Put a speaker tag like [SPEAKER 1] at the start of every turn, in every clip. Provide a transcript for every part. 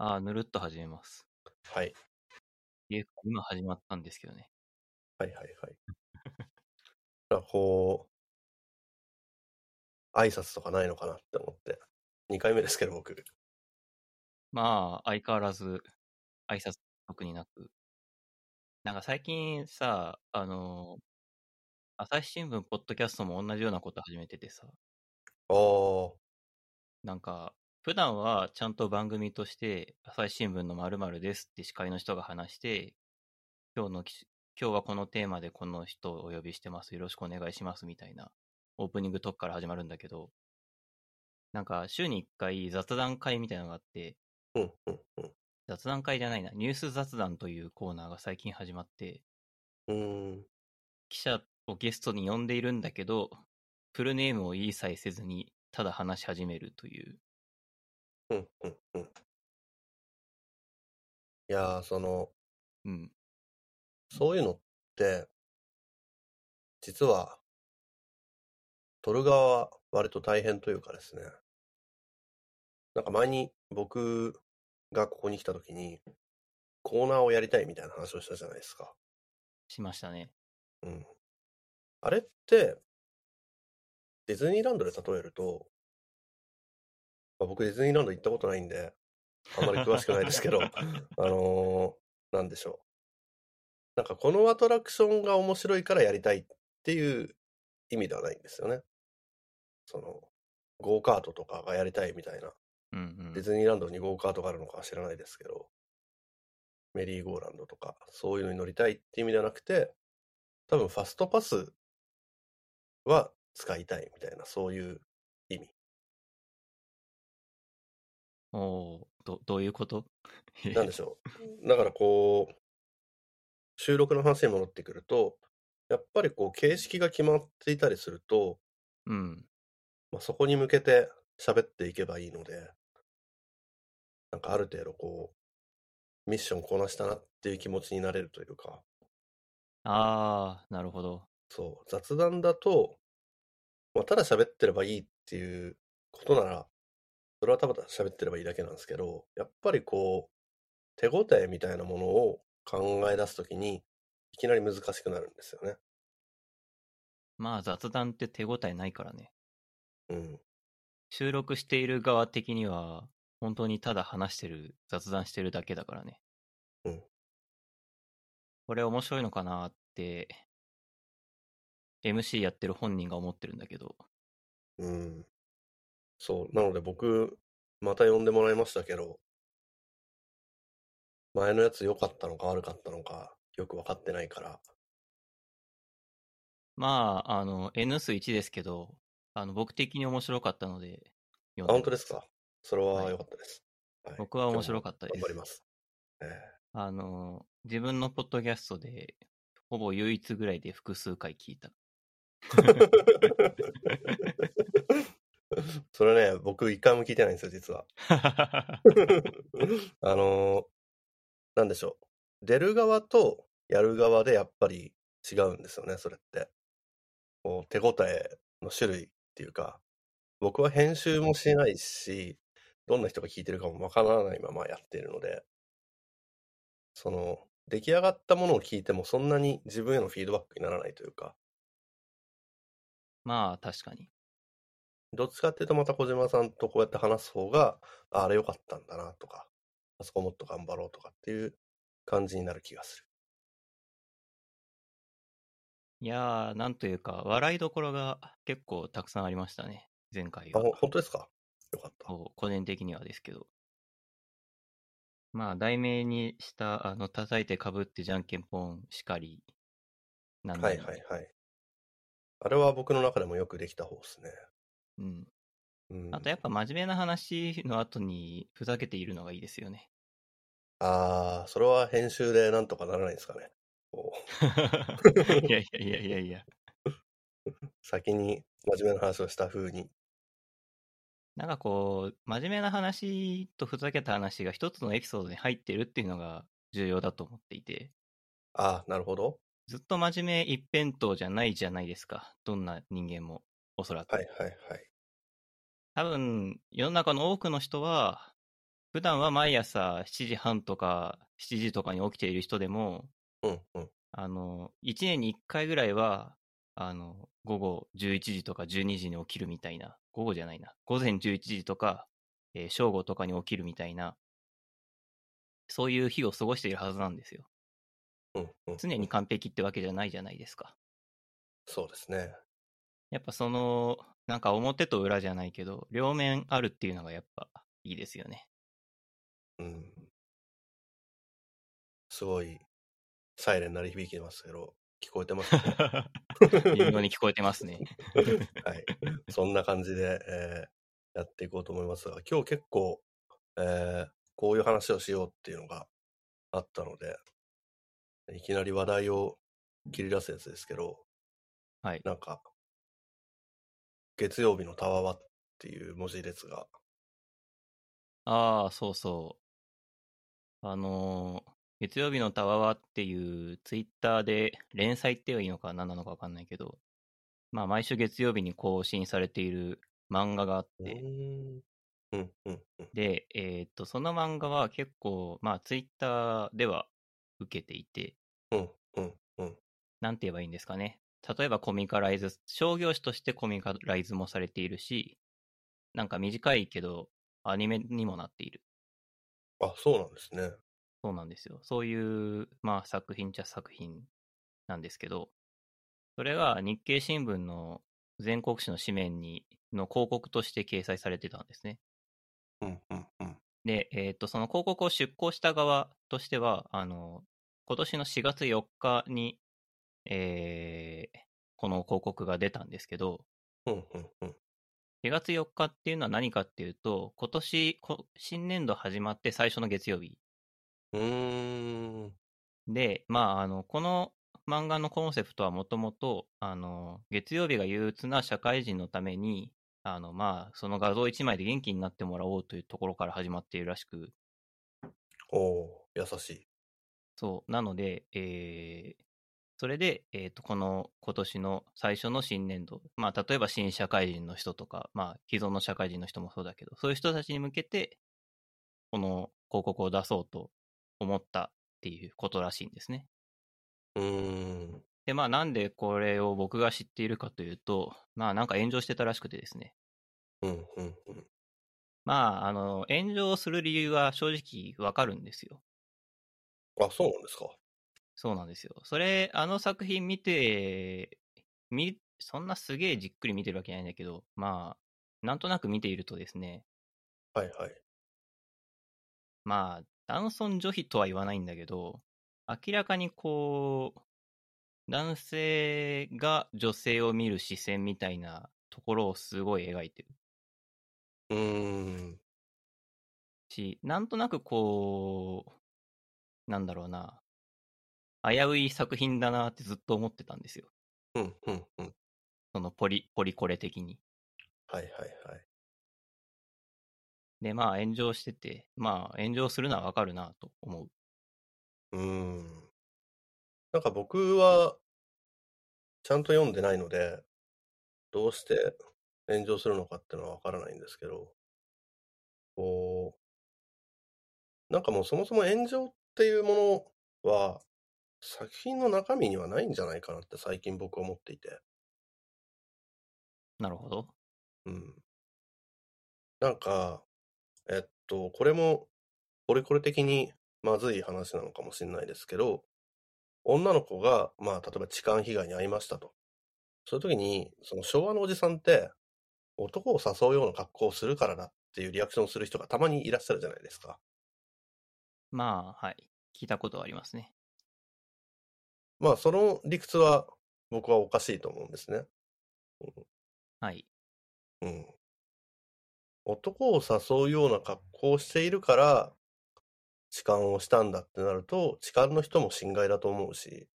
[SPEAKER 1] ああ、ぬるっと始めます。
[SPEAKER 2] はい。
[SPEAKER 1] え、今始まったんですけどね。
[SPEAKER 2] はいはいはい。 なんかこう、挨拶とかないのかなって思って。2回目ですけど、僕。
[SPEAKER 1] まあ、相変わらず、挨拶特になく。なんか最近さ、あの、朝日新聞、ポッドキャストも同じようなこと始めててさ、
[SPEAKER 2] ああ、
[SPEAKER 1] なんか、普段はちゃんと番組として、朝日新聞の〇〇ですって司会の人が話して、今日のき、今日はこのテーマでこの人をお呼びしてます。よろしくお願いしますみたいな、オープニングトークから始まるんだけど、なんか、週に1回雑談会みたいなのがあって、
[SPEAKER 2] うんうんうん。
[SPEAKER 1] 雑談会じゃないな、ニュース雑談というコーナーが最近始まって、
[SPEAKER 2] うーん。
[SPEAKER 1] 記者をゲストに呼んでいるんだけど、フルネームを言いさえせずに、ただ話し始めるという。
[SPEAKER 2] うんうんうん。いやー、その、
[SPEAKER 1] うん。
[SPEAKER 2] そういうのって、実は、撮る側は割と大変というかですね。なんか前に僕がここに来た時に、コーナーをやりたいみたいな話をしたじゃないですか。
[SPEAKER 1] しましたね。
[SPEAKER 2] うん。あれって、ディズニーランドで例えると、まあ、僕ディズニーランド行ったことないんで、あんまり詳しくないですけど、あのー、なんでしょう。なんかこのアトラクションが面白いからやりたいっていう意味ではないんですよね。その、ゴーカートとかがやりたいみたいな。
[SPEAKER 1] うんう
[SPEAKER 2] ディ
[SPEAKER 1] ん。
[SPEAKER 2] ズニーランドにゴーカートがあるのかは知らないですけど、メリーゴーランドとか、そういうのに乗りたいって意味ではなくて、多分ファストパスは使いたいみたいな、そういう意味。
[SPEAKER 1] おー、ど、どういうこと
[SPEAKER 2] なんでしょう。だからこう、収録の話に戻ってくると、やっぱりこう、形式が決まっていたりすると、
[SPEAKER 1] うん。
[SPEAKER 2] まあ、そこに向けて喋っていけばいいので、なんかある程度こう、ミッションこなしたなっていう気持ちになれるというか、
[SPEAKER 1] あー、なるほど。
[SPEAKER 2] そう、雑談だと、まあ、ただ喋ってればいいっていうことなら、それはただ喋ってればいいだけなんですけど、やっぱりこう、手応えみたいなものを考え出すときに、いきなり難しくなるんですよね。
[SPEAKER 1] まあ雑談って手応えないからね。
[SPEAKER 2] うん。
[SPEAKER 1] 収録している側的には、本当にただ話してる、雑談してるだけだからね。
[SPEAKER 2] うん。
[SPEAKER 1] これ面白いのかなって、MC やってる本人が思ってるんだけど。
[SPEAKER 2] うん。そう。なので僕、また呼んでもらいましたけど、前のやつ良かったのか悪かったのか、よくわかってないから。
[SPEAKER 1] まあ、あの、N 数1ですけど、あの、僕的に面白かったので、
[SPEAKER 2] あ、
[SPEAKER 1] 読んで
[SPEAKER 2] 本当
[SPEAKER 1] ま
[SPEAKER 2] です
[SPEAKER 1] す。
[SPEAKER 2] かそれ
[SPEAKER 1] は
[SPEAKER 2] は良
[SPEAKER 1] い。
[SPEAKER 2] かったです。はい。
[SPEAKER 1] 僕は面
[SPEAKER 2] 今日も
[SPEAKER 1] 白かったで
[SPEAKER 2] 頑張り
[SPEAKER 1] す。
[SPEAKER 2] ます。ええ
[SPEAKER 1] あの、自分のポッドキャストで、ほぼ唯一ぐらいで複数回聞い た。
[SPEAKER 2] それね、僕一回も聞いてないんですよ、実は。あのーなんでしょう。出る側とやる側でやっぱり違うんですよね、それって。こう手応えの種類っていうか、僕は編集もしないし、どんな人が聞いてるかもわからないままやっているので、その、出来上がったものを聞いてもそんなに自分へのフィードバックにならないというか、
[SPEAKER 1] まあ、確かに。
[SPEAKER 2] どっちかっていうとまた小島さんとこうやって話す方が、ああれ良かったんだなとか、あそこもっと頑張ろうとかっていう感じになる気がする。
[SPEAKER 1] いやー、なんというか、笑いどころが結構たくさんありましたね。前回
[SPEAKER 2] あ、
[SPEAKER 1] は。
[SPEAKER 2] ほ本当ですかよかった。
[SPEAKER 1] こう個人的にはですけど。まあ、題名にした、あの、叩いて被ってじゃんけんぽんしかり、なん
[SPEAKER 2] は
[SPEAKER 1] ないり。
[SPEAKER 2] はいはい。あれは僕の中でもよくできた方ですね。
[SPEAKER 1] うん。
[SPEAKER 2] う
[SPEAKER 1] あと、や
[SPEAKER 2] ん。
[SPEAKER 1] っぱ真面目な話の後にふざけているのがいいですよ ね。
[SPEAKER 2] ああ、それは編集でなんとかならないですかね。こ
[SPEAKER 1] いうやいやいやいやいや。
[SPEAKER 2] 先に真面目な話をした風に。
[SPEAKER 1] なんかこう、真面目な話とふざけた話が一つのエピソードに入ってるっていうのが重要だと思っていて、
[SPEAKER 2] ああ、なるほど。
[SPEAKER 1] ずっと真面目一辺倒じゃないじゃないですか。どんな人間も、おそら
[SPEAKER 2] はい
[SPEAKER 1] く。
[SPEAKER 2] はいはい。
[SPEAKER 1] 多分、世の中の多くの人は、普段は毎朝7時半とか7時とかに起きている人でも、
[SPEAKER 2] うん、うん。
[SPEAKER 1] あの、1年に1回ぐらいは、あの、午後11時とか12時に起きるみたいな、午後じゃないな、午前11時とか、えー正午とかに起きるみたいな、そういう日を過ごしているはずなんですよ。
[SPEAKER 2] うん、うん。
[SPEAKER 1] 常に完璧ってわけじゃないじゃないですか。
[SPEAKER 2] そうですね。
[SPEAKER 1] やっぱその、なんか表と裏じゃないけど、両面あるっていうのがやっぱいいですよね。
[SPEAKER 2] うん。すごい、サイレン鳴り響いてますけど、聞こえてますか
[SPEAKER 1] 微妙に聞こえてますね。
[SPEAKER 2] はい。そんな感じで、えーやっていこうと思いますが、今日結構、えーこういう話をしようっていうのがあったので、いきなり話題を切り出すやつですけど、
[SPEAKER 1] はい
[SPEAKER 2] なんか、月曜日のたわわっていう文字列が、
[SPEAKER 1] ああ、そうそう。あのー月曜日のたわわっていうツイッターで連載ってはいいのか何なのかわかんないけど、まあ毎週月曜日に更新されている漫画があっ
[SPEAKER 2] うー
[SPEAKER 1] て、
[SPEAKER 2] ん、うん、うん、うん、
[SPEAKER 1] で、えーっと、その漫画は結構、まあツイッターでは受けていて、
[SPEAKER 2] うん、うん、うん、
[SPEAKER 1] なんて言えばいいんですかね。例えばコミカライズ、商業誌としてコミカライズもされているし、なんか短いけどアニメにもなっている。
[SPEAKER 2] あ、そうなんですね。
[SPEAKER 1] そうなんですよ。そういう、まあ、作品っちゃ作品なんですけど、それが日経新聞の全国紙の紙面に、の広告として掲載されてたんですね。
[SPEAKER 2] うん、うん、うん。
[SPEAKER 1] で、えっ、と、その広告を出稿した側としては、あの、今年の4月4日に、えーこの広告が出たんですけど、
[SPEAKER 2] うん、うん、うん。
[SPEAKER 1] 4月4日っていうのは何かっていうと、今年、こ新年度始まって最初の月曜日
[SPEAKER 2] うーん、
[SPEAKER 1] で、まあ、あの、この漫画のコンセプトはもともと、あの、月曜日が憂鬱な社会人のために、あの、まあ、その画像一枚で元気になってもらおうというところから始まっているらしく、
[SPEAKER 2] おー、優しい。
[SPEAKER 1] そう、なので、えーそれで、えっ、と、この今年の最初の新年度、まあ、例えば新社会人の人とか、まあ、既存の社会人の人もそうだけど、そういう人たちに向けて、この広告を出そうと思ったっていうことらしいんですね。
[SPEAKER 2] うーん、
[SPEAKER 1] で、まあなんでこれを僕が知っているかというと、まあなんか炎上してたらしくてですね。
[SPEAKER 2] うん、うん、うん。
[SPEAKER 1] まああの、炎上する理由は正直わかるんですよ。
[SPEAKER 2] あ、そうなんですか。
[SPEAKER 1] そうなんですよ。それ、あの作品見て、み、そんなすげえじっくり見てるわけじゃないんだけど、まあ、なんとなく見ているとですね、
[SPEAKER 2] はい、はい。
[SPEAKER 1] まあ、男尊女卑とは言わないんだけど、明らかにこう、男性が女性を見る視線みたいなところをすごい描いてる。
[SPEAKER 2] うーん。
[SPEAKER 1] し、なんとなくこう、なんだろうな、危うい作品だなってずっと思ってたんですよ。
[SPEAKER 2] うん、うん、うん。
[SPEAKER 1] そのポリ、ポリコレ的に。
[SPEAKER 2] はい、はい、はい。
[SPEAKER 1] で、まあ炎上してて、まあ炎上するのはわかるなと思う。
[SPEAKER 2] うーん。なんか僕は、ちゃんと読んでないので、どうして炎上するのかってのはわからないんですけど、こう、なんかもうそもそも炎上っていうものは、作品の中身にはないんじゃないかなって最近僕は思っていて。
[SPEAKER 1] なるほど。
[SPEAKER 2] うん。なんか、えっと、これも、これこれ的にまずい話なのかもしれないですけど、女の子が、まあ、例えば痴漢被害に遭いましたと。そういう時に、その昭和のおじさんって、男を誘うような格好をするからだっていうリアクションをする人がたまにいらっしゃるじゃないですか。
[SPEAKER 1] まあ、はい。聞いたことはありますね。
[SPEAKER 2] まあ、その理屈は僕はおかしいと思うんですね。
[SPEAKER 1] はい。
[SPEAKER 2] うん。男を誘うような格好をしているから、痴漢をしたんだってなると、痴漢の人も侵害だと思うし、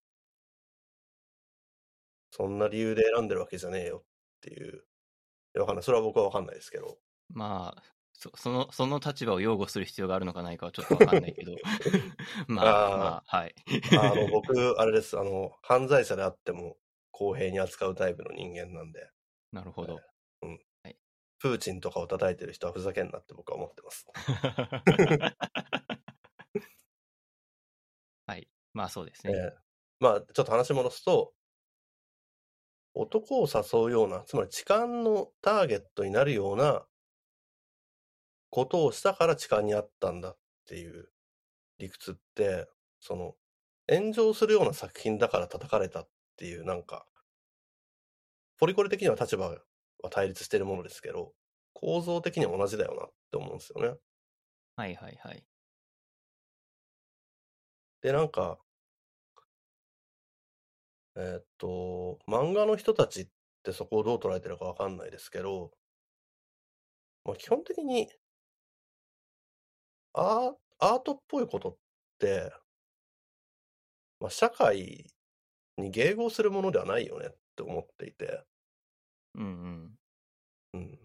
[SPEAKER 2] そんな理由で選んでるわけじゃねえよっていう。いやわかんない。それは僕はわかんないですけど。
[SPEAKER 1] まあ、そその、その立場を擁護する必要があるのかないかはちょっとわかんないけ ど。 まあ、
[SPEAKER 2] あー
[SPEAKER 1] まあ、はい。
[SPEAKER 2] あの、僕、あれです。あの、犯罪者であ っても公平に扱うタイプの人間なんで、
[SPEAKER 1] なるほど。
[SPEAKER 2] プーチンとかを叩いてる人はふざけんなって僕は思ってます。
[SPEAKER 1] はい。まあそうです
[SPEAKER 2] え
[SPEAKER 1] ね。
[SPEAKER 2] えまあ、ちょっと話戻すと、男を誘うような、つまり痴漢のターゲットになるようなことをしたから痴漢にあったんだっていう理屈って、その、炎上するような作品だから叩かれたっていう、なんか、ポリコレ的には立場は対立してるものですけど、構造的には同じだよなって思うんですよね。
[SPEAKER 1] はいはいはい。
[SPEAKER 2] で、なんか、えーっと、漫画の人たちってそこをどう捉えてるかわかんないですけど、まあ、基本的にアー、アートっぽいことって、まあ、社会に迎合するものではないよねって思っていて、
[SPEAKER 1] うんうん。
[SPEAKER 2] うん。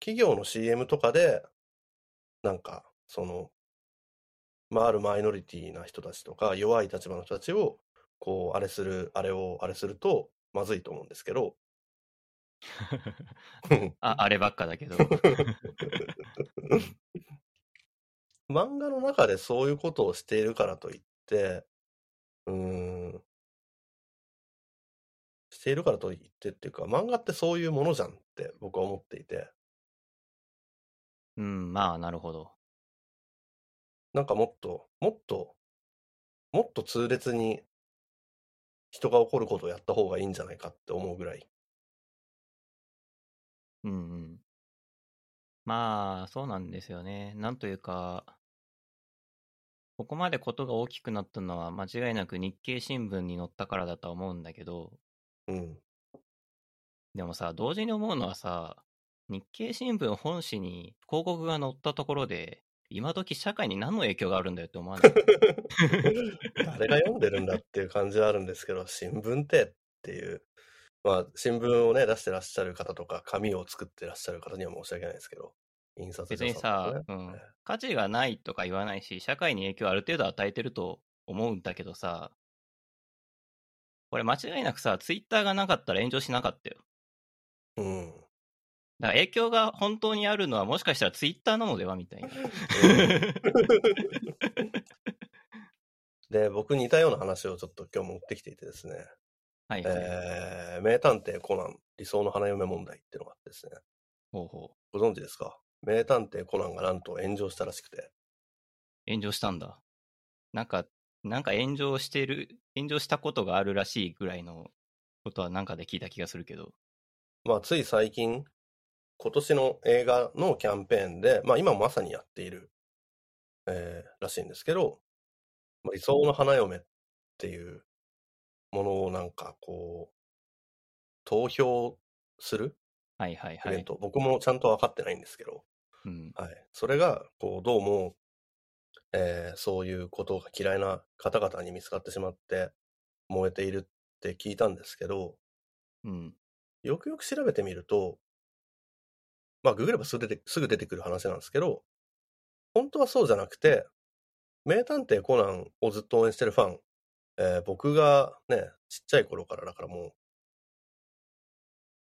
[SPEAKER 2] 企業の CM とかで、なんか、その、まあ、あるマイノリティな人たちとか、弱い立場の人たちを、こう、あれする、あれを、あれすると、まずいと思うんですけど、
[SPEAKER 1] あ、あればっかだ けど。
[SPEAKER 2] 漫画の中でそういうことをしているからといって、うーん、しているからといってっていうか、漫画ってそういうものじゃんって僕は思っていて、
[SPEAKER 1] うん、まあなるほど。
[SPEAKER 2] なんかもっと、もっと、もっと痛烈に人が怒ることをやった方がいいんじゃないかって思うぐらい。
[SPEAKER 1] うんうん。まあ、そうなんですよね。なんというか、ここまでことが大きくなったのは間違いなく日経新聞に載ったからだとは思うんだけど、
[SPEAKER 2] うん。
[SPEAKER 1] でもさ、同時に思うのはさ、日経新聞本誌に広告が載ったところで、今時社会に何の影響があるんだよって思わない
[SPEAKER 2] 誰が読んでるんだっていう感じはあるんですけど、新聞ってっていう。まあ、新聞をね、出してらっしゃる方とか、紙を作ってらっしゃる方には申し訳ないですけど、印刷
[SPEAKER 1] 別
[SPEAKER 2] 所
[SPEAKER 1] に
[SPEAKER 2] さんとか
[SPEAKER 1] さう
[SPEAKER 2] ね、
[SPEAKER 1] ん、価値がないとか言わないし、社会に影響ある程度与えてると思うんだけどさ、これ間違いなくさ、ツイッターがなかったら炎上しなかったよ。
[SPEAKER 2] うん。
[SPEAKER 1] だから影響が本当にあるのはもしかしたらツイッターなのではみたいな。
[SPEAKER 2] で、僕似たような話をちょっと今日持ってきていてですね、
[SPEAKER 1] はいはい。
[SPEAKER 2] えー、名探偵コナン、理想の花嫁問題っていうのがあってですね、
[SPEAKER 1] ほうほ
[SPEAKER 2] ご存知ですか名探偵コナンがなんと炎上したらしくて、
[SPEAKER 1] う。炎上したんだ。なんか、なんか炎上してる、炎上したことがあるらしいぐらいのことはなんかで聞いた気がするけど。
[SPEAKER 2] まあ、つい最近、今年の映画のキャンペーンで、まあ、今まさにやっている、えーらしいんですけど、まあ理想の花嫁っていうものをなんかこう、投票する
[SPEAKER 1] はいはい
[SPEAKER 2] イ
[SPEAKER 1] は
[SPEAKER 2] ベン
[SPEAKER 1] い。
[SPEAKER 2] ト、僕もちゃんと分かってないんですけど、
[SPEAKER 1] うん。
[SPEAKER 2] はい。それが、こう、どうも、えーそういうことが嫌いな方々に見つかってしまって、燃えているって聞いたんですけど、
[SPEAKER 1] うん。
[SPEAKER 2] よくよく調べてみると、まあ、ググればすぐ出てすぐ出てくる話なんですけど、本当はそうじゃなくて、名探偵コナンをずっと応援してるファン、えー僕がね、ちっちゃい頃からだからもう、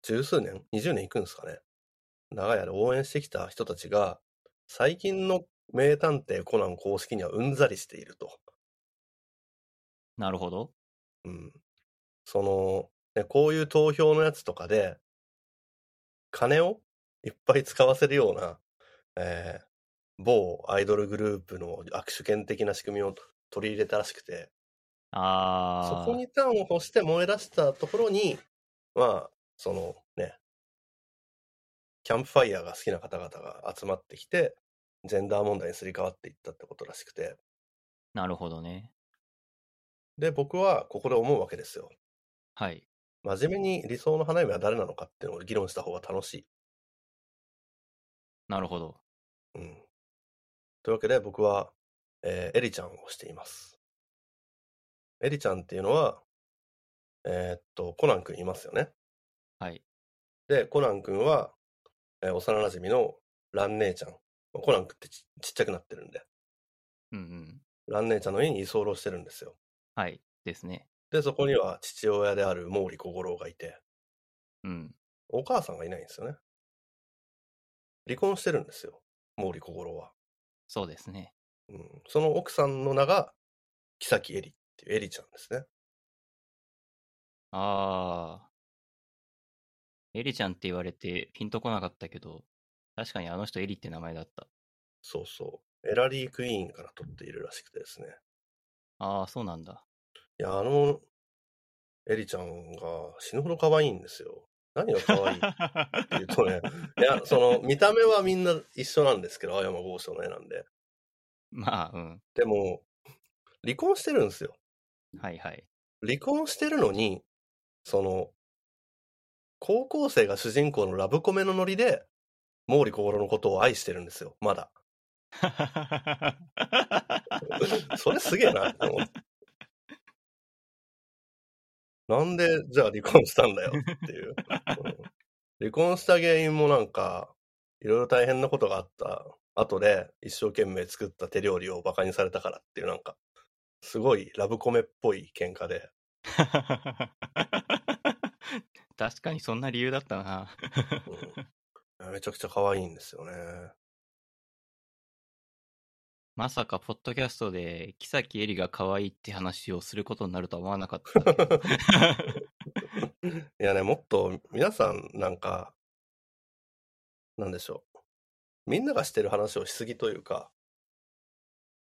[SPEAKER 2] 十数年 ?20 年いくんですかね長い間応援してきた人たちが、最近の名探偵コナン公式にはうんざりしていると。
[SPEAKER 1] なるほど。
[SPEAKER 2] うん。その、ね、こういう投票のやつとかで、金をいっぱい使わせるような、えー某アイドルグループの握手券的な仕組みを取り入れたらしくて、そ
[SPEAKER 1] あ
[SPEAKER 2] こ
[SPEAKER 1] ー。
[SPEAKER 2] に端を欲して燃え出したところに、まあ、そのね、キャンプファイヤーが好きな方々が集まってきて、ジェンダー問題にすり替わっていったってことらしくて、
[SPEAKER 1] なるほどね。
[SPEAKER 2] で、僕はここで思うわけですよ。
[SPEAKER 1] はい。
[SPEAKER 2] 真面目に理想の花嫁は誰なのかっていうのを議論した方が楽しい。
[SPEAKER 1] なるほど。
[SPEAKER 2] うん。というわけで僕は、えーエリちゃんをしています。エリちゃんっていうのは、えーっと、コナンくんいますよね。
[SPEAKER 1] はい。
[SPEAKER 2] で、コナンくんは、えー幼馴染のラン姉ちゃん。まあコナンくんってちちっちゃくなってるんで、
[SPEAKER 1] うんうん。
[SPEAKER 2] ラン姉ちゃんの家に居候してるんですよ。
[SPEAKER 1] はい。ですね。
[SPEAKER 2] で、そこには父親である毛利小五郎がいて、
[SPEAKER 1] うん。
[SPEAKER 2] お母さんがいないんですよね。離婚してるんですよ。毛利小五郎は。
[SPEAKER 1] そうですね。
[SPEAKER 2] うん。その奥さんの名が、木崎エリっていうエリちゃんですね。
[SPEAKER 1] ああ。エリちゃんって言われてピンとこなかったけど、確かにあの人エリって名前だった。
[SPEAKER 2] そうそう。エラリークイーンから取っているらしくてですね。
[SPEAKER 1] ああ、そうなんだ。
[SPEAKER 2] いや、あの、エリちゃんが死ぬほど可愛いんですよ。何が可愛いって 言うとね、いや、その、見た目はみんな一緒なんですけど、青山剛昌の絵なんで。
[SPEAKER 1] まあ、うん。
[SPEAKER 2] でも、離婚してるんですよ。
[SPEAKER 1] はいはい。
[SPEAKER 2] 離婚してるのに、その、高校生が主人公のラブコメのノリで、毛利小五郎のことを愛してるんですよ、まだ。 それすげえなって思って。なんで、じゃあ離婚したんだよっていう。うん離婚した原因もなんか、いろいろ大変なことがあった後で、一生懸命作った手料理をバカにされたからっていう、なんか、すごいラブコメっぽい喧嘩で、
[SPEAKER 1] 確かにそんな理由だったな。
[SPEAKER 2] うんめちゃくちゃ可愛いんですよね。
[SPEAKER 1] まさか、ポッドキャストで、木崎エリが可愛いって話をすることになるとは思わなかったけど。
[SPEAKER 2] いやね、もっと皆さんなんか、なんでしょう。みんながしてる話をしすぎというか、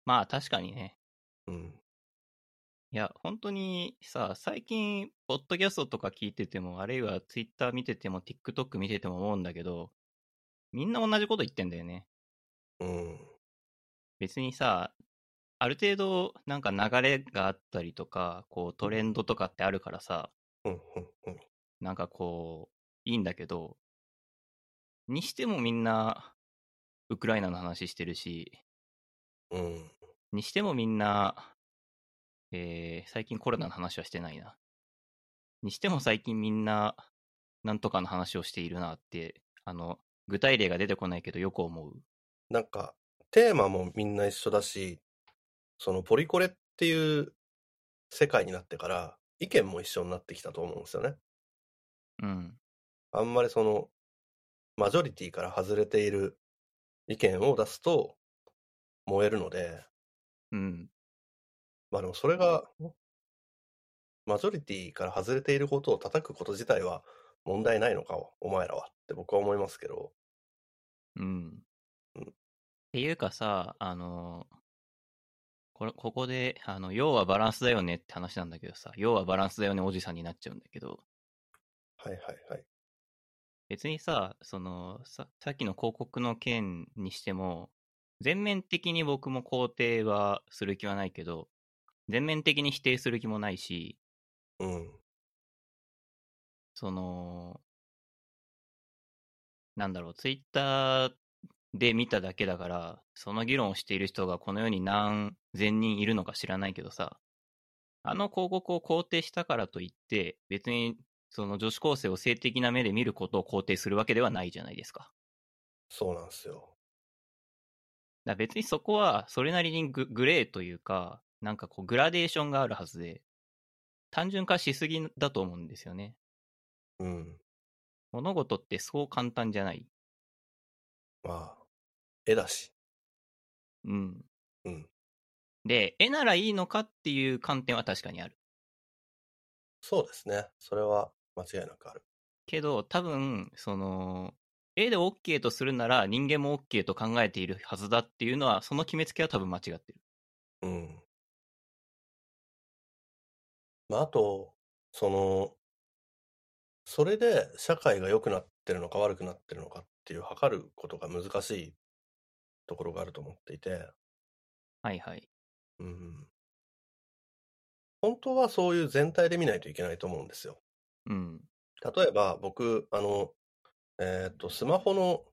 [SPEAKER 1] まあ、確かにね。
[SPEAKER 2] うん、
[SPEAKER 1] いや、本当にさ、最近、ポッドキャストとか聞いてても、あるいはツイッター見てても、TikTok 見てても思うんだけど、みんな同じこと言ってんだよね。
[SPEAKER 2] うん、
[SPEAKER 1] 別にさ、ある程度、なんか流れがあったりとか、こう、トレンドとかってあるからさ、
[SPEAKER 2] うん、うん、うん。
[SPEAKER 1] なんかこう、いいんだけど、にしてもみんな、ウクライナの話してるし、
[SPEAKER 2] うん、
[SPEAKER 1] にしてもみんな、えー最近コロナの話はしてないな。にしても最近みんな、なんとかの話をしているなって、あの、具体例が出てこないけどよく思う。
[SPEAKER 2] なんか、テーマもみんな一緒だし、そのポリコレっていう世界になってから、意見も一緒になってきたと思うんですよね。
[SPEAKER 1] うん。
[SPEAKER 2] あんまりその、マジョリティから外れている意見を出すと、燃えるので、
[SPEAKER 1] うん。
[SPEAKER 2] まあでもそれが、マジョリティから外れていることを叩くこと自体は問題ないのか、お前らはって僕は思いますけど、
[SPEAKER 1] うん。
[SPEAKER 2] うん
[SPEAKER 1] っていうかさ、あの、これ、ここで、あの、要はバランスだよねって話なんだけどさ、要はバランスだよねおじさんになっちゃうんだけど、
[SPEAKER 2] はいはいはい。
[SPEAKER 1] 別にさ、そのさ、さっきの広告の件にしても、全面的に僕も肯定はする気はないけど、全面的に否定する気もないし、
[SPEAKER 2] うん、
[SPEAKER 1] その、なんだろう、ツイッターで見ただけだから、その議論をしている人がこの世に何千人いるのか知らないけどさ、あの広告を肯定したからといって、別にその女子高生を性的な目で見ることを肯定するわけではないじゃないですか。
[SPEAKER 2] そうなんですよ。
[SPEAKER 1] だから別にそこはそれなりにググレーというか、なんかこうグラデーションがあるはずで、単純化しすぎだと思うんですよね。
[SPEAKER 2] うん。
[SPEAKER 1] 物事ってそう簡単じゃない。
[SPEAKER 2] まあ、絵だし。
[SPEAKER 1] うん。
[SPEAKER 2] うん
[SPEAKER 1] で、絵ならいいのかっていう観点は確かにある。
[SPEAKER 2] そうですね。それは間違いなくある。
[SPEAKER 1] けど、多分、その、絵で OK とするなら人間も OK と考えているはずだっていうのは、その決めつけは多分間違ってる。
[SPEAKER 2] うん。まあ、あと、その、それで社会が良くなってるのか悪くなってるのかっていう測ることが難しいところがあると思っていて、
[SPEAKER 1] はいはい。
[SPEAKER 2] うん。本当はそういう全体で見ないといけないと思うんですよ。
[SPEAKER 1] うん。
[SPEAKER 2] 例えば僕、あの、えーっと、スマホの、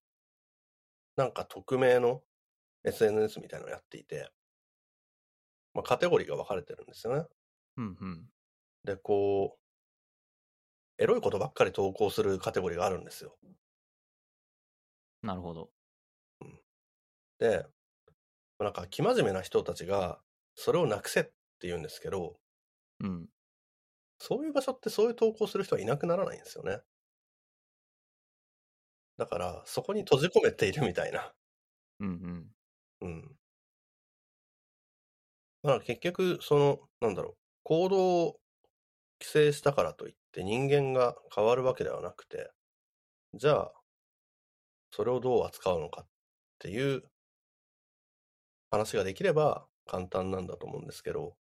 [SPEAKER 2] なんか匿名の SNS みたいなのをやっていて、まあ、カテゴリーが分かれてるんですよね。
[SPEAKER 1] うんうん。
[SPEAKER 2] で、こう、エロいことばっかり投稿するカテゴリーがあるんですよ。
[SPEAKER 1] なるほど。
[SPEAKER 2] で、なんか、生真面目な人たちが、それをなくせって言うんですけど、
[SPEAKER 1] うん。
[SPEAKER 2] そういう場所ってそういう投稿する人はいなくならないんですよね。だから、そこに閉じ込めているみたいな。
[SPEAKER 1] うんうん。
[SPEAKER 2] うん。だから結局、その、なんだろう、行動を規制したからといって人間が変わるわけではなくて、じゃあ、それをどう扱うのかっていう話ができれば簡単なんだと思うんですけど、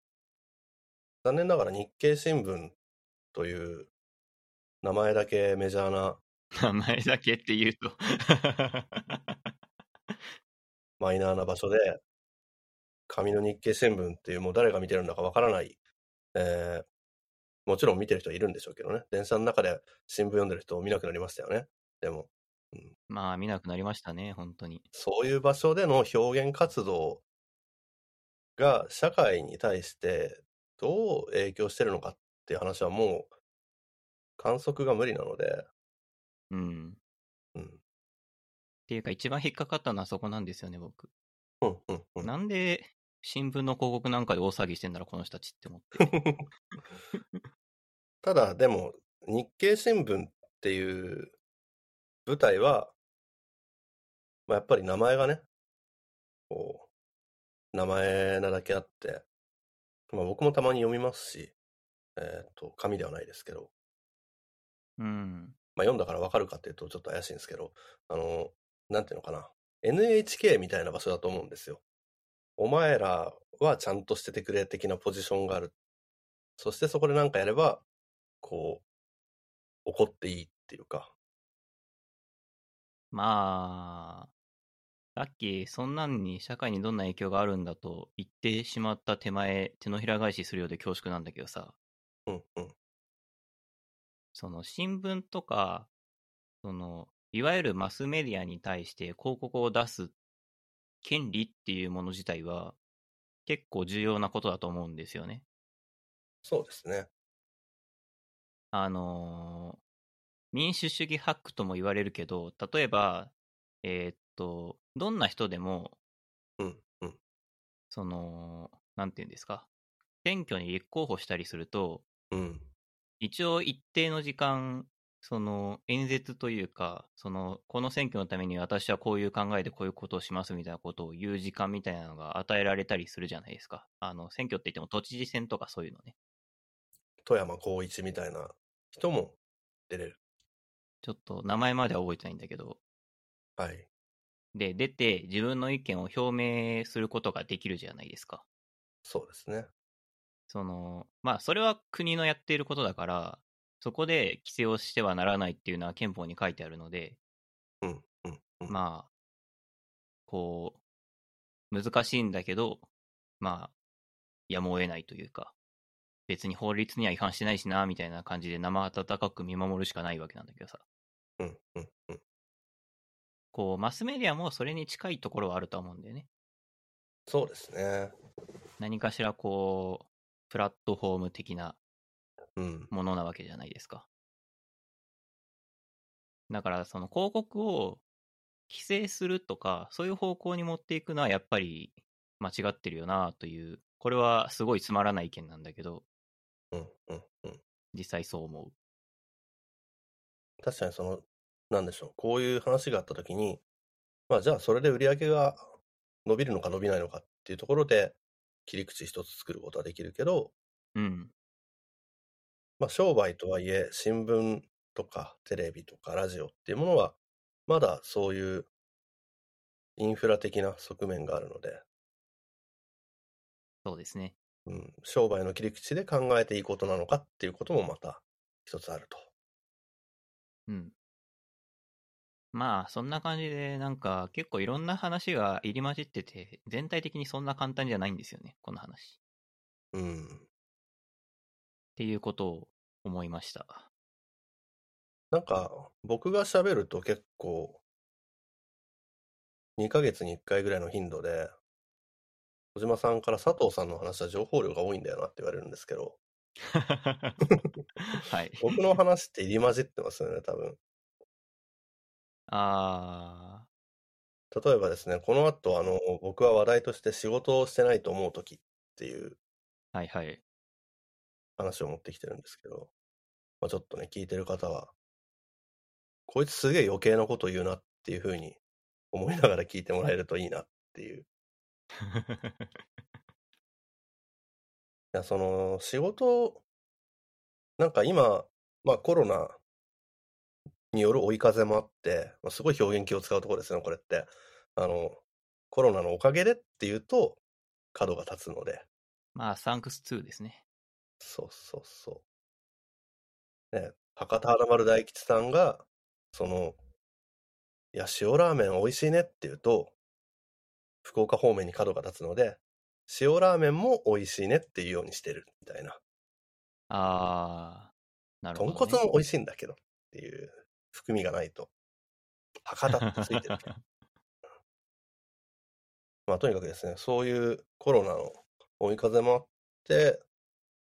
[SPEAKER 2] 残念ながら日経新聞という名前だけメジャーな
[SPEAKER 1] 名前だけって言うと
[SPEAKER 2] マイナーな場所で、紙の日経新聞っていうもう誰が見てるんだかわからない、えーもちろん見てる人はいるんでしょうけどね。電車の中で新聞読んでる人を見なくなりましたよね。でも、うん、
[SPEAKER 1] まあ、見なくなりましたね、本当に。
[SPEAKER 2] そういう場所での表現活動が社会に対してどう影響してるのかっていう話はもう観測が無理なので、
[SPEAKER 1] うん。っ
[SPEAKER 2] うん、
[SPEAKER 1] ていうか、一番引っかかったのはそこなんですよね、僕。
[SPEAKER 2] うん、うん、うん。
[SPEAKER 1] なんで、新聞の広告なんかで大騒ぎしてんだろ、この人たちって思って。
[SPEAKER 2] ただ、でも、日経新聞っていう舞台は、まあ、やっぱり名前がね、こう、名前なだけあって、まあ、僕もたまに読みますし、えっと、紙ではないですけど、
[SPEAKER 1] うん。
[SPEAKER 2] まあ、読んだからわかるかっていうとちょっと怪しいんですけど、あの、なんていうのかな。NHK みたいな場所だと思うんですよ。お前らはちゃんとしててくれ的なポジションがある。そしてそこで何かやれば、こう、怒っていいっていうか。
[SPEAKER 1] まあ、さっき、そんなんに社会にどんな影響があるんだと言ってしまった手前、手のひら返しするようで恐縮なんだけどさ、
[SPEAKER 2] うんうん。
[SPEAKER 1] その新聞とか、その、いわゆるマスメディアに対して広告を出す権利っていうもの自体は結構重要なことだと思うんですよね。
[SPEAKER 2] そうですね。
[SPEAKER 1] あのー民主主義ハックとも言われるけど、例えば、えーっと、どんな人でも、
[SPEAKER 2] うんうん。
[SPEAKER 1] その、なんていうんですか、選挙に立候補したりすると、
[SPEAKER 2] うん
[SPEAKER 1] 一応一定の時間、その演説というか、そのこの選挙のために私はこういう考えでこういうことをしますみたいなことを言う時間みたいなのが与えられたりするじゃないですか。あの選挙って言っても都知事選とかそういうのね。
[SPEAKER 2] 富山光一みたいな人も出れる。
[SPEAKER 1] ちょっと名前までは覚えてないんだけど。
[SPEAKER 2] はい。
[SPEAKER 1] で、出て自分の意見を表明することができるじゃないですか。
[SPEAKER 2] そうですね。
[SPEAKER 1] その、まあそれは国のやっていることだから、そこで規制をしてはならないっていうのは憲法に書いてあるので、
[SPEAKER 2] うんうんうん。
[SPEAKER 1] まあ、こう、難しいんだけど、まあ、やむを得ないというか、別に法律には違反してないしな、みたいな感じで生温かく見守るしかないわけなんだけどさ。
[SPEAKER 2] うんうんうん。
[SPEAKER 1] こう、マスメディアもそれに近いところはあると思うんだよね。
[SPEAKER 2] そうですね。
[SPEAKER 1] 何かしらこう、プラットフォーム的な
[SPEAKER 2] うん
[SPEAKER 1] ものなわけじゃないですか。だから、その広告を規制するとか、そういう方向に持っていくのはやっぱり間違ってるよなという、これはすごいつまらない意見なんだけど、
[SPEAKER 2] うんうんうん。
[SPEAKER 1] 実際そう思う。
[SPEAKER 2] 確かにその、なんでしょう、こういう話があったときに、まあじゃあそれで売り上げが伸びるのか伸びないのかっていうところで、切り口一つ作ることはできるけど、
[SPEAKER 1] うん。
[SPEAKER 2] まあ商売とはいえ、新聞とかテレビとかラジオっていうものは、まだそういうインフラ的な側面があるので、
[SPEAKER 1] そうですね。
[SPEAKER 2] うん、商売の切り口で考えていいことなのかっていうこともまた一つあると。
[SPEAKER 1] うん。まあ、そんな感じで、なんか、結構いろんな話が入り混じってて、全体的にそんな簡単じゃないんですよね、この話。っ
[SPEAKER 2] うん。
[SPEAKER 1] ていうことを思いました。
[SPEAKER 2] なんか、僕が喋ると結構、2ヶ月に1回ぐらいの頻度で、小島さんから佐藤さんの話は情報量が多いんだよなって言われるんですけど、
[SPEAKER 1] はい。
[SPEAKER 2] 僕の話って入り混じってますよね、多分。
[SPEAKER 1] あ
[SPEAKER 2] 例えばですね、この後、あの、僕は話題として仕事をしてないと思うときっていう
[SPEAKER 1] ー、はいはい。
[SPEAKER 2] 話を持ってきてるんですけど、まあ、ちょっとね、聞いてる方は、こいつすげえ余計なこと言うなっていうふうに思いながら聞いてもらえるといいなっていう。いや、その、仕事、なんか今、まあコロナによる追い風もあって、まあ、すごい表現気を使うところですね、これって。あの、コロナのおかげでっていうと、角が立つので。
[SPEAKER 1] まあ、サンクス2ですね。
[SPEAKER 2] そうそうそう。ね、博多華丸大吉さんが、その、いや、塩ラーメン美味しいねって言うと、福岡方面に角が立つので、塩ラーメンも美味しいねっていうようにしてるみたいな。
[SPEAKER 1] あー、なるほど、ね。
[SPEAKER 2] 豚骨も美味しいんだけどっていう含みがないと。博多ってついてる、ね。まあ、とにかくですね、そういうコロナの追い風もあって、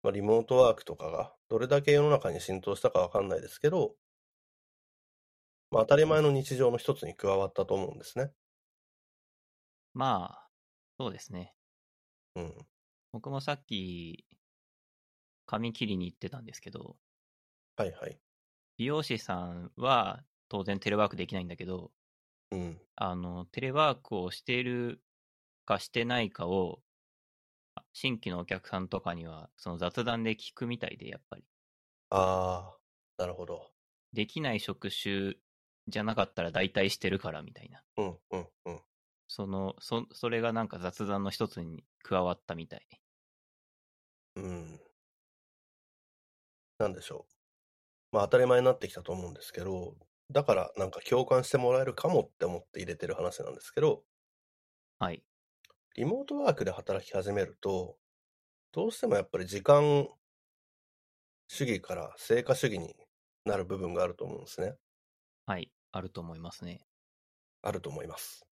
[SPEAKER 2] まあ、リモートワークとかがどれだけ世の中に浸透したかわかんないですけど、まあ、当たり前の日常の一つに加わったと思うんですね。
[SPEAKER 1] まあ、そうですね。
[SPEAKER 2] うん。
[SPEAKER 1] 僕もさっき、髪切りに行ってたんですけど、
[SPEAKER 2] はいはい。
[SPEAKER 1] 美容師さんは当然テレワークできないんだけど、
[SPEAKER 2] うん。
[SPEAKER 1] あの、テレワークをしているかしてないかを、新規のお客さんとかには、その雑談で聞くみたいで、やっぱり。
[SPEAKER 2] ああ、なるほど。
[SPEAKER 1] できない職種じゃなかったら大体してるから、みたいな。
[SPEAKER 2] うんうんうん。
[SPEAKER 1] その、そ、それがなんか雑談の一つに加わったみたい。
[SPEAKER 2] うん。なんでしょう。まあ当たり前になってきたと思うんですけど、だからなんか共感してもらえるかもって思って入れてる話なんですけど、
[SPEAKER 1] はい。
[SPEAKER 2] リモートワークで働き始めると、どうしてもやっぱり時間主義から成果主義になる部分があると思うんですね。
[SPEAKER 1] はい。あると思います ね。
[SPEAKER 2] あると思います。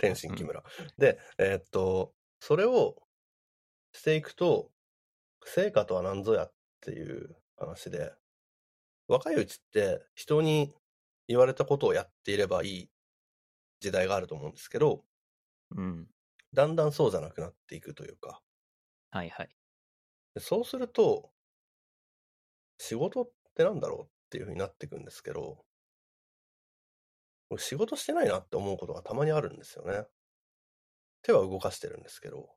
[SPEAKER 2] 天心木村。で、えーっと、それをしていくと、成果とは何ぞやっていう話で、若いうちって人に言われたことをやっていればいい時代があると思うんですけど、
[SPEAKER 1] うん。
[SPEAKER 2] だんだんそうじゃなくなっていくというか、
[SPEAKER 1] はいはい。
[SPEAKER 2] でそうすると、仕事ってなんだろうっていうふうになっていくんですけど、俺仕事してないなって思うことがたまにあるんですよね。手は動かしてるんですけど、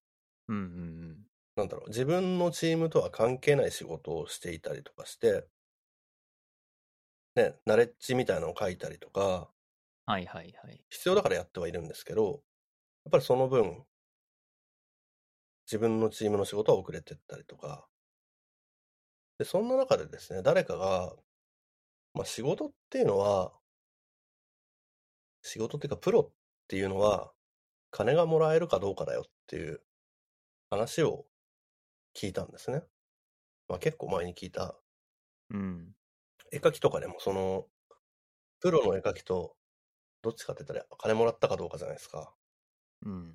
[SPEAKER 1] うんうんうん。
[SPEAKER 2] なんだろう、自分のチームとは関係ない仕事をしていたりとかして、ね、ナレッジみたいなのを書いたりとか、
[SPEAKER 1] はいはいはい。
[SPEAKER 2] 必要だからやってはいるんですけど、やっぱりその分、自分のチームの仕事は遅れてったりとか、で、そんな中でですね、誰かが、まあ仕事っていうのは、仕事っていうかプロっていうのは、金がもらえるかどうかだよっていう話を聞いたんですね。まあ結構前に聞いた。
[SPEAKER 1] うん。
[SPEAKER 2] 絵描きとかでもその、プロの絵描きとどっちかって言ったら金もらったかどうかじゃないですか。
[SPEAKER 1] うん。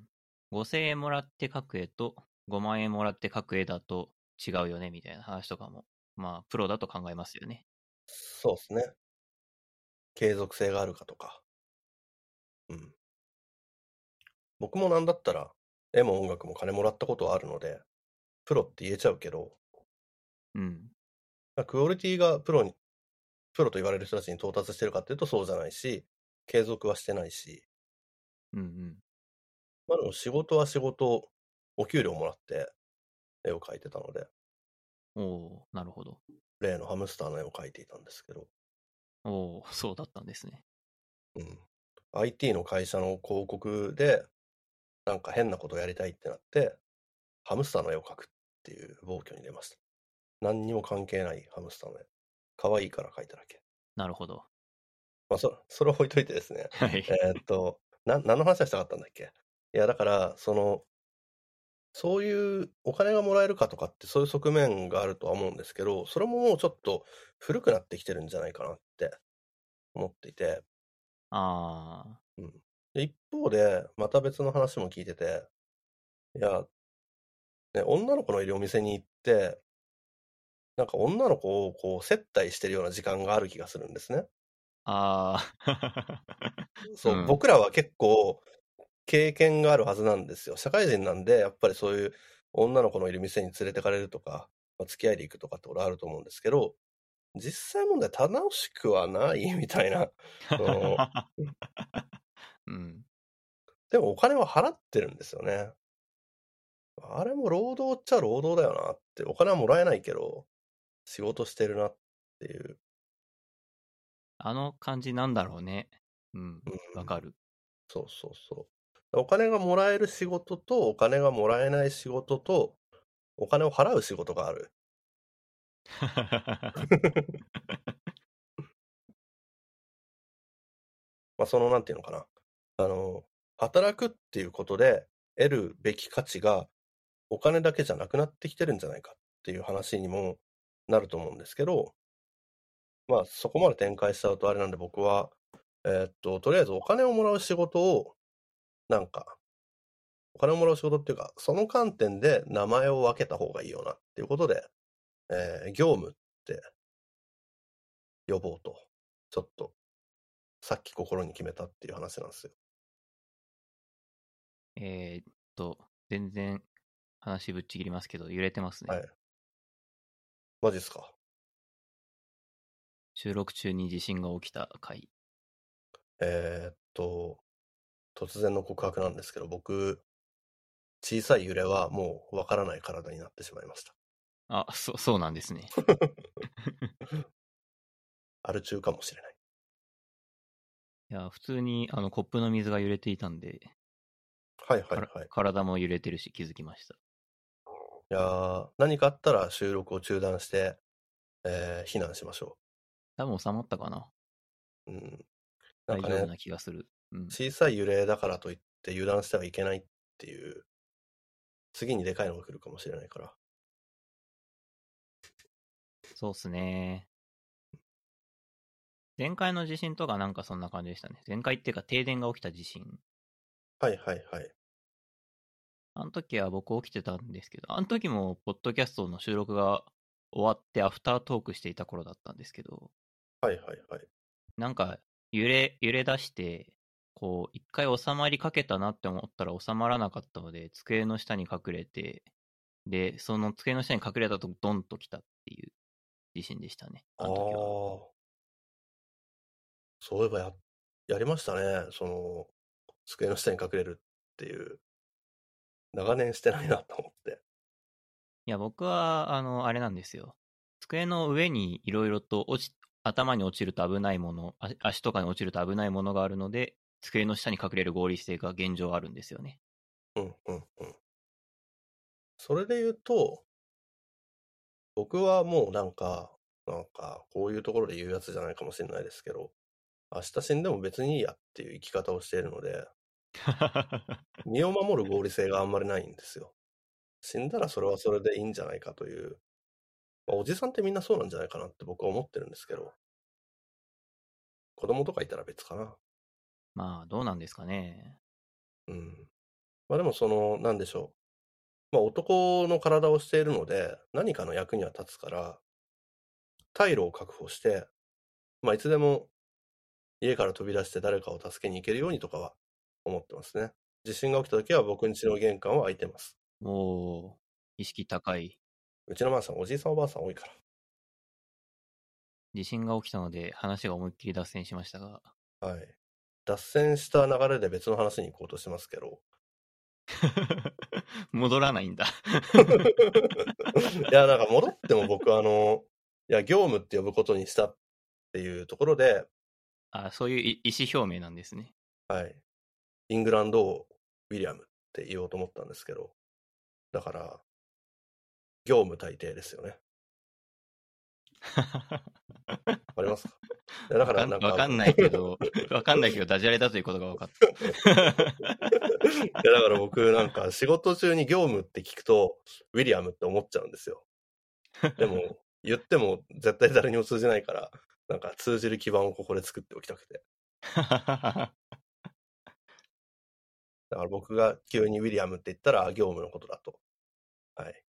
[SPEAKER 1] 5000円もらって描く絵と5万円もらって描く絵だと違うよねみたいな話とかも、まあ、プロだと考えますよね。
[SPEAKER 2] そうですね。継続性があるかとか。うん。僕もなんだったら、絵も音楽も金もらったことはあるので、プロって言えちゃうけど、
[SPEAKER 1] うん。
[SPEAKER 2] クオリティがプロに、プロと言われる人たちに到達してるかっていうとそうじゃないし、継続はしてないし、
[SPEAKER 1] うんうん。
[SPEAKER 2] まあでも仕事は仕事、お給料もらって絵を描いてたので、
[SPEAKER 1] おおなるほど。
[SPEAKER 2] 例のハムスターの絵を描いていたんですけど。
[SPEAKER 1] おおそうだったんですね。
[SPEAKER 2] うん。IT の会社の広告で、なんか変なことをやりたいってなって、ハムスターの絵を描くっていう暴挙に出ました。何にも関係ないハムスターの絵。可愛いから描いただけ。
[SPEAKER 1] なるほど。
[SPEAKER 2] まあ、そ、 それを置いといてですね。
[SPEAKER 1] はい。
[SPEAKER 2] えーっと、な、何の話はしたかったんだっけいや、だから、その、そういうお金がもらえるかとかってそういう側面があるとは思うんですけど、それももうちょっと古くなってきてるんじゃないかなって思っていて。
[SPEAKER 1] ああ。
[SPEAKER 2] うん。で一方で、また別の話も聞いてて、いや、ね、女の子のいるお店に行って、なんか女の子をこう接待してるような時間がある気がするんですね。
[SPEAKER 1] あ
[SPEAKER 2] あ。 そう、うん、僕らは結構経験があるはずなんですよ。社会人なんで、やっぱりそういう女の子のいる店に連れてかれるとか、まあ、付き合いで行くとかってことあると思うんですけど、実際問題、楽しくはない みたいな。
[SPEAKER 1] うん。
[SPEAKER 2] でもお金は払ってるんですよね。あれも労働っちゃ労働だよなって、お金はもらえないけど、仕事してるなっていう。
[SPEAKER 1] あの感じなんだろうね。うん。
[SPEAKER 2] うん
[SPEAKER 1] わかる。
[SPEAKER 2] そうそうそう。お金がもらえる仕事と、お金がもらえない仕事と、お金を払う仕事がある。まあ、その、なんていうのかな。あの、働くっていうことで得るべき価値が、お金だけじゃなくなってきてるんじゃないかっていう話にもなると思うんですけど、まあ、そこまで展開しちゃうとあれなんで、僕は、えーっと、とりあえずお金をもらう仕事を、なんか、お金をもらう仕事っていうか、その観点で名前を分けた方がいいよなっていうことで、えー業務って呼ぼうと、ちょっと、さっき心に決めたっていう話なんですよ。
[SPEAKER 1] えーっと、全然話ぶっちぎりますけど、揺れてますね。
[SPEAKER 2] はいマジっすか
[SPEAKER 1] 収録中に地震が起きた回。
[SPEAKER 2] えーっと、突然の告白なんですけど、僕、小さい揺れはもうわからない体になってしまいました。
[SPEAKER 1] あ、そ、そうなんです ね。
[SPEAKER 2] アル中かもしれない。
[SPEAKER 1] いや、普通にあのコップの水が揺れていたんで、
[SPEAKER 2] はいは
[SPEAKER 1] か
[SPEAKER 2] い
[SPEAKER 1] ら
[SPEAKER 2] はい。い
[SPEAKER 1] 体も揺れてるし気づきました。
[SPEAKER 2] やー何かあったら収録を中断して、えー避難しましょ
[SPEAKER 1] 多分収まったかな。
[SPEAKER 2] う。うん。な
[SPEAKER 1] 大
[SPEAKER 2] んか
[SPEAKER 1] 丈夫
[SPEAKER 2] ね、
[SPEAKER 1] な気がする。うん。
[SPEAKER 2] 小さい揺れだからといって油断してはいけないっていう、次にでかいのが来るかもしれないから。
[SPEAKER 1] そうっすね。前回の地震とかなんかそんな感じでしたね。前回っていうか停電が起きた地震。
[SPEAKER 2] はいはいはい。
[SPEAKER 1] あの時は僕起きてたんですけど、あの時もポッドキャストの収録が終わってアフタートークしていた頃だったんですけど、
[SPEAKER 2] はいはいはい。
[SPEAKER 1] なんか揺れ、揺れ出して、こう、一回収まりかけたなって思ったら収まらなかったので、机の下に隠れて、で、その机の下に隠れたとこドンと来たっていう地震でしたね。あ
[SPEAKER 2] ああ
[SPEAKER 1] の時は。
[SPEAKER 2] ー。そういえばや、やりましたね。その、机の下に隠れるっていう。長年してないなと思って。
[SPEAKER 1] いや、僕は、あの、あれなんですよ。机の上にいろいろと落ち、頭に落ちると危ないもの、あ足とかに落ちると危ないものがあるので、机の下に隠れる合理性が現状あるんですよ ね。
[SPEAKER 2] うんうんうん。それで言うと、僕はもうなんか、なんか、こういうところで言うやつじゃないかもしれないですけど、明日死んでも別にいいやっていう生き方をしているので、身を守る合理性があんまりないんですよ。死んだらそれはそれでいいんじゃないかという、まあおじさんってみんなそうなんじゃないかなって僕は思ってるんですけど、子供とかいたら別かな。
[SPEAKER 1] まあ、どうなんですかね。
[SPEAKER 2] うん。まあでもその、なんでしょう。まあ男の体をしているので、何かの役には立つから、退路を確保して、まあいつでも家から飛び出して誰かを助けに行けるようにとかは思ってますね。地震が起きた時は僕ん家の玄関は開いてます。
[SPEAKER 1] おー、意識高い。
[SPEAKER 2] うちのマンション、おじいさんおばあさん多いから。
[SPEAKER 1] 地震が起きたので、話が思いっきり脱線しましたが。
[SPEAKER 2] はい。脱線した流れで別の話に行こうとしてます けど。
[SPEAKER 1] 戻らないんだ。
[SPEAKER 2] いや、なんか戻っても僕、あの、いや、業務って呼ぶことにしたっていうところで、
[SPEAKER 1] あ、そういう意意思表明なんです ね。
[SPEAKER 2] はい。イングランド王ウィリアムって言おうと思ったんですけど、だから、業務大抵ですよね。わかりますかいやだ
[SPEAKER 1] わか
[SPEAKER 2] か、
[SPEAKER 1] らん
[SPEAKER 2] なん
[SPEAKER 1] わ
[SPEAKER 2] か、
[SPEAKER 1] かんないけど、わかんないけど、ダジャレだということが分かっ
[SPEAKER 2] いや、だから僕、なんか、仕事中に業務って聞くと、ウィリアムって思っちゃうんですよ。
[SPEAKER 1] た。
[SPEAKER 2] でも、言っても絶対誰にも通じないから、なんか通じる基盤をここで作っておきたくて。 だから僕が急にウィリアムって言ったら、業務のことだと。はい。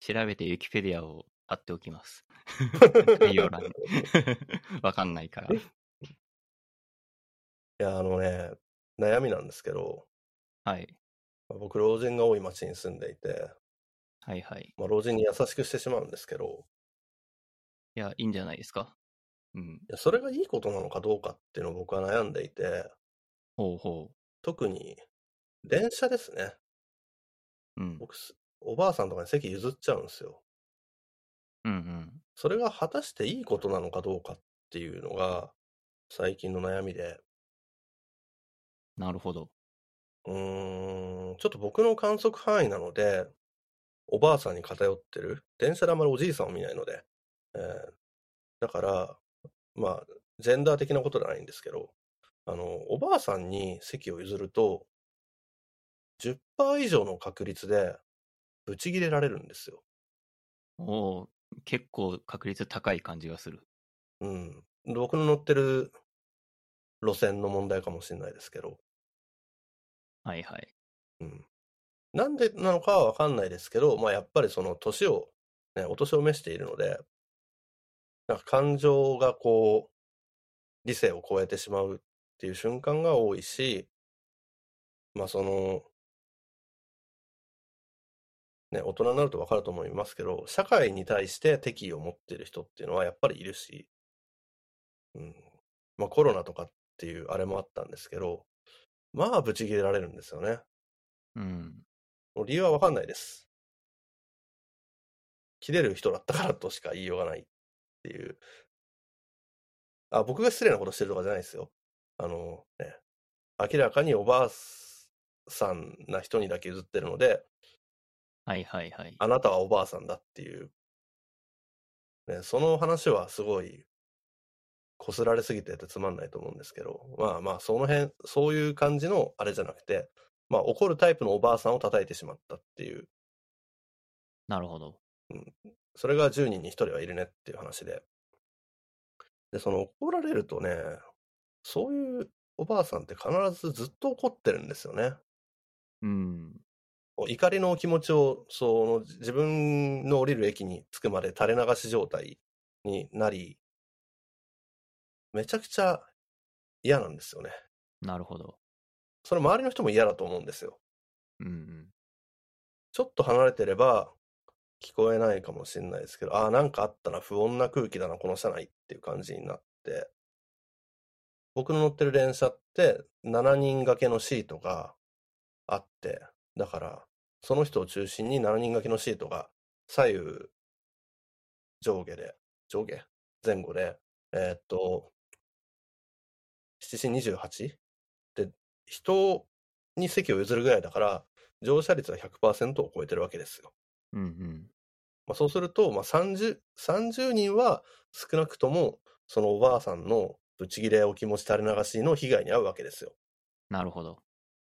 [SPEAKER 1] 調べて Wikipedia を貼っておき ます。概要欄に。 わかんないから。
[SPEAKER 2] いや、あのね、悩みなんですけど、
[SPEAKER 1] はい。
[SPEAKER 2] 僕、老人が多い町に住んでいて、
[SPEAKER 1] はいはい。
[SPEAKER 2] まあ、老人に優しくしてしまうんですけど、
[SPEAKER 1] いや、いいんじゃないですか。うん。
[SPEAKER 2] いやそれがいいことなのかどうかっていうのを僕は悩んでいて、
[SPEAKER 1] ほうほ
[SPEAKER 2] 特に電車ですね。
[SPEAKER 1] う。うん。
[SPEAKER 2] 僕す、おばあさんとかに席譲っちゃうんですよ。
[SPEAKER 1] うんうん。
[SPEAKER 2] それが果たしていいことなのかどうかっていうのが最近の悩みで、
[SPEAKER 1] なるほど。
[SPEAKER 2] うーん、ちょっと僕の観測範囲なので、おばあさんに偏ってる。電車であまりおじいさんを見ないので。えーだから、まあ、ジェンダー的なことじゃないんですけど、あの、おばあさんに席を譲ると、10%以上の確率で、ブチ切れられるんですよ。
[SPEAKER 1] おお、結構確率高い感じがする。
[SPEAKER 2] うん。僕の乗ってる路線の問題かもしれないですけど、
[SPEAKER 1] はいはい。
[SPEAKER 2] うんなんでなのかは分かんないですけど、まあ、やっぱりその年を、ね、お年を召しているので、なんか感情がこう、理性を超えてしまうっていう瞬間が多いし、まあその、ね、大人になると分かると思いますけど、社会に対して敵意を持っている人っていうのはやっぱりいるし、うん、まあコロナとかっていうあれもあったんですけど、まあブチ切れられるんですよね。
[SPEAKER 1] うん。
[SPEAKER 2] もう理由はわかんないです。切れる人だったからとしか言いようがないっていう。あ、僕が失礼なことしてるとかじゃないですよ。あのね、明らかにおばあさんな人にだけ譲ってるので、
[SPEAKER 1] はいはいはい。
[SPEAKER 2] あなたはおばあさんだっていう。ね、その話はすごい、こすられすぎててつまんないと思うんですけど、まあまあ、その辺、そういう感じのあれじゃなくて、まあ怒るタイプのおばあさんを叩いてしまったっていう
[SPEAKER 1] なるほど。
[SPEAKER 2] それが10人に1人はいるねっていう話で。で、その怒られるとね、そういうおばあさんって必ずずっと怒ってるんですよね。
[SPEAKER 1] うん。
[SPEAKER 2] 怒りの気持ちを、その自分の降りる駅に着くまで垂れ流し状態になり、めちゃくちゃ嫌なんですよね。
[SPEAKER 1] なるほど。
[SPEAKER 2] それ周りの人も嫌だと思うんですよ。
[SPEAKER 1] うんうん。
[SPEAKER 2] ちょっと離れてれば聞こえないかもしれないですけど、ああ、なんかあったな、不穏な空気だな、この車内っていう感じになって、僕の乗ってる電車って7人掛けのシートがあって、だから、その人を中心に7人掛けのシートが左右上下で、上下前後で、えーっと、7時28で、人に席を譲るぐらいだから、乗車率は100%を超えてるわけですよ。
[SPEAKER 1] うんうん。
[SPEAKER 2] まあ、そうすると、まあ、30, 30人は少なくともそのおばあさんのブチギレお気持ち垂れ流しの被害に遭うわけですよ。
[SPEAKER 1] なるほど。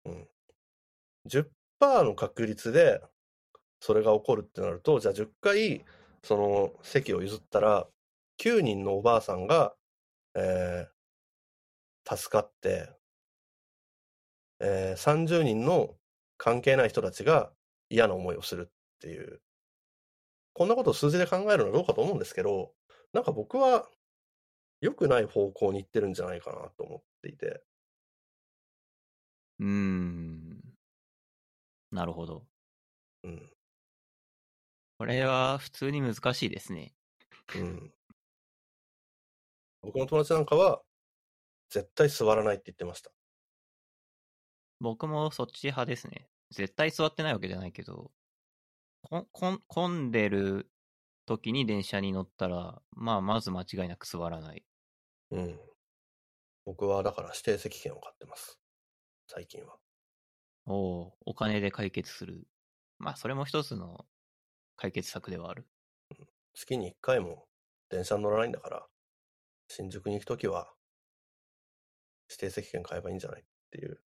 [SPEAKER 2] うん、10%の確率でそれが起こるってなるとじゃあ10回その席を譲ったら9人のおばあさんが、えー助かって、えー30人の関係ない人たちが嫌な思いをするっていうこんなことを数字で考えるのはどうかと思うんですけどなんか僕は良くない方向に行ってるんじゃないかなと思っていて。
[SPEAKER 1] うーん。なるほど。
[SPEAKER 2] うん
[SPEAKER 1] これは普通に難しいですね。
[SPEAKER 2] うん僕の友達なんかは、絶対座らないって言ってました。
[SPEAKER 1] 僕もそっち派ですね。絶対座ってないわけじゃないけど、こんこん混んでる時に電車に乗ったら、まあ、まず間違いなく座らない。
[SPEAKER 2] うん。僕はだから指定席券を買ってます。最近は。
[SPEAKER 1] おお、お金で解決する。まあ、それも一つの解決策ではある。
[SPEAKER 2] 月に1回も電車に乗らないんだから、新宿に行くときは、指定席券買えばいいんじゃないっていう。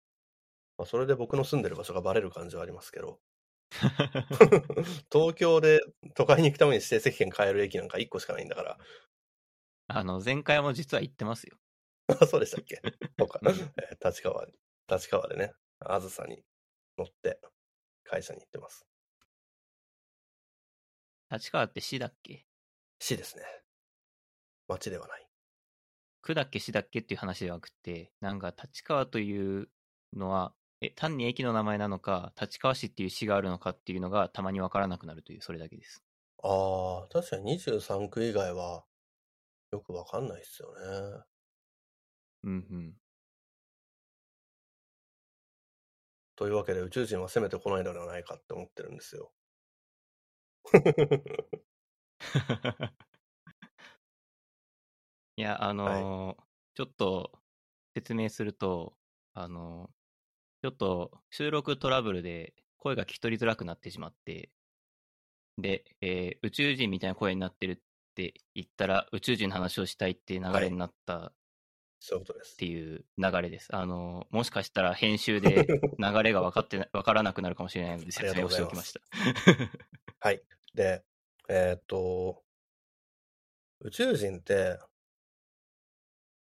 [SPEAKER 2] まあ、それで僕の住んでる場所がバレる感じはありますけど、東京で都会に行くために指定席券買える駅なんか1個しかないんだから、
[SPEAKER 1] あの、前回も実は言ってますよ。
[SPEAKER 2] あ そうでしたっけそうか。
[SPEAKER 1] うん
[SPEAKER 2] えー立川に、立川でね、あずさに乗って、会社に行ってます。
[SPEAKER 1] 立川って市だっけ
[SPEAKER 2] 市ですね。町ではない。
[SPEAKER 1] 区だっけ市だっけっていう話ではなくて、なんか立川というのは、え、単に駅の名前なのか、立川市っていう市があるのかっていうのがたまにわからなくなるという、それだけです。
[SPEAKER 2] ああ、確かに23区以外は、よくわかんないっすよね。
[SPEAKER 1] うんうん。
[SPEAKER 2] というわけで宇宙人は攻めてこないのではないかって思ってるんです よ。
[SPEAKER 1] いや、あのーちょっと説明すると、あのーちょっと収録トラブルで声が聞き取りづらくなってしまって、で、えー宇宙人みたいな声になってるって言ったら、宇宙人の話をしたいっていう流れになったっ
[SPEAKER 2] そういうことです。
[SPEAKER 1] ていう流れです。あのーもしかしたら編集 で流れが分かってな、分からなくなるかもしれないので
[SPEAKER 2] あり
[SPEAKER 1] 説
[SPEAKER 2] がと
[SPEAKER 1] 明
[SPEAKER 2] う
[SPEAKER 1] を
[SPEAKER 2] ご
[SPEAKER 1] し
[SPEAKER 2] ざ
[SPEAKER 1] て
[SPEAKER 2] い
[SPEAKER 1] お
[SPEAKER 2] ます
[SPEAKER 1] きました。
[SPEAKER 2] はい。で、えーっと、宇宙人って、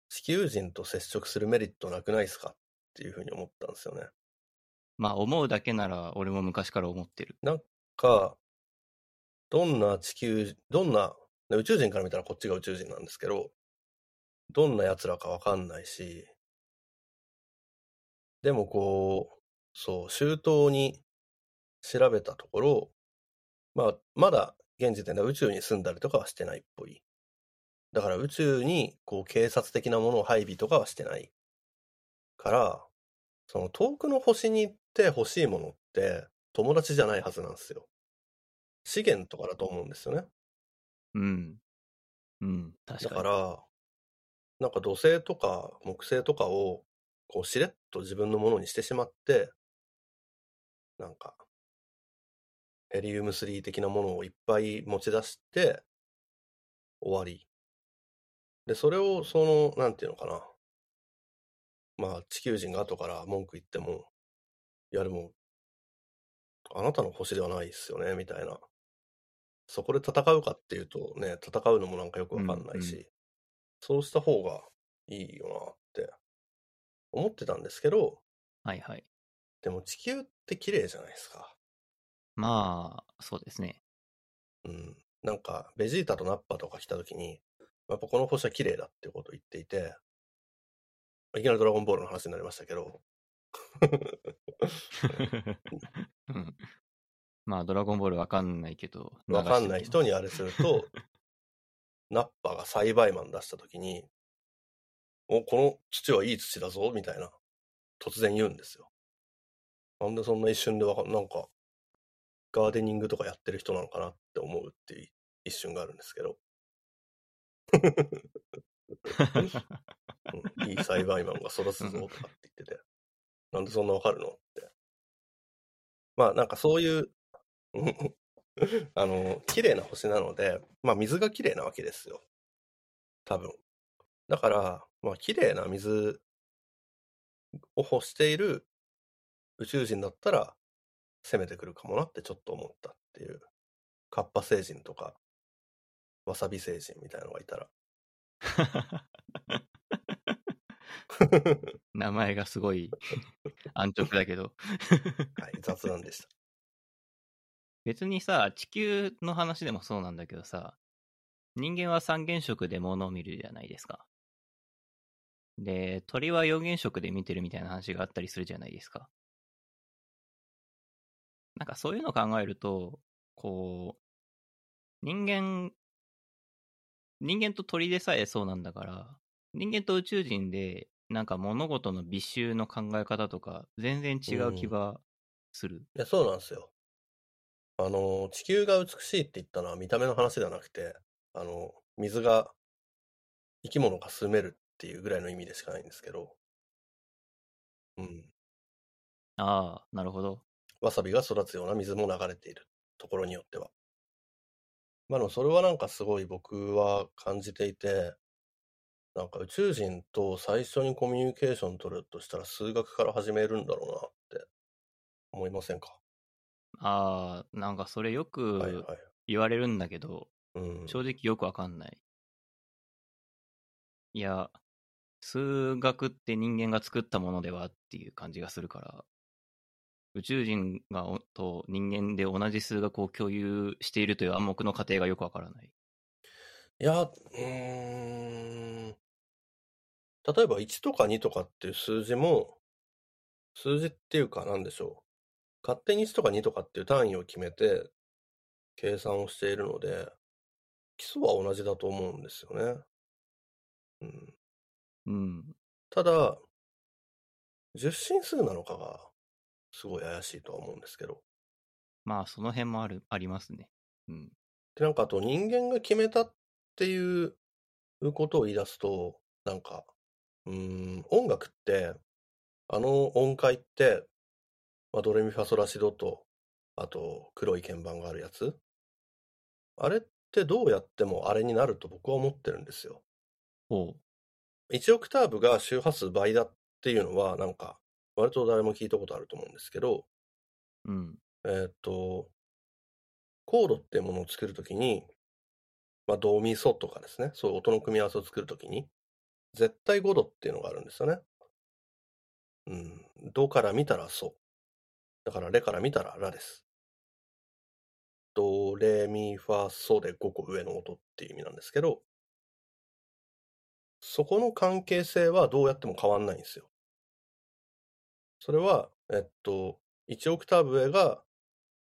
[SPEAKER 2] 地球人と接触するメリットなくないですかっていうふうに思ったんですよね。
[SPEAKER 1] まあ、思うだけなら俺も昔から思ってる。
[SPEAKER 2] か、どんな地球、どんな、宇宙人から見たらこっちが宇宙人なんですけど、どんな奴らかわかんないし、でもこう、そう、周到に調べたところ、まあ、まだ現時点では宇宙に住んだりとかはしてないっぽい。だから宇宙にこう警察的なものを配備とかはしてない。から、その遠くの星に行って欲しいものって友達じゃないはずなんですよ。資源とかだと思うんですよね。
[SPEAKER 1] うん。うん、確
[SPEAKER 2] だ
[SPEAKER 1] かに。
[SPEAKER 2] から、なんか土星とか木星とかを、こうしれっと自分のものにしてしまって、なんか、ヘリウム3的なものをいっぱい持ち出して、終わり。で、それを、その、なんていうのかな。まあ、地球人が後から文句言っても、いやでも、あなたの星ではないですよね、みたいな。そこで戦うかっていうとね、戦うのもなんかよくわかんないし、
[SPEAKER 1] うんう
[SPEAKER 2] そうした方がいいよなって思ってたんですけど、
[SPEAKER 1] はいはい。
[SPEAKER 2] でも地球って綺麗じゃないですか。
[SPEAKER 1] まあ、そうです ね。
[SPEAKER 2] うん。なんか、ベジータとナッパとか来た時に、やっぱこの星は綺麗だっていうことを言っていて、いきなりドラゴンボールの話になりましたけど、
[SPEAKER 1] うんまあ、ドラゴンボールわかんないけど、
[SPEAKER 2] わかんない
[SPEAKER 1] 流して
[SPEAKER 2] 人にあれすると、 ナッパが栽培マン出した時に、お、この土はいい土だぞ、みたいな、突然言うんですよ。なんでそんな一瞬でわかん、なんか、ガーデニングとかやってる人なのかなって思うっていう一瞬があるんですけど、
[SPEAKER 1] みる
[SPEAKER 2] うんいい栽培マンが育つぞとかって言ってて、なんでそんなわかるのって。まあなんかそういう、 うんあの、綺麗な星なので、まあ水が綺麗なわけですよ。多分。だから、まあ綺麗な水を欲している宇宙人だったら攻めてくるかもなってちょっと思ったっていう。カッパ星人とか、わさび星人みたいなのがいたら。
[SPEAKER 1] 名前がすごい 安直だけど。
[SPEAKER 2] はい、雑談でした。
[SPEAKER 1] 別にさ、地球の話でもそうなんだけどさ、人間は三原色で物を見るじゃないですか。で、鳥は四原色で見てるみたいな話があったりするじゃないですか。なんかそういうのを考えると、こう、人間、人間と鳥でさえそうなんだから、人間と宇宙人で、なんか物事の美醜の考え方とか、全然違う気がする。
[SPEAKER 2] いや、そうなんですよ。あの、地球が美しいって言ったのは見た目の話ではなくて、あの、水が、生き物が住めるっていうぐらいの意味でしかないんですけど、うん。
[SPEAKER 1] ああ、なるほど。
[SPEAKER 2] わさびが育つような水も流れているところによっては。まあでもそれはなんかすごい僕は感じていて、なんか宇宙人と最初にコミュニケーション取るとしたら数学から始めるんだろうなって思いませんか
[SPEAKER 1] ああ、なんかそれよ
[SPEAKER 2] はいは
[SPEAKER 1] く
[SPEAKER 2] い。
[SPEAKER 1] 言われるんだけど、
[SPEAKER 2] うん。
[SPEAKER 1] 正直よくわかんない。いや、数学って人間が作ったものではっていう感じがするから、宇宙人がおと人間で同じ数学を共有しているという暗黙の過程がよくわからない。
[SPEAKER 2] いや、うーん。例えば1とか2とかっていう数字も、数字っていうか何でしょう。勝手に1とか2とかっていう単位を決めて計算をしているので、基礎は同じだと思うんですよね。うん、
[SPEAKER 1] うん。
[SPEAKER 2] ただ、10進数なのかが、すごい怪しいとは思うんですけど。
[SPEAKER 1] まあ、その辺もある、ありますね。うん。
[SPEAKER 2] で、なんかあと人間が決めたっていうことを言い出すと、なんか、うーん、音楽って、あの音階って、まあ、ドレミファソラシドと、あと黒い鍵盤があるやつ。あれってどうやってもあれになると僕は思ってるんですよ。
[SPEAKER 1] ほう。
[SPEAKER 2] 1オクターブが周波数倍だっていうのは、なんか、割と誰も聞いたことあると思うんですけど、
[SPEAKER 1] うん。
[SPEAKER 2] えーっと、コードっていうものを作るときに、まあ、ドミソとかですね、そういう音の組み合わせを作るときに、絶対5度っていうのがあるんですよね。うん。ドから見たらソ。だから、レから見たらラです。ド、レ、ミ、ファ、ソで5個上の音っていう意味なんですけど、そこの関係性はどうやっても変わんないんですよ。それは、えっと、1オクターブ上が、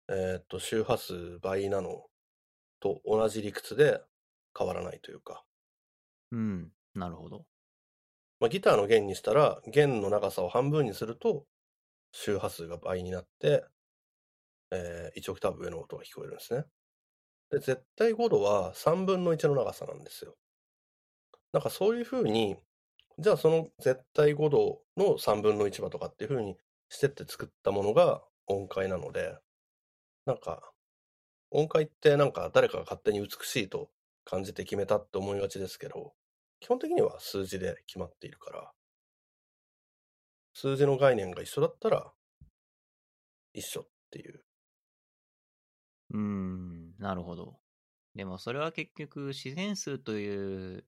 [SPEAKER 2] えーっと、周波数倍なのと同じ理屈で変わらないというか、
[SPEAKER 1] うん。なるほど。
[SPEAKER 2] まあ、ギターの弦にしたら、弦の長さを半分にすると、周波数が倍になって、えー1オクターブ上の音が聞こえるんですね。で、絶対5度は3分の1の長さなんですよ。なんかそういうふうに、じゃあその絶対5度の3分の1場とかっていうふうにしてって作ったものが音階なので、なんか、音階ってなんか誰かが勝手に美しいと感じて決めたって思いがちですけど、基本的には数字で決まっているから、数字の概念が一緒だったら、一緒っていう。
[SPEAKER 1] うーん。なるほど。でも、それは結局、自然数という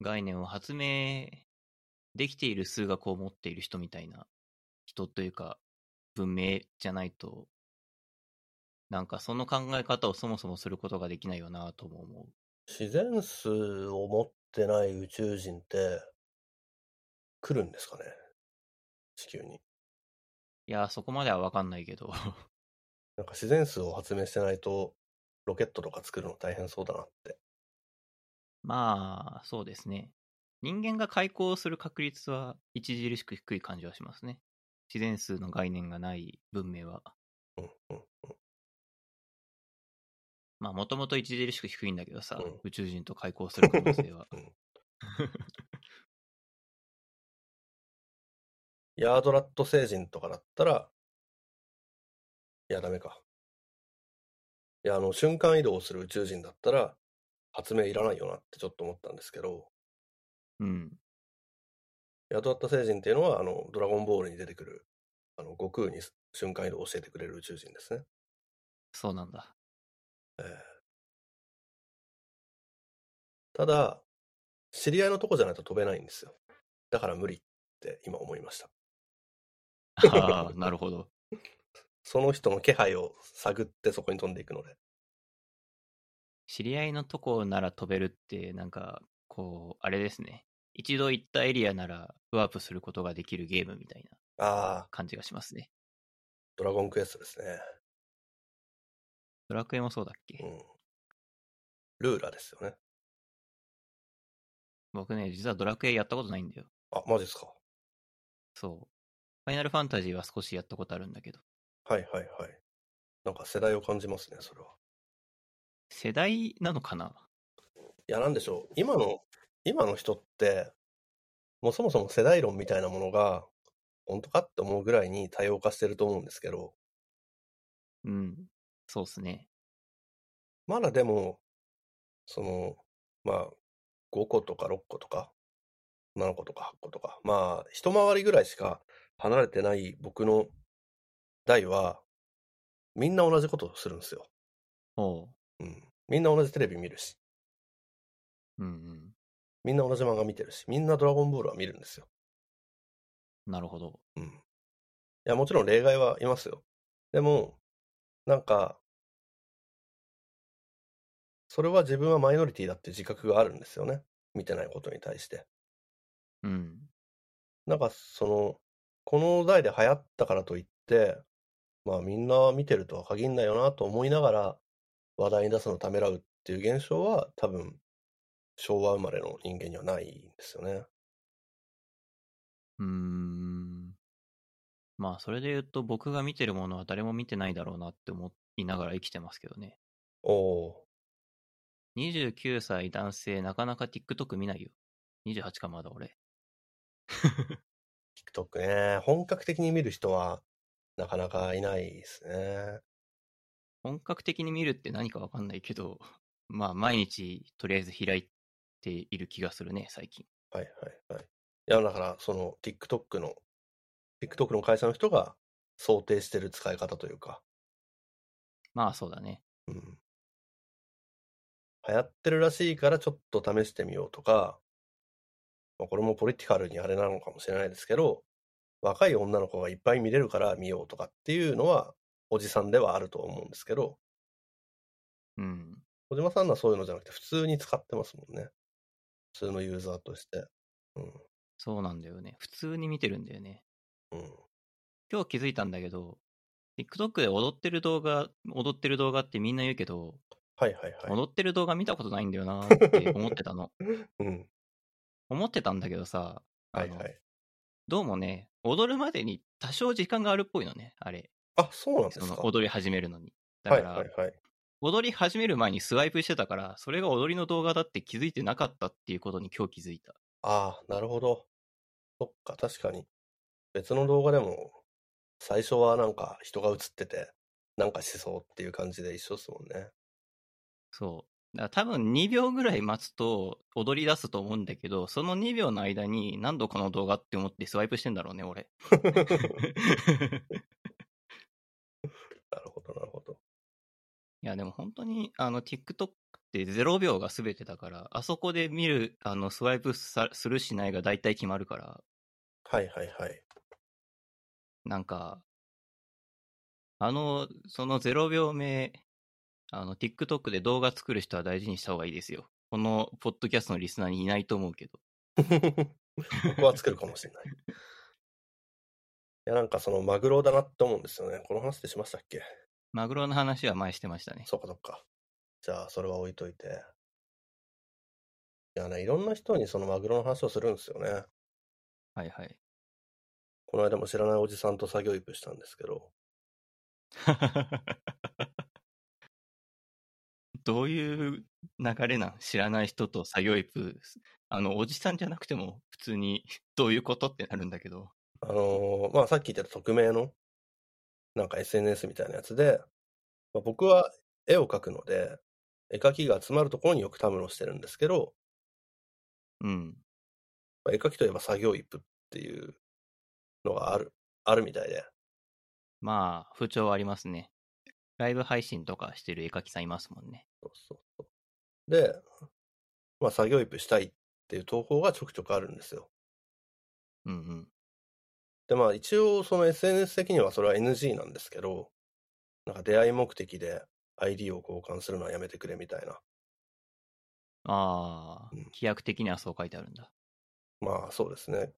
[SPEAKER 1] 概念を発明できている数学を持っている人みたいな、人というか、文明じゃないと、なんかその考え方をそもそもすることができないよなとも思う。
[SPEAKER 2] 自然数を持ってない宇宙人って、来るんですかね地球に。
[SPEAKER 1] いや、そこまではわかんないけど。
[SPEAKER 2] なんか自然数を発明してないと、ロケットとか作るの大変そうだなって。
[SPEAKER 1] まあ、そうですね。人間が開口する確率は著しく低い感じはしますね。自然数の概念がない文明は。
[SPEAKER 2] うんうん
[SPEAKER 1] まあ、もともと著しく低いんだけどさ、
[SPEAKER 2] うん
[SPEAKER 1] 宇宙人と開口する可能性
[SPEAKER 2] 。
[SPEAKER 1] は
[SPEAKER 2] うんヤードラット星人とかだったら、いや、ダメか。いや、あの、瞬間移動する宇宙人だったら、発明いらないよなってちょっと思ったんですけど、
[SPEAKER 1] うん。
[SPEAKER 2] ヤードラット星人っていうのは、あの、ドラゴンボールに出てくる、あの、悟空に瞬間移動を教えてくれる宇宙人ですね。
[SPEAKER 1] そうなん だ。
[SPEAKER 2] えーただ、知り合いのとこじゃないと飛べないんですよ。だから無理って今思いました。
[SPEAKER 1] ああ、なるほど。
[SPEAKER 2] その人の気配を探ってそこに飛んでいくので。
[SPEAKER 1] 知り合いのとこなら飛べるって、なんか、こう、あれですね。一度行ったエリアなら、ワープすることができるゲームみたいな
[SPEAKER 2] ああ、
[SPEAKER 1] 感じがしますね。
[SPEAKER 2] ドラゴンクエストですね。
[SPEAKER 1] ドラクエもそうだっけ、
[SPEAKER 2] うん。ルーラーですよね。
[SPEAKER 1] 僕ね、実はドラクエやったことないんだよ。
[SPEAKER 2] あ、マジっすか。
[SPEAKER 1] そう。ファイナルファンタジーは少しやったことあるんだけど。
[SPEAKER 2] はいはいはい。なんか世代を感じますね、それは。
[SPEAKER 1] 世代なのかない
[SPEAKER 2] や、なんでしょう。今の、今の人って、もうそもそも世代論みたいなものが、本当かって思うぐらいに多様化してると思うんですけど、
[SPEAKER 1] うん。そうっすね。
[SPEAKER 2] まだでも、その、まあ、5個とか6個とか、7個とか8個とか、まあ、一回りぐらいしか離れてない僕の代は、みんな同じことをするんですよ。
[SPEAKER 1] おう。
[SPEAKER 2] うん。みんな同じテレビ見るし、
[SPEAKER 1] うんうん。
[SPEAKER 2] みんな同じ漫画見てるし、みんなドラゴンボールは見るんですよ。
[SPEAKER 1] なるほど。
[SPEAKER 2] うん。いや、もちろん例外はいますよ。でも、なんか、それは自分はマイノリティだって自覚があるんですよね。見てないことに対して。
[SPEAKER 1] うん。
[SPEAKER 2] なんかその、この代で流行ったからといって、まあみんな見てるとは限んないよなと思いながら話題に出すのためらうっていう現象は多分昭和生まれの人間にはないんですよね。
[SPEAKER 1] うーん。まあ、それで言うと、僕が見てるものは誰も見てないだろうなって思いながら生きてますけどね。
[SPEAKER 2] おお
[SPEAKER 1] 29歳男性、なかなか TikTok 見ないよ。28か、まだ俺。
[SPEAKER 2] ー、TikTok ね。本格的に見る人はなかなかいないですね。
[SPEAKER 1] 本格的に見るって何かわかんないけど、まあ、毎日、とりあえず開いている気がするね、最近。
[SPEAKER 2] はいはいはい。いや、だから、その TikTok の、TikTok の会社の人が想定してる使い方というか、
[SPEAKER 1] まあ、そうだね。
[SPEAKER 2] うん。流行ってるらしいからちょっと試してみようとか、まあ、これもポリティカルにあれなのかもしれないですけど、若い女の子がいっぱい見れるから見ようとかっていうのは、おじさんではあると思うんですけど、
[SPEAKER 1] うん。
[SPEAKER 2] 小島さんのはそういうのじゃなくて、普通に使ってますもんね。普通のユーザーとして。うん。
[SPEAKER 1] そうなんだよね。普通に見てるんだよね。
[SPEAKER 2] うん。
[SPEAKER 1] 今日気づいたんだけど、TikTok で踊ってる動画、踊ってる動画ってみんな言うけど、
[SPEAKER 2] はいはいはい。
[SPEAKER 1] 踊ってる動画見たことないんだよなーって思ってた の。
[SPEAKER 2] うん。
[SPEAKER 1] 思ってたんだけどさ、あ
[SPEAKER 2] はい
[SPEAKER 1] の
[SPEAKER 2] はい。
[SPEAKER 1] どうもね、踊るまでに多少時間があるっぽいのね、あれ。
[SPEAKER 2] あ、そうなんです
[SPEAKER 1] そ
[SPEAKER 2] か。
[SPEAKER 1] の踊り始めるのに。だ
[SPEAKER 2] は
[SPEAKER 1] か
[SPEAKER 2] い
[SPEAKER 1] ら、
[SPEAKER 2] はいはい。
[SPEAKER 1] 踊り始める前にスワイプしてたから、それが踊りの動画だって気づいてなかったっていうことに今日気づいた。
[SPEAKER 2] ああ、なるほど。そっか、確かに。別の動画でも、最初はなんか人が映ってて、なんかしそうっていう感じで一緒ですもんね。
[SPEAKER 1] そう。だから多分2秒ぐらい待つと踊り出すと思うんだけど、その2秒の間に何度この動画って思ってスワイプしてんだろうね、 俺。
[SPEAKER 2] なるほど、なるほど。
[SPEAKER 1] いや、でも本当に、あの、TikTok って0秒が全てだから、あそこで見る、あの、スワイプさするしないが大体決まるから、
[SPEAKER 2] はいはいはい。
[SPEAKER 1] なんか、あの、その0秒目、あの、TikTok で動画作る人は大事にした方がいいですよ。この、ポッドキャストのリスナーにいないと思うけど。
[SPEAKER 2] 僕は作るかもしれない。いや、なんかそのマグロだなって思うんですよね。この話でしましたっけ
[SPEAKER 1] マグロの話は前してましたね。
[SPEAKER 2] そうかそうか。じゃあ、それは置いといて。いやね、いろんな人にそのマグロの話をするんですよね。
[SPEAKER 1] はいはい。
[SPEAKER 2] この間も知らないおじさんと作業イプしたんですけど。
[SPEAKER 1] どういう流れなん知らない人と作業イプ、あの、おじさんじゃなくても、普通に、 どういうことってなるんだけど。
[SPEAKER 2] あのーまあ、さっき言ってた匿名の、なんか SNS みたいなやつで、まあ、僕は絵を描くので、絵描きが集まるところによくたむろしてるんですけど、
[SPEAKER 1] うん。
[SPEAKER 2] まあ絵描きといえば作業一プっていうのがある、あるみたいで。
[SPEAKER 1] まあ、不調はありますね。ライブ配信とかしてる絵描きさんいますもんね。
[SPEAKER 2] そうそうそうで、まあ、作業一プしたいっていう投稿がちょくちょくあるんですよ。
[SPEAKER 1] うんうん。
[SPEAKER 2] で、まあ、一応その SNS 的にはそれは NG なんですけど、なんか出会い目的で ID を交換するのはやめてくれみたいな。
[SPEAKER 1] ああ
[SPEAKER 2] うん、
[SPEAKER 1] 規約的にはそう書いてあるんだ。
[SPEAKER 2] まあそうですね。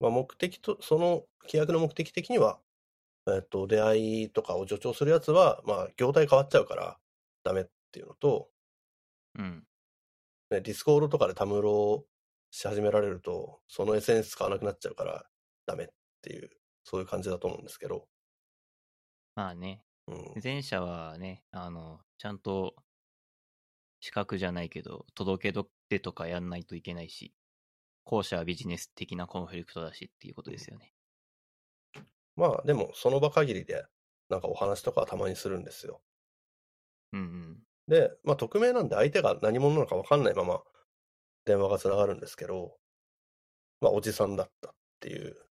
[SPEAKER 2] まあ目的と、その規約の目的的には、えっと、出会いとかを助長するやつは、まあ業態変わっちゃうからダメっていうのと、
[SPEAKER 1] うん。
[SPEAKER 2] ね、ディスコードとかでたむろし始められると、その SNS 使わなくなっちゃうからダメっていう、そういう感じだと思うんですけど、
[SPEAKER 1] まあね、
[SPEAKER 2] うん、
[SPEAKER 1] 前者はね、あの、ちゃんと、資格じゃないけど、届け取ってとかやんないといけないし、後者はビジネス的なコンフリクトだしっていうことですよね。
[SPEAKER 2] まあでもその場限りで、なんかお話とかはたまにするんですよ。
[SPEAKER 1] うんうん。
[SPEAKER 2] で、まあ匿名なんで相手が何者なのか分かんないまま電話がつながるんですけど、まあおじさんだったっていう、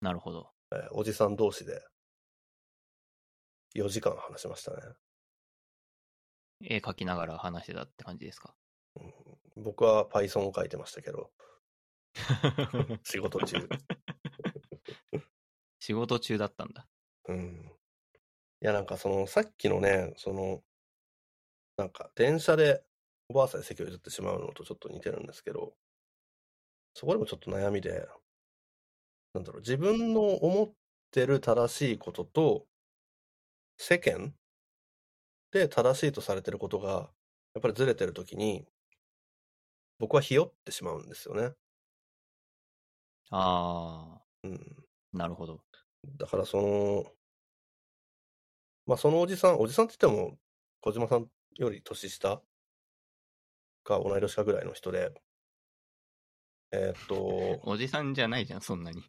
[SPEAKER 1] なるほど。
[SPEAKER 2] えーおじさん同士で4時間話しましたね。
[SPEAKER 1] 絵描きながら話してたって感じです か。
[SPEAKER 2] うん僕は Python を書いてましたけど、仕事中。
[SPEAKER 1] 仕事中だったんだ。
[SPEAKER 2] うん。いやなんかそのさっきのね、その、なんか電車でおばあさんに席を譲ってしまうのとちょっと似てるんですけど、そこでもちょっと悩みで、なんだろう、自分の思ってる正しいことと、世間で正しいとされてることが、やっぱりずれてるときに、僕はひよってしまうんですよね。
[SPEAKER 1] あ
[SPEAKER 2] うん。
[SPEAKER 1] あ、なるほど。
[SPEAKER 2] だからその、まあそのおじさん、おじさんって言っても、小島さんより年下か同い年かぐらいの人で、えーっと、
[SPEAKER 1] おじさんじゃないじゃん、そんなに。
[SPEAKER 2] い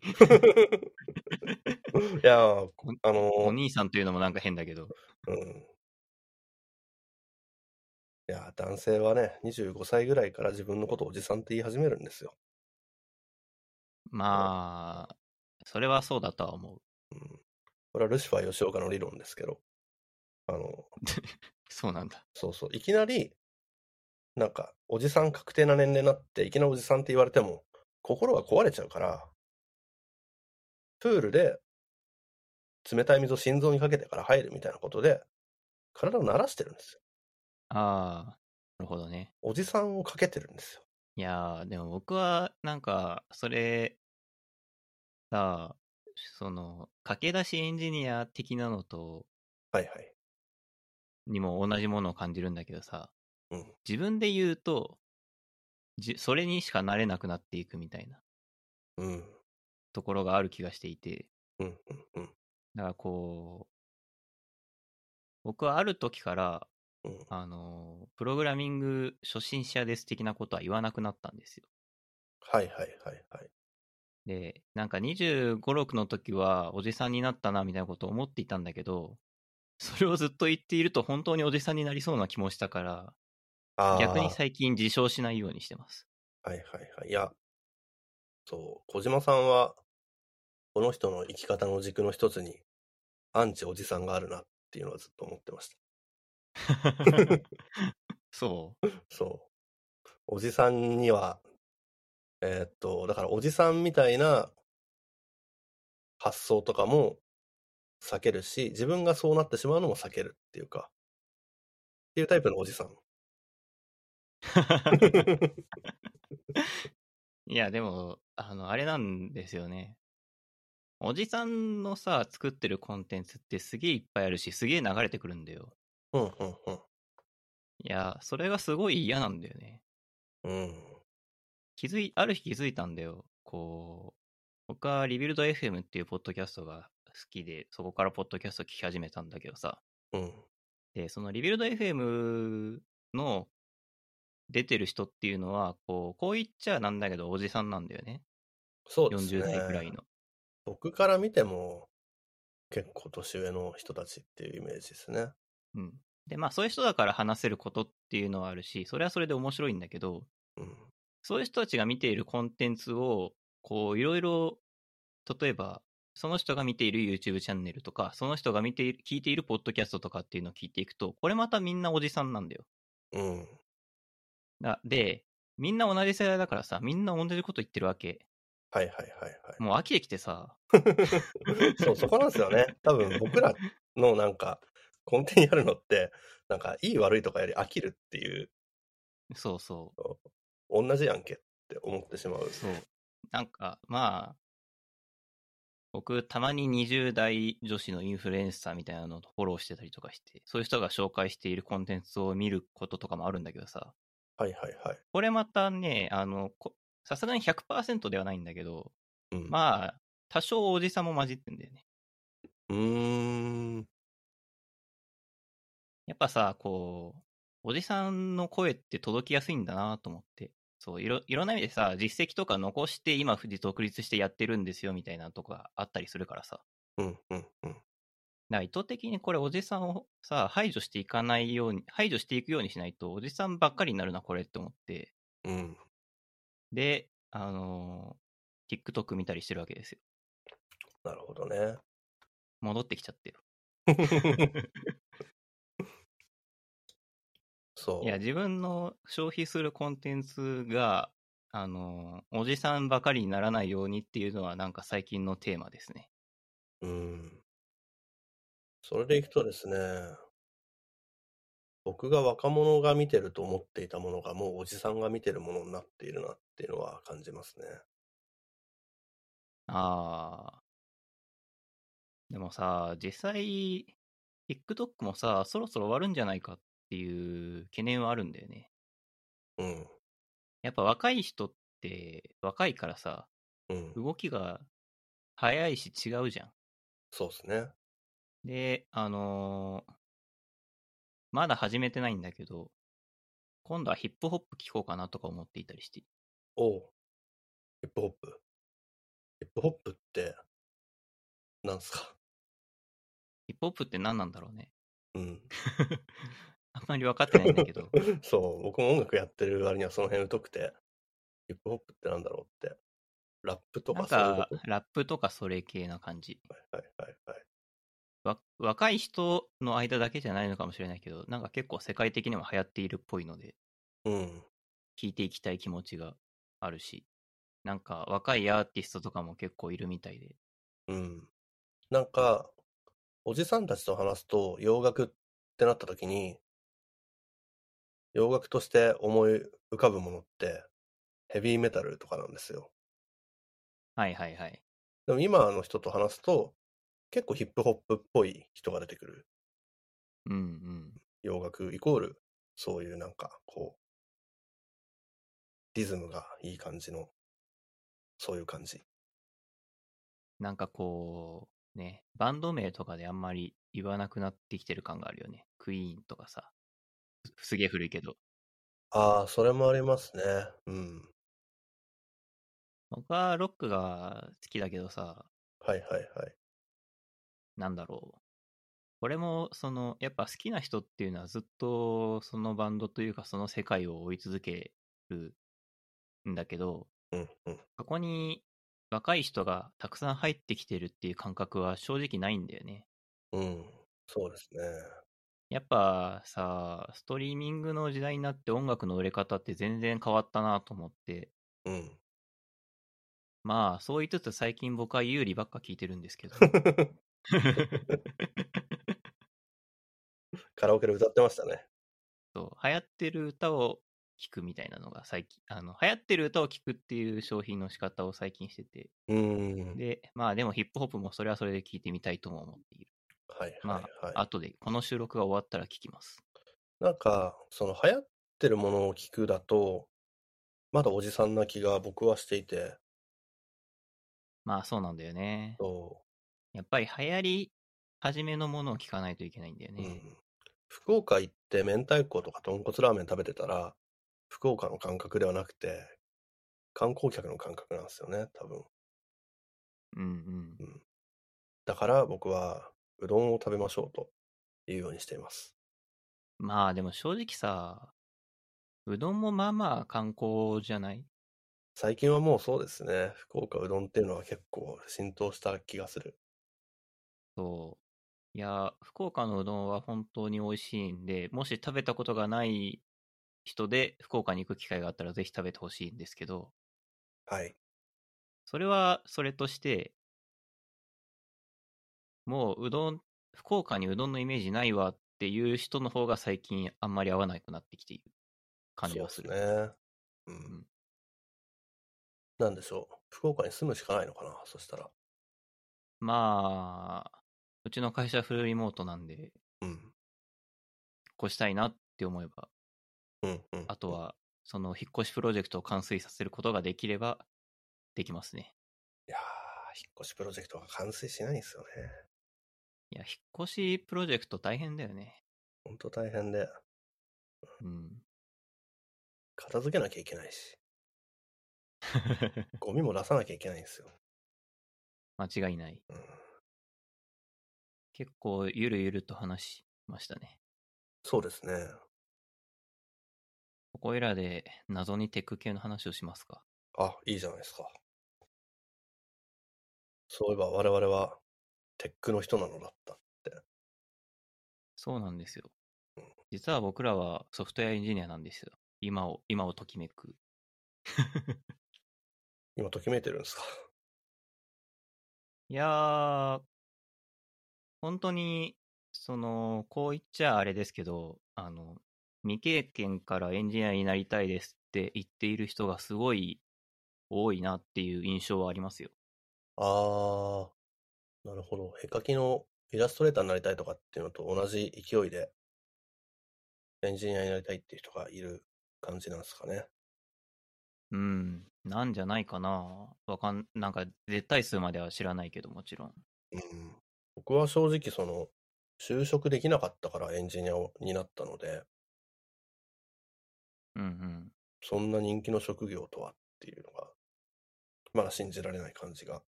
[SPEAKER 2] やー、あの
[SPEAKER 1] お兄さんというのもなんか変だけど。
[SPEAKER 2] うん。いやー、男性はね、25歳ぐらいから自分のことをおじさんって言い始めるんですよ。
[SPEAKER 1] まあ、それはそうだとは思う。
[SPEAKER 2] うん、これはルシファー吉岡の理論ですけど、あの、
[SPEAKER 1] そうなんだ。
[SPEAKER 2] そうそう、いきなり、なんか、おじさん確定な年齢になって、いきなりおじさんって言われても、心が壊れちゃうから、プールで、冷たい水を心臓にかけてから入るみたいなことで、体を慣らしてるんですよ。
[SPEAKER 1] ああ、なるほどね。
[SPEAKER 2] おじさんをかけてるんですよ。
[SPEAKER 1] いやー、でも僕は、なんか、それ、さあ、その、駆け出しエンジニア的なのと、
[SPEAKER 2] はいはい。
[SPEAKER 1] にも同じものを感じるんだけどさ、
[SPEAKER 2] うん
[SPEAKER 1] 自分で言うと、じそれにしかなれなくなっていくみたいな
[SPEAKER 2] うん。
[SPEAKER 1] ところがある気がしていて、
[SPEAKER 2] うん。うん。うん。
[SPEAKER 1] だからこう、僕はある時から、
[SPEAKER 2] うん、
[SPEAKER 1] あの、プログラミング初心者です的なことは言わなくなったんですよ。
[SPEAKER 2] はいはいはいはい。
[SPEAKER 1] で、なんか25、6の時はおじさんになったなみたいなことを思っていたんだけど、それをずっと言っていると本当におじさんになりそうな気もしたから、
[SPEAKER 2] あー
[SPEAKER 1] 逆に最近自称しないようにしてます。
[SPEAKER 2] はいはいはい。いや、そう、小島さんは、この人の生き方の軸の一つに、アンチおじさんがあるなっていうのはずっと思ってました。
[SPEAKER 1] そう。
[SPEAKER 2] そう。おじさんには、えーっと、だからおじさんみたいな発想とかも避けるし、自分がそうなってしまうのも避けるっていうか、っていうタイプのおじさん。
[SPEAKER 1] いや、でも、あの、あれなんですよね。おじさんのさ、作ってるコンテンツってすげえいっぱいあるし、すげえ流れてくるんだよ。
[SPEAKER 2] うんうんうん。
[SPEAKER 1] いや、それがすごい嫌なんだよね。
[SPEAKER 2] うん。
[SPEAKER 1] 気づい、ある日気づいたんだよ。こう、僕はリビルド FM っていうポッドキャストが好きで、そこからポッドキャスト聞き始めたんだけどさ。
[SPEAKER 2] うん。
[SPEAKER 1] で、そのリビルド FM の出てる人っていうのは、こう、こう言っちゃなんだけど、おじさんなんだよね。
[SPEAKER 2] そうですね。
[SPEAKER 1] 40代くらいの。
[SPEAKER 2] 僕から見ても結構年上の人たちっていうイメージですね。
[SPEAKER 1] うん。で、まあ、そういう人だから話せることっていうのはあるし、それはそれで面白いんだけど、
[SPEAKER 2] うん。
[SPEAKER 1] そういう人たちが見ているコンテンツを、こう、いろいろ、例えば、その人が見ている YouTube チャンネルとか、その人が見ている、聞いているポッドキャストとかっていうのを聞いていくと、これまたみんなおじさんなんだよ。
[SPEAKER 2] うん。
[SPEAKER 1] だで、みんな同じ世代だからさ、みんな同じこと言ってるわけ。
[SPEAKER 2] はいはいはい
[SPEAKER 1] もう飽きてきてさ、
[SPEAKER 2] はい。そう、そこなんですよね。多分僕らのなんか根底にあるのって、なんかいい悪いとかより飽きるっていう、
[SPEAKER 1] そうそ
[SPEAKER 2] 同じやんけって思ってしまう
[SPEAKER 1] う、。そう。なんか、まあ、僕、たまに20代女子のインフルエンサーみたいなのをフォローしてたりとかして、そういう人が紹介しているコンテンツを見ることとかもあるんだけどさ、
[SPEAKER 2] はいはいはい。
[SPEAKER 1] これまたね、あの、こさすがに100%ではないんだけど、
[SPEAKER 2] うん。
[SPEAKER 1] まあ、多少おじさんも混じってんだよね。
[SPEAKER 2] うーん。
[SPEAKER 1] やっぱさ、こう、おじさんの声って届きやすいんだなと思って。そういろ、いろんな意味でさ、実績とか残して、今、富士独立してやってるんですよ、みたいなとこがあったりするからさ。
[SPEAKER 2] うんうんう
[SPEAKER 1] だ
[SPEAKER 2] ん。
[SPEAKER 1] から意図的にこれ、おじさんをさ、排除していかないように、排除していくようにしないと、おじさんばっかりになるな、これって思って。
[SPEAKER 2] うん。
[SPEAKER 1] で、あのー TikTok 見たりしてるわけですよ。
[SPEAKER 2] なるほど ね。
[SPEAKER 1] 戻ってきちゃってる。
[SPEAKER 2] そう。
[SPEAKER 1] いや、自分の消費するコンテンツが、あの、おじさんばかりにならないようにっていうのは、なんか最近のテーマですね。
[SPEAKER 2] うん。それでいくとですね、僕が若者が見てると思っていたものがもうおじさんが見てるものになっているなっていうのは感じますね。
[SPEAKER 1] ああ。でもさ、実際、TikTok もさ、そろそろ終わるんじゃないかっていう懸念はあるんだよね。
[SPEAKER 2] うん。
[SPEAKER 1] やっぱ若い人って若いからさ、
[SPEAKER 2] うん。
[SPEAKER 1] 動きが早いし違うじゃん。
[SPEAKER 2] そうですね。
[SPEAKER 1] で、あのーまだ始めてないんだけど、今度はヒップホップ聴こうかなとか思っていたりして。
[SPEAKER 2] おう。ヒップホップ。ヒップホップって、なんすか。
[SPEAKER 1] ヒップホップって何なんだろうね。
[SPEAKER 2] うん。
[SPEAKER 1] あんまり分かってないんだけど。
[SPEAKER 2] そう、僕も音楽やってる割にはその辺疎くて、ヒップホップってなんだろうって。ラップと
[SPEAKER 1] なん
[SPEAKER 2] かそういう
[SPEAKER 1] か
[SPEAKER 2] こと、
[SPEAKER 1] ラップとかそれ系な感じ。
[SPEAKER 2] はいはいはい。
[SPEAKER 1] わ若い人の間だけじゃないのかもしれないけど、なんか結構世界的にも流行っているっぽいので、
[SPEAKER 2] うん。
[SPEAKER 1] 聴いていきたい気持ちがあるし、なんか若いアーティストとかも結構いるみたいで。
[SPEAKER 2] うん。なんか、おじさんたちと話すと、洋楽ってなった時に、洋楽として思い浮かぶものって、ヘビーメタルとかなんですよ。
[SPEAKER 1] はいはいはい。
[SPEAKER 2] でも今の人と話すと、結構ヒップホップっぽい人が出てくる。
[SPEAKER 1] うんうん。
[SPEAKER 2] 洋楽イコール、そういうなんか、こう、リズムがいい感じの、そういう感じ。
[SPEAKER 1] なんかこう、ね、バンド名とかであんまり言わなくなってきてる感があるよね。クイーンとかさ。すすげえ古いけど。
[SPEAKER 2] ああ、それもありますね。うん。
[SPEAKER 1] 僕はロックが好きだけどさ、
[SPEAKER 2] はいはいはい。
[SPEAKER 1] なんだろう。俺も、その、やっぱ好きな人っていうのはずっとそのバンドというかその世界を追い続けるんだけど、
[SPEAKER 2] うんうん。
[SPEAKER 1] そこに若い人がたくさん入ってきてるっていう感覚は正直ないんだよね。
[SPEAKER 2] うん。そうですね。
[SPEAKER 1] やっぱさ、ストリーミングの時代になって音楽の売れ方って全然変わったなと思って、
[SPEAKER 2] うん。
[SPEAKER 1] まあ、そう言いつつ最近僕は有利ばっか聞いてるんですけど。
[SPEAKER 2] カラオケで歌ってましたね。
[SPEAKER 1] そう流行ってる歌を聴くみたいなのが最近、あの、流行ってる歌を聴くっていう商品の仕方を最近してて、
[SPEAKER 2] うーん。
[SPEAKER 1] で、まあでもヒップホップもそれはそれで聴いてみたいとも思っている。
[SPEAKER 2] はい
[SPEAKER 1] ま
[SPEAKER 2] はいはい。
[SPEAKER 1] 後で、この収録が終わったら聴きます。
[SPEAKER 2] なんか、その流行ってるものを聞くだと、まだおじさんな気が僕はしていて、
[SPEAKER 1] まあそうなんだよね。
[SPEAKER 2] そ
[SPEAKER 1] やっぱり流行り始めのものを聴かないといけないんだよ
[SPEAKER 2] う、う
[SPEAKER 1] ね。
[SPEAKER 2] ん。福岡行って明太子とか豚骨ラーメン食べてたら、福岡の感覚ではなくて、観光客の感覚なんですよね、多分。
[SPEAKER 1] うんうん。
[SPEAKER 2] だから僕は、うどんを食べましょうというようにしています。
[SPEAKER 1] まあでも正直さ、うどんもまあまあ観光じゃない
[SPEAKER 2] 最近はもうそうですね、福岡うどんっていうのは結構浸透した気がする。
[SPEAKER 1] そう。いや、福岡のうどんは本当に美味しいんで、もし食べたことがない人で福岡に行く機会があったらぜひ食べてほしいんですけど、
[SPEAKER 2] はい。
[SPEAKER 1] それはそれとして、もううどん、福岡にうどんのイメージないわっていう人の方が最近あんまり合わなくなってきている感じはする。
[SPEAKER 2] そうですね。うんん。なんでしょう。福岡に住むしかないのかな、そしたら。
[SPEAKER 1] まあ、うちの会社フルリモートなんで、
[SPEAKER 2] うん。
[SPEAKER 1] 引っ越したいなって思えば、
[SPEAKER 2] うん、うん。
[SPEAKER 1] あと。は、その引っ越しプロジェクトを完遂させることができれば、できますね。
[SPEAKER 2] いやー、引っ越しプロジェクトが完成しないんですよね。
[SPEAKER 1] いや、引っ越しプロジェクト大変だよね。
[SPEAKER 2] ほんと大変で、
[SPEAKER 1] うん。
[SPEAKER 2] 片付けなきゃいけないし、ゴミも出さなきゃいけないんですよ。
[SPEAKER 1] 間違いない。
[SPEAKER 2] うん。
[SPEAKER 1] 結構、ゆるゆると話しましたね。
[SPEAKER 2] そうですね。
[SPEAKER 1] ここいらで謎にテック系の話をしますか。
[SPEAKER 2] あ、いいじゃないですか。そういえば我々は、テックの人なのだった。
[SPEAKER 1] そうなんですよ
[SPEAKER 2] うん。
[SPEAKER 1] 実は僕らはソフトウェアエンジニアなんですよ。今を、今をときめく。
[SPEAKER 2] 今、ときめいてるんですか。
[SPEAKER 1] いやー、本当に、その、こう言っちゃあれですけど、あの、未経験からエンジニアになりたいですって言っている人がすごい多いなっていう印象はありますよ。
[SPEAKER 2] あー、なるほど。絵描きのイラストレーターになりたいとかっていうのと同じ勢いで、エンジニアになりたいっていう人がいる感じなんですかね。
[SPEAKER 1] うん。なんじゃないかな。わかん、なんか絶対数までは知らないけど、もちろん。
[SPEAKER 2] うん。僕は正直その、就職できなかったからエンジニアをになったので、
[SPEAKER 1] うんうん。
[SPEAKER 2] そんな人気の職業とはっていうのが、まだ信じられない感じが。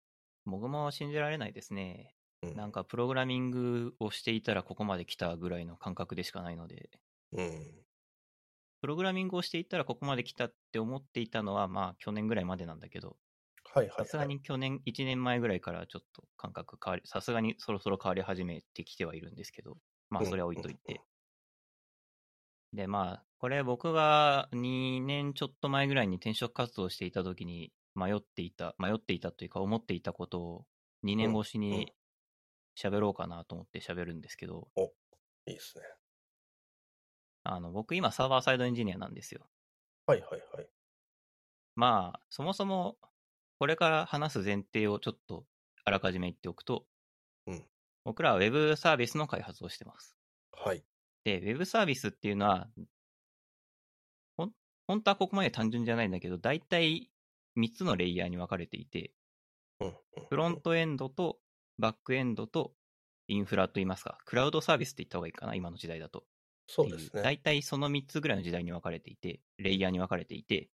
[SPEAKER 1] 僕も信じられないですね。
[SPEAKER 2] う
[SPEAKER 1] なん
[SPEAKER 2] ん。
[SPEAKER 1] かプログラミングをしていたらここまで来たぐらいの感覚でしかないので、
[SPEAKER 2] うん。
[SPEAKER 1] プログラミングをしていたらここまで来たって思っていたのは、まあ去年ぐらいまでなんだけど、
[SPEAKER 2] はいは
[SPEAKER 1] さ
[SPEAKER 2] い
[SPEAKER 1] すが
[SPEAKER 2] はい。
[SPEAKER 1] に去年、1年前ぐらいからちょっと感覚変わり、さすがにそろそろ変わり始めてきてはいるんですけど、まあ
[SPEAKER 2] うんう
[SPEAKER 1] そ
[SPEAKER 2] ん
[SPEAKER 1] れは置い
[SPEAKER 2] うん。
[SPEAKER 1] といて。で、まあ、これ僕が2年ちょっと前ぐらいに転職活動していた時に迷っていた、迷っていたというか思っていたことを2
[SPEAKER 2] う
[SPEAKER 1] 年
[SPEAKER 2] ん
[SPEAKER 1] 越し
[SPEAKER 2] うん。
[SPEAKER 1] に喋ろうかなと思って喋るんですけど、
[SPEAKER 2] お、いいですね。
[SPEAKER 1] あの、僕今サーバーサイドエンジニアなんですよ。
[SPEAKER 2] はいはいはい。
[SPEAKER 1] まあ、そもそもこれから話す前提をちょっとあらかじめ言っておくと、
[SPEAKER 2] うん。
[SPEAKER 1] 僕らは Web サービスの開発をしてます。
[SPEAKER 2] はい。
[SPEAKER 1] で、Web サービスっていうのは、ほん、本当はここまで単純じゃないんだけど、大体3つのレイヤーに分かれていて、
[SPEAKER 2] うんうん
[SPEAKER 1] フロ
[SPEAKER 2] う
[SPEAKER 1] ン
[SPEAKER 2] ん。
[SPEAKER 1] トエンドとバックエンドとインフラと言いますか、クラウドサービスって言った方がいいかな、今の時代だと。っ
[SPEAKER 2] そ
[SPEAKER 1] て
[SPEAKER 2] うで
[SPEAKER 1] いう、
[SPEAKER 2] すね。
[SPEAKER 1] 大体その3つぐらいの時代に分かれていて、レイヤーに分かれていて、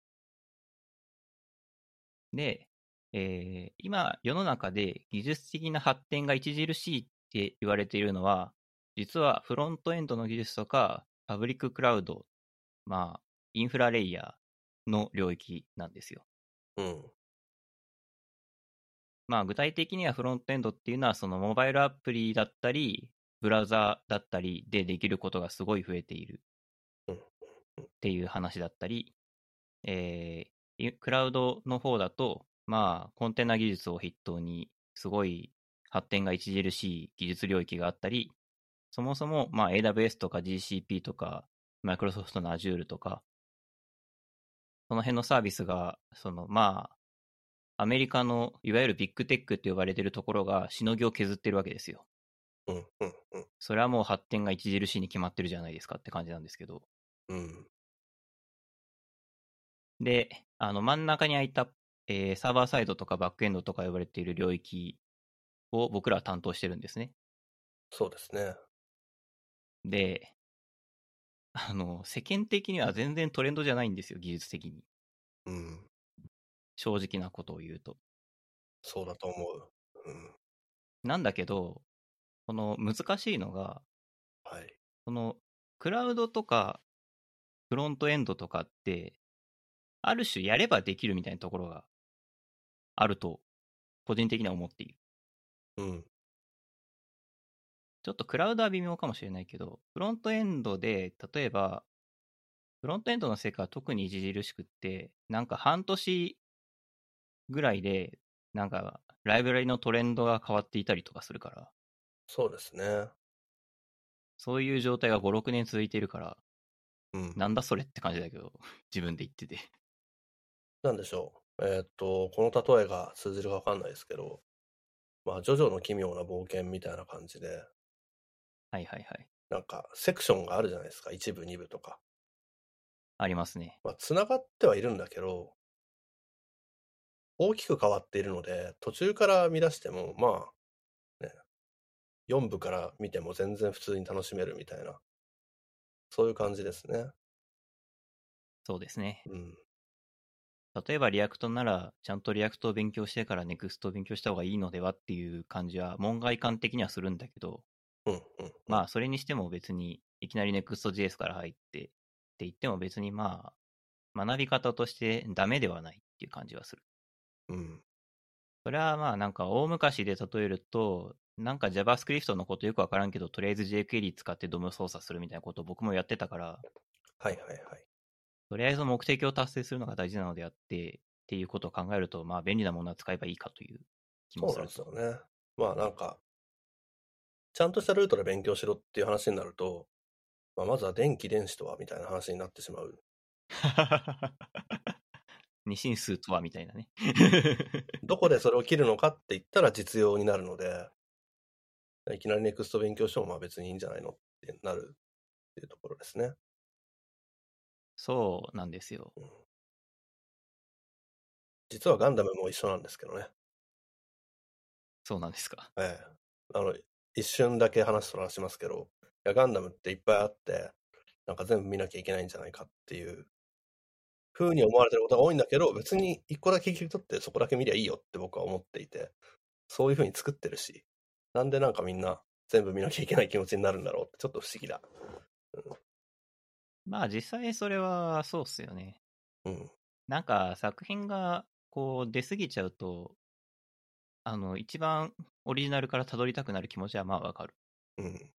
[SPEAKER 1] で、えー今、世の中で技術的な発展が著しいって言われているのは、実はフロントエンドの技術とか、パブリッククラウド、まあ、インフラレイヤーの領域なんですよ。
[SPEAKER 2] うん。
[SPEAKER 1] まあ、具体的にはフロントエンドっていうのは、そのモバイルアプリだったり、ブラウザだったりでできることがすごい増えている
[SPEAKER 2] うん。
[SPEAKER 1] っていう話だったり、えーいクラウドの方だと、まあ、コンテナ技術を筆頭に、すごい発展が著しい技術領域があったり、そもそも、まあ、AWS とか GCP とか、マイクロソフトの Azure とか、その辺のサービスが、その、まあ、アメリカの、いわゆるビッグテックって呼ばれてるところが、しのぎを削ってるわけですよ。
[SPEAKER 2] うんうんうん。
[SPEAKER 1] それはもう発展が著しいに決まってるじゃないですかって感じなんですけど。
[SPEAKER 2] うん。
[SPEAKER 1] で、あの真ん中に空いた、えーサーバーサイドとかバックエンドとか呼ばれている領域を僕らは担当してるんですね。
[SPEAKER 2] そうですね。
[SPEAKER 1] で、あの、世間的には全然トレンドじゃないんですよ、技術的に。
[SPEAKER 2] うん。
[SPEAKER 1] 正直なことを言うと。
[SPEAKER 2] そうだと思う。うん。
[SPEAKER 1] なんだけど、この難しいのが、
[SPEAKER 2] はい。
[SPEAKER 1] このクラウドとかフロントエンドとかって、ある種やればできるみたいなところがあると、個人的には思っている。
[SPEAKER 2] うん。
[SPEAKER 1] ちょっとクラウドは微妙かもしれないけど、フロントエンドで、例えば、フロントエンドの成果は特に著しくって、なんか半年ぐらいで、なんかライブラリのトレンドが変わっていたりとかするから、
[SPEAKER 2] そうですね。
[SPEAKER 1] そういう状態が5、6年続いているから、
[SPEAKER 2] うん。
[SPEAKER 1] なんだそれって感じだけど、 自分で言ってて。
[SPEAKER 2] なんでしょう。えーっと、この例えが通じるかわかんないですけど、まあ、ジョジョの奇妙な冒険みたいな感じで、
[SPEAKER 1] はいはいはい。
[SPEAKER 2] なんか、セクションがあるじゃないですか。一部、二部とか。
[SPEAKER 1] ありますね。
[SPEAKER 2] まあ、繋がってはいるんだけど、大きく変わっているので、途中から見出しても、まあ、ね、4部から見ても全然普通に楽しめるみたいな、そういう感じですね。
[SPEAKER 1] そうですね。
[SPEAKER 2] うん。
[SPEAKER 1] 例えばリアクトなら、ちゃんとリアクトを勉強してからネクストを勉強した方がいいのではっていう感じは、門外観的にはするんだけど、
[SPEAKER 2] うん、うん、うん。
[SPEAKER 1] まあ、それにしても別に、いきなり Next.js から入ってって言っても別にまあ、学び方としてダメではないっていう感じはする。
[SPEAKER 2] うん。
[SPEAKER 1] それはまあ、なんか大昔で例えると、なんか JavaScript のことよくわからんけど、とりあえず JQuery 使って DOM 操作するみたいなことを僕もやってたから、
[SPEAKER 2] はいはいはい。
[SPEAKER 1] とりあえず目的を達成するのが大事なのであって、っていうことを考えると、まあ、便利なものは使えばいいかという気も
[SPEAKER 2] そう
[SPEAKER 1] す
[SPEAKER 2] なん
[SPEAKER 1] る
[SPEAKER 2] です
[SPEAKER 1] と。
[SPEAKER 2] よね。まあ、なんか、ちゃんとしたルートで勉強しろっていう話になると、まあ、まずは電気電子とはみたいな話になってしまう。
[SPEAKER 1] 二進数とはみたいなね。
[SPEAKER 2] どこでそれを切るのかって言ったら実用になるので、いきなりネクスト勉強してもまあ別にいいんじゃないのってなるっていうところですね。
[SPEAKER 1] そうなんですよ。
[SPEAKER 2] うん実はガンダムも一緒なんですけどね。
[SPEAKER 1] そうなんですか。
[SPEAKER 2] ええ。あの、一瞬だけ話そらしますけど、いや、ガンダムっていっぱいあって、なんか全部見なきゃいけないんじゃないかっていうふうに思われてることが多いんだけど、別に一個だけ切り取ってそこだけ見りゃいいよって僕は思っていて、そういうふうに作ってるし、なんでなんかみんな全部見なきゃいけない気持ちになるんだろうってちょっと不思議だ。
[SPEAKER 1] まあ実際それはそうっすよね。
[SPEAKER 2] うん。
[SPEAKER 1] なんか作品がこう出過ぎちゃうと、あの、一番オリジナルから辿りたくなる気持ちはまあわかる。
[SPEAKER 2] うん。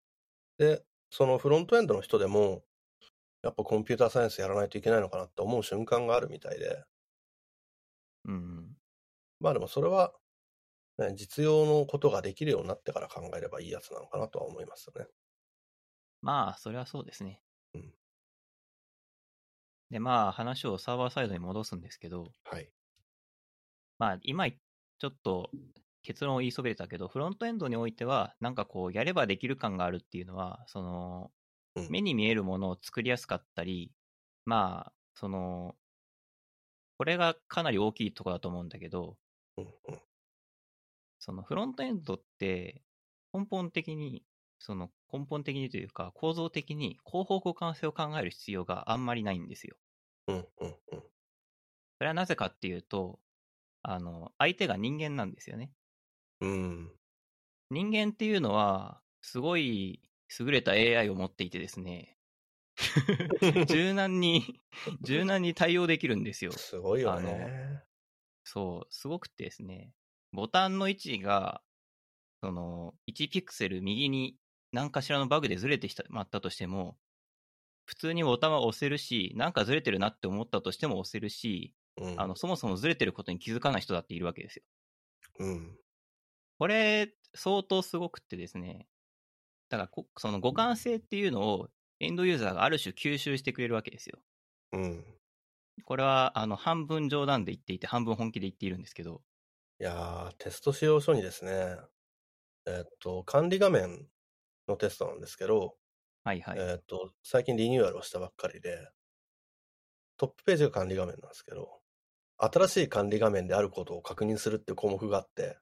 [SPEAKER 2] で、そのフロントエンドの人でも、やっぱコンピューターサイエンスやらないといけないのかなって思う瞬間があるみたいで、
[SPEAKER 1] うん。
[SPEAKER 2] まあでもそれは、ね、実用のことができるようになってから考えればいいやつなのかなとは思いますよね。
[SPEAKER 1] まあ、それはそうですね。
[SPEAKER 2] うん
[SPEAKER 1] で、まあ、話をサーバーサイドに戻すんですけど、
[SPEAKER 2] はい。
[SPEAKER 1] まあ、今、ちょっと結論を言いそびれたけど、フロントエンドにおいては、なんかこう、やればできる感があるっていうのは、その
[SPEAKER 2] うん、
[SPEAKER 1] 目に見えるものを作りやすかったり、まあ、その、これがかなり大きいところだと思うんだけど、
[SPEAKER 2] うんうん。
[SPEAKER 1] そのフロントエンドって、根本的に、その根本的にというか、構造的に後方互換性を考える必要があんまりないんですよ。
[SPEAKER 2] うんうんうん。
[SPEAKER 1] それはなぜかっていうと、あの、相手が人間なんですよね。
[SPEAKER 2] うん。
[SPEAKER 1] 人間っていうのは、すごい優れた AI を持っていてですね、柔軟 に、柔軟に対応できるんですよ。
[SPEAKER 2] すごいよ
[SPEAKER 1] あ
[SPEAKER 2] ね。
[SPEAKER 1] そう、すごくてですね、ボタンの位置が、その、1ピクセル右に何かしらのバグでずれてしまったとしても、普通にボタンは押せるし、なんかずれてるなって思ったとしても押せるし、
[SPEAKER 2] うん、
[SPEAKER 1] あの、そもそもずれてることに気づかない人だっているわけですよ。
[SPEAKER 2] うん。
[SPEAKER 1] これ、相当すごくってですね、だからこ、その互換性っていうのを、エンドユーザーがある種吸収してくれるわけですよ。
[SPEAKER 2] うん。
[SPEAKER 1] これは、あの、半分冗談で言っていて、半分本気で言っているんですけど、
[SPEAKER 2] いやー、テスト使用書にですね、えっと、管理画面のテストなんですけど、
[SPEAKER 1] はいはい。
[SPEAKER 2] えっ と、最近リニューアルをしたばっかりで、トップページが管理画面なんですけど、新しい管理画面であることを確認するっていう項目があって、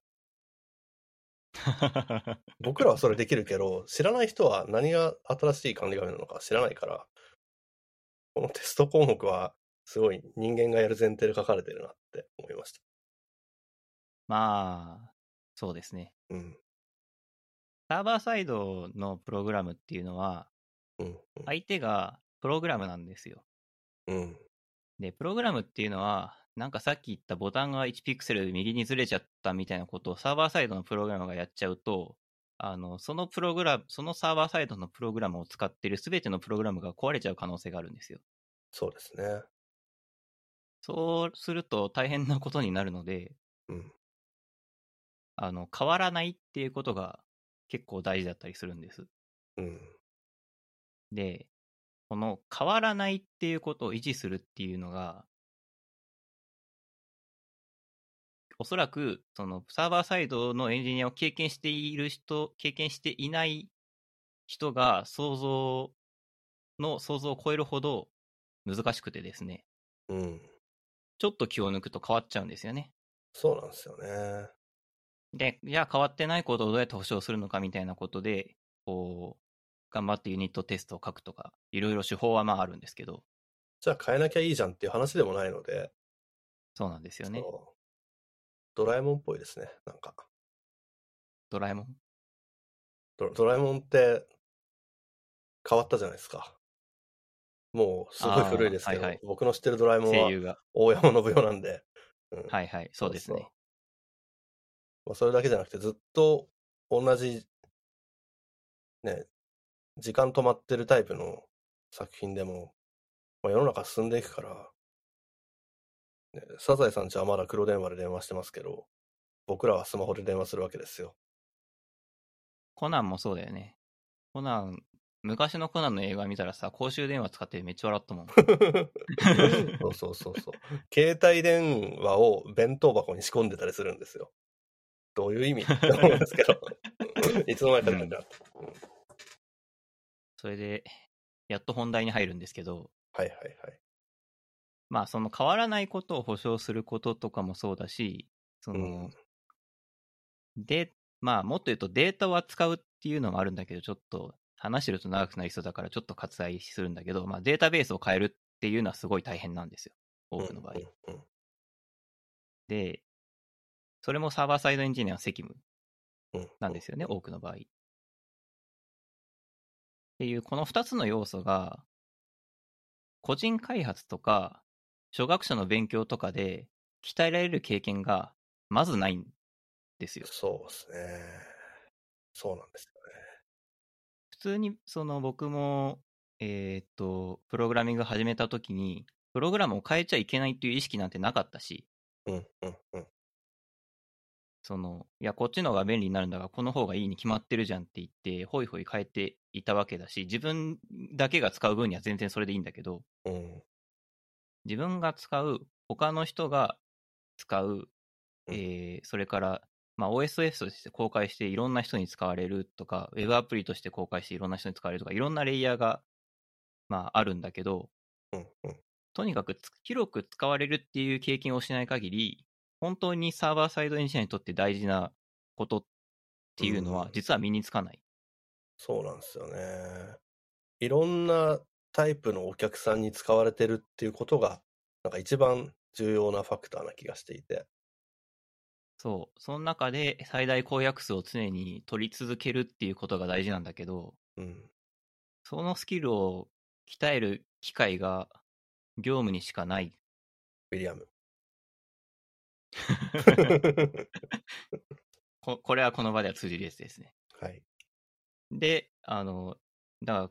[SPEAKER 2] 僕らはそれできるけど、知らない人は何が新しい管理画面なのか知らないから、このテスト項目はすごい人間がやる前提で書かれてるなって思いました。
[SPEAKER 1] まあ、そうですね。
[SPEAKER 2] うん。
[SPEAKER 1] サーバーサイドのプログラムっていうのは、
[SPEAKER 2] うん。
[SPEAKER 1] 相手がプログラムなんですよ。
[SPEAKER 2] うん。
[SPEAKER 1] で、プログラムっていうのは、なんかさっき言ったボタンが1ピクセル右にずれちゃったみたいなことをサーバーサイドのプログラムがやっちゃうと、あの、そのプログラム、そのサーバーサイドのプログラムを使っているすべてのプログラムが壊れちゃう可能性があるんですよ。
[SPEAKER 2] そうですね。
[SPEAKER 1] そうすると大変なことになるので、
[SPEAKER 2] うん。
[SPEAKER 1] あの、変わらないっていうことが結構大事だったりするんです。
[SPEAKER 2] うん。
[SPEAKER 1] で、この変わらないっていうことを維持するっていうのが、おそらく、そのサーバーサイドのエンジニアを経験している人、経験していない人が想像の想像を超えるほど難しくてですね、
[SPEAKER 2] うん。
[SPEAKER 1] ちょっと気を抜くと変わっちゃうんですよね。
[SPEAKER 2] そうなんですよね。
[SPEAKER 1] で、じゃあ変わってないことをどうやって保証するのかみたいなことで、こう、頑張ってユニットテストを書くとか、いろいろ手法はまああるんですけど、
[SPEAKER 2] じゃあ変えなきゃいいじゃんっていう話でもないので、
[SPEAKER 1] そうなんですよね。
[SPEAKER 2] そうドラえもんっぽいですね。なんか。
[SPEAKER 1] ドラえもん。
[SPEAKER 2] ドドラえもんって変わったじゃないですか。もうすごい古いですけ
[SPEAKER 1] あー
[SPEAKER 2] ど、
[SPEAKER 1] はいはい
[SPEAKER 2] 僕の知ってるドラえもん
[SPEAKER 1] 声
[SPEAKER 2] は
[SPEAKER 1] 優が。
[SPEAKER 2] 大山信代なんで、うん
[SPEAKER 1] はいはい、そうですね。
[SPEAKER 2] まあ、それだけじゃなくてずっと同じ、ね、時間止まってるタイプの作品でも、まあ、世の中進んでいくから、ね、サザエさんちはまだ黒電話で電話してますけど、僕らはスマホで電話するわけです よ。
[SPEAKER 1] コナンもそうだよね。コナン、昔のコナンの映画見たらさ、公衆電話使ってめっちゃ笑ったも ん。
[SPEAKER 2] そうそうそうそう。携帯電話を弁当箱に仕込んでたりするんですよ。どういう意味って思うんですけど。 いつの間にかなんか、
[SPEAKER 1] それで、やっと本題に入るんですけど、
[SPEAKER 2] はいはいはい。
[SPEAKER 1] まあ、その変わらないことを保証することとかもそうだし、その、
[SPEAKER 2] うん
[SPEAKER 1] で、まあ、もっと言うとデータを扱うっていうのもあるんだけど、ちょっと話してると長くなりそうだから、ちょっと割愛するんだけど、まあ、データベースを変えるっていうのはすごい大変なんですよ。多くの場合。
[SPEAKER 2] うんうん
[SPEAKER 1] で、それもサーバーサイドエンジニアの責務
[SPEAKER 2] うんうん
[SPEAKER 1] なんですよね、多くの場合。っていう、この2つの要素が、個人開発とか、初学者の勉強とかで、鍛えられる経験が、まずないんですよ。
[SPEAKER 2] そうですね。そうなんです
[SPEAKER 1] 普通に、その僕も、えーっと、プログラミング始めた時に、プログラムを変えちゃいけないっていう意識なんてなかったし、
[SPEAKER 2] よね。うん、うん、うん。
[SPEAKER 1] その、いや、こっちの方が便利になるんだが、この方がいいに決まってるじゃんって言って、ほいほい変えていたわけだし、自分だけが使う分には全然それでいいんだけど、
[SPEAKER 2] うん、
[SPEAKER 1] 自分が使う、他の人が使う、
[SPEAKER 2] うん
[SPEAKER 1] えーそれから、まあ、OSS として公開していろんな人に使われるとか、ウェブアプリとして公開していろんな人に使われるとか、いろんなレイヤーが、まあ、あるんだけど、
[SPEAKER 2] うん、うん。
[SPEAKER 1] とにかくつ広く使われるっていう経験をしない限り、本当にサーバーサイドエンジニアにとって大事なことっていうの
[SPEAKER 2] う
[SPEAKER 1] は
[SPEAKER 2] ん、
[SPEAKER 1] 実は身につかない。
[SPEAKER 2] そうなんですよね。いろんなタイプのお客さんに使われてるっていうことが、なんか一番重要なファクターな気がしていて。
[SPEAKER 1] そう。その中で最大公約数を常に取り続けるっていうことが大事なんだけど、
[SPEAKER 2] うん、
[SPEAKER 1] そのスキルを鍛える機会が業務にしかない。
[SPEAKER 2] ウィリ アム。
[SPEAKER 1] ここれはこの場では通じるやつですね。
[SPEAKER 2] はい。
[SPEAKER 1] で、あの、だから、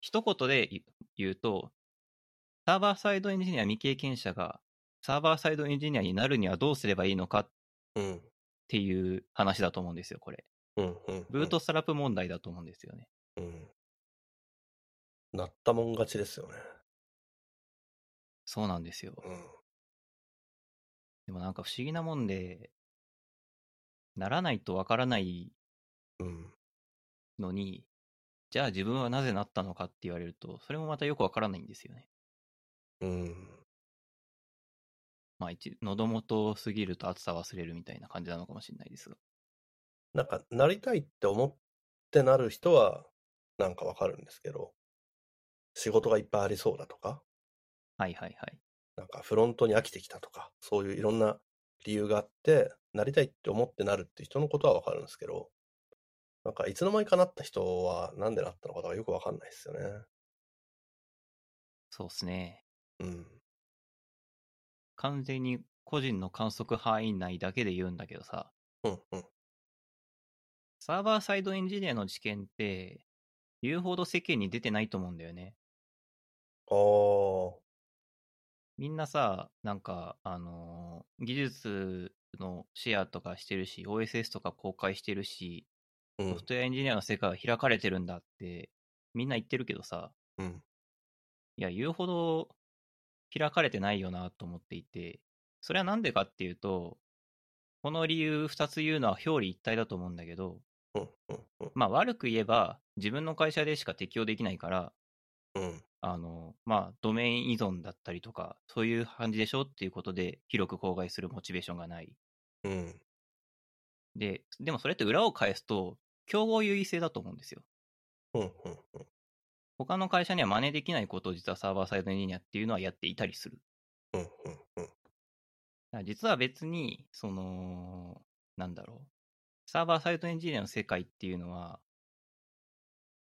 [SPEAKER 1] 一言で言言うと、サーバーサイドエンジニア未経験者がサーバーサイドエンジニアになるにはどうすればいいのかっ
[SPEAKER 2] うん、
[SPEAKER 1] ていう話だと思うんですよ、これ。
[SPEAKER 2] うん、うん。
[SPEAKER 1] ブートストラップ問題だと思うんですよね。
[SPEAKER 2] うん。なったもん勝ちですよね。
[SPEAKER 1] そうなんですよ。
[SPEAKER 2] うん。
[SPEAKER 1] でもなんか不思議なもんで、ならないとわからない
[SPEAKER 2] うん。
[SPEAKER 1] のに、じゃあ自分はなぜなったのかって言われると、それもまたよくわからないんですよね。
[SPEAKER 2] うん。
[SPEAKER 1] まあ、一喉元を過ぎると暑さ忘れるみたいな感じなのかもしれないですが。
[SPEAKER 2] なんか、なりたいって思ってなる人は、なんかわかるんですけど、仕事がいっぱいありそうだとか、
[SPEAKER 1] はいはいはい。
[SPEAKER 2] なんかフロントに飽きてきたとか、そういういろんな理由があって、なりたいって思ってなるって人のことはわかるんですけど、なんかいつの間にかなった人はなんでなったのかとかよくわかんないですよね。
[SPEAKER 1] そうですね。
[SPEAKER 2] うん。
[SPEAKER 1] 完全に個人の観測範囲内だけで言うんだけどさ、
[SPEAKER 2] うん、うん。
[SPEAKER 1] サーバーサイドエンジニアの知見って、言うほど世間に出てないと思うんだよね。
[SPEAKER 2] あー、
[SPEAKER 1] みんなさ、なんか、あのー技術のシェアとかしてるし、OSS とか公開してるし、
[SPEAKER 2] う
[SPEAKER 1] ソ
[SPEAKER 2] ん
[SPEAKER 1] フ、トウェアエンジニアの世界は開かれてるんだって、みんな言ってるけどさ、
[SPEAKER 2] うん、
[SPEAKER 1] いや、言うほど開かれてないよなと思っていて、それはなんでかっていうと、この理由2つ言うのは表裏一体だと思うんだけど、
[SPEAKER 2] うん、うん、うん、
[SPEAKER 1] まあ悪く言えば自分の会社でしか適用できないから、
[SPEAKER 2] うん、
[SPEAKER 1] あの、まあドメイン依存だったりとか、そういう感じでしょっていうことで広く公害するモチベーションがない。
[SPEAKER 2] うん。
[SPEAKER 1] で、でもそれって裏を返すと、競合優位性だと思うんですよ。
[SPEAKER 2] うん、うん、うん。
[SPEAKER 1] 他の会社には真似できないことを実はサーバーサイドエンジニアっていうのはやっていたりする。
[SPEAKER 2] うん、うん、う
[SPEAKER 1] だ
[SPEAKER 2] ん。
[SPEAKER 1] から実は別に、その、なんだろう。サーバーサイトエンジニアの世界っていうのは、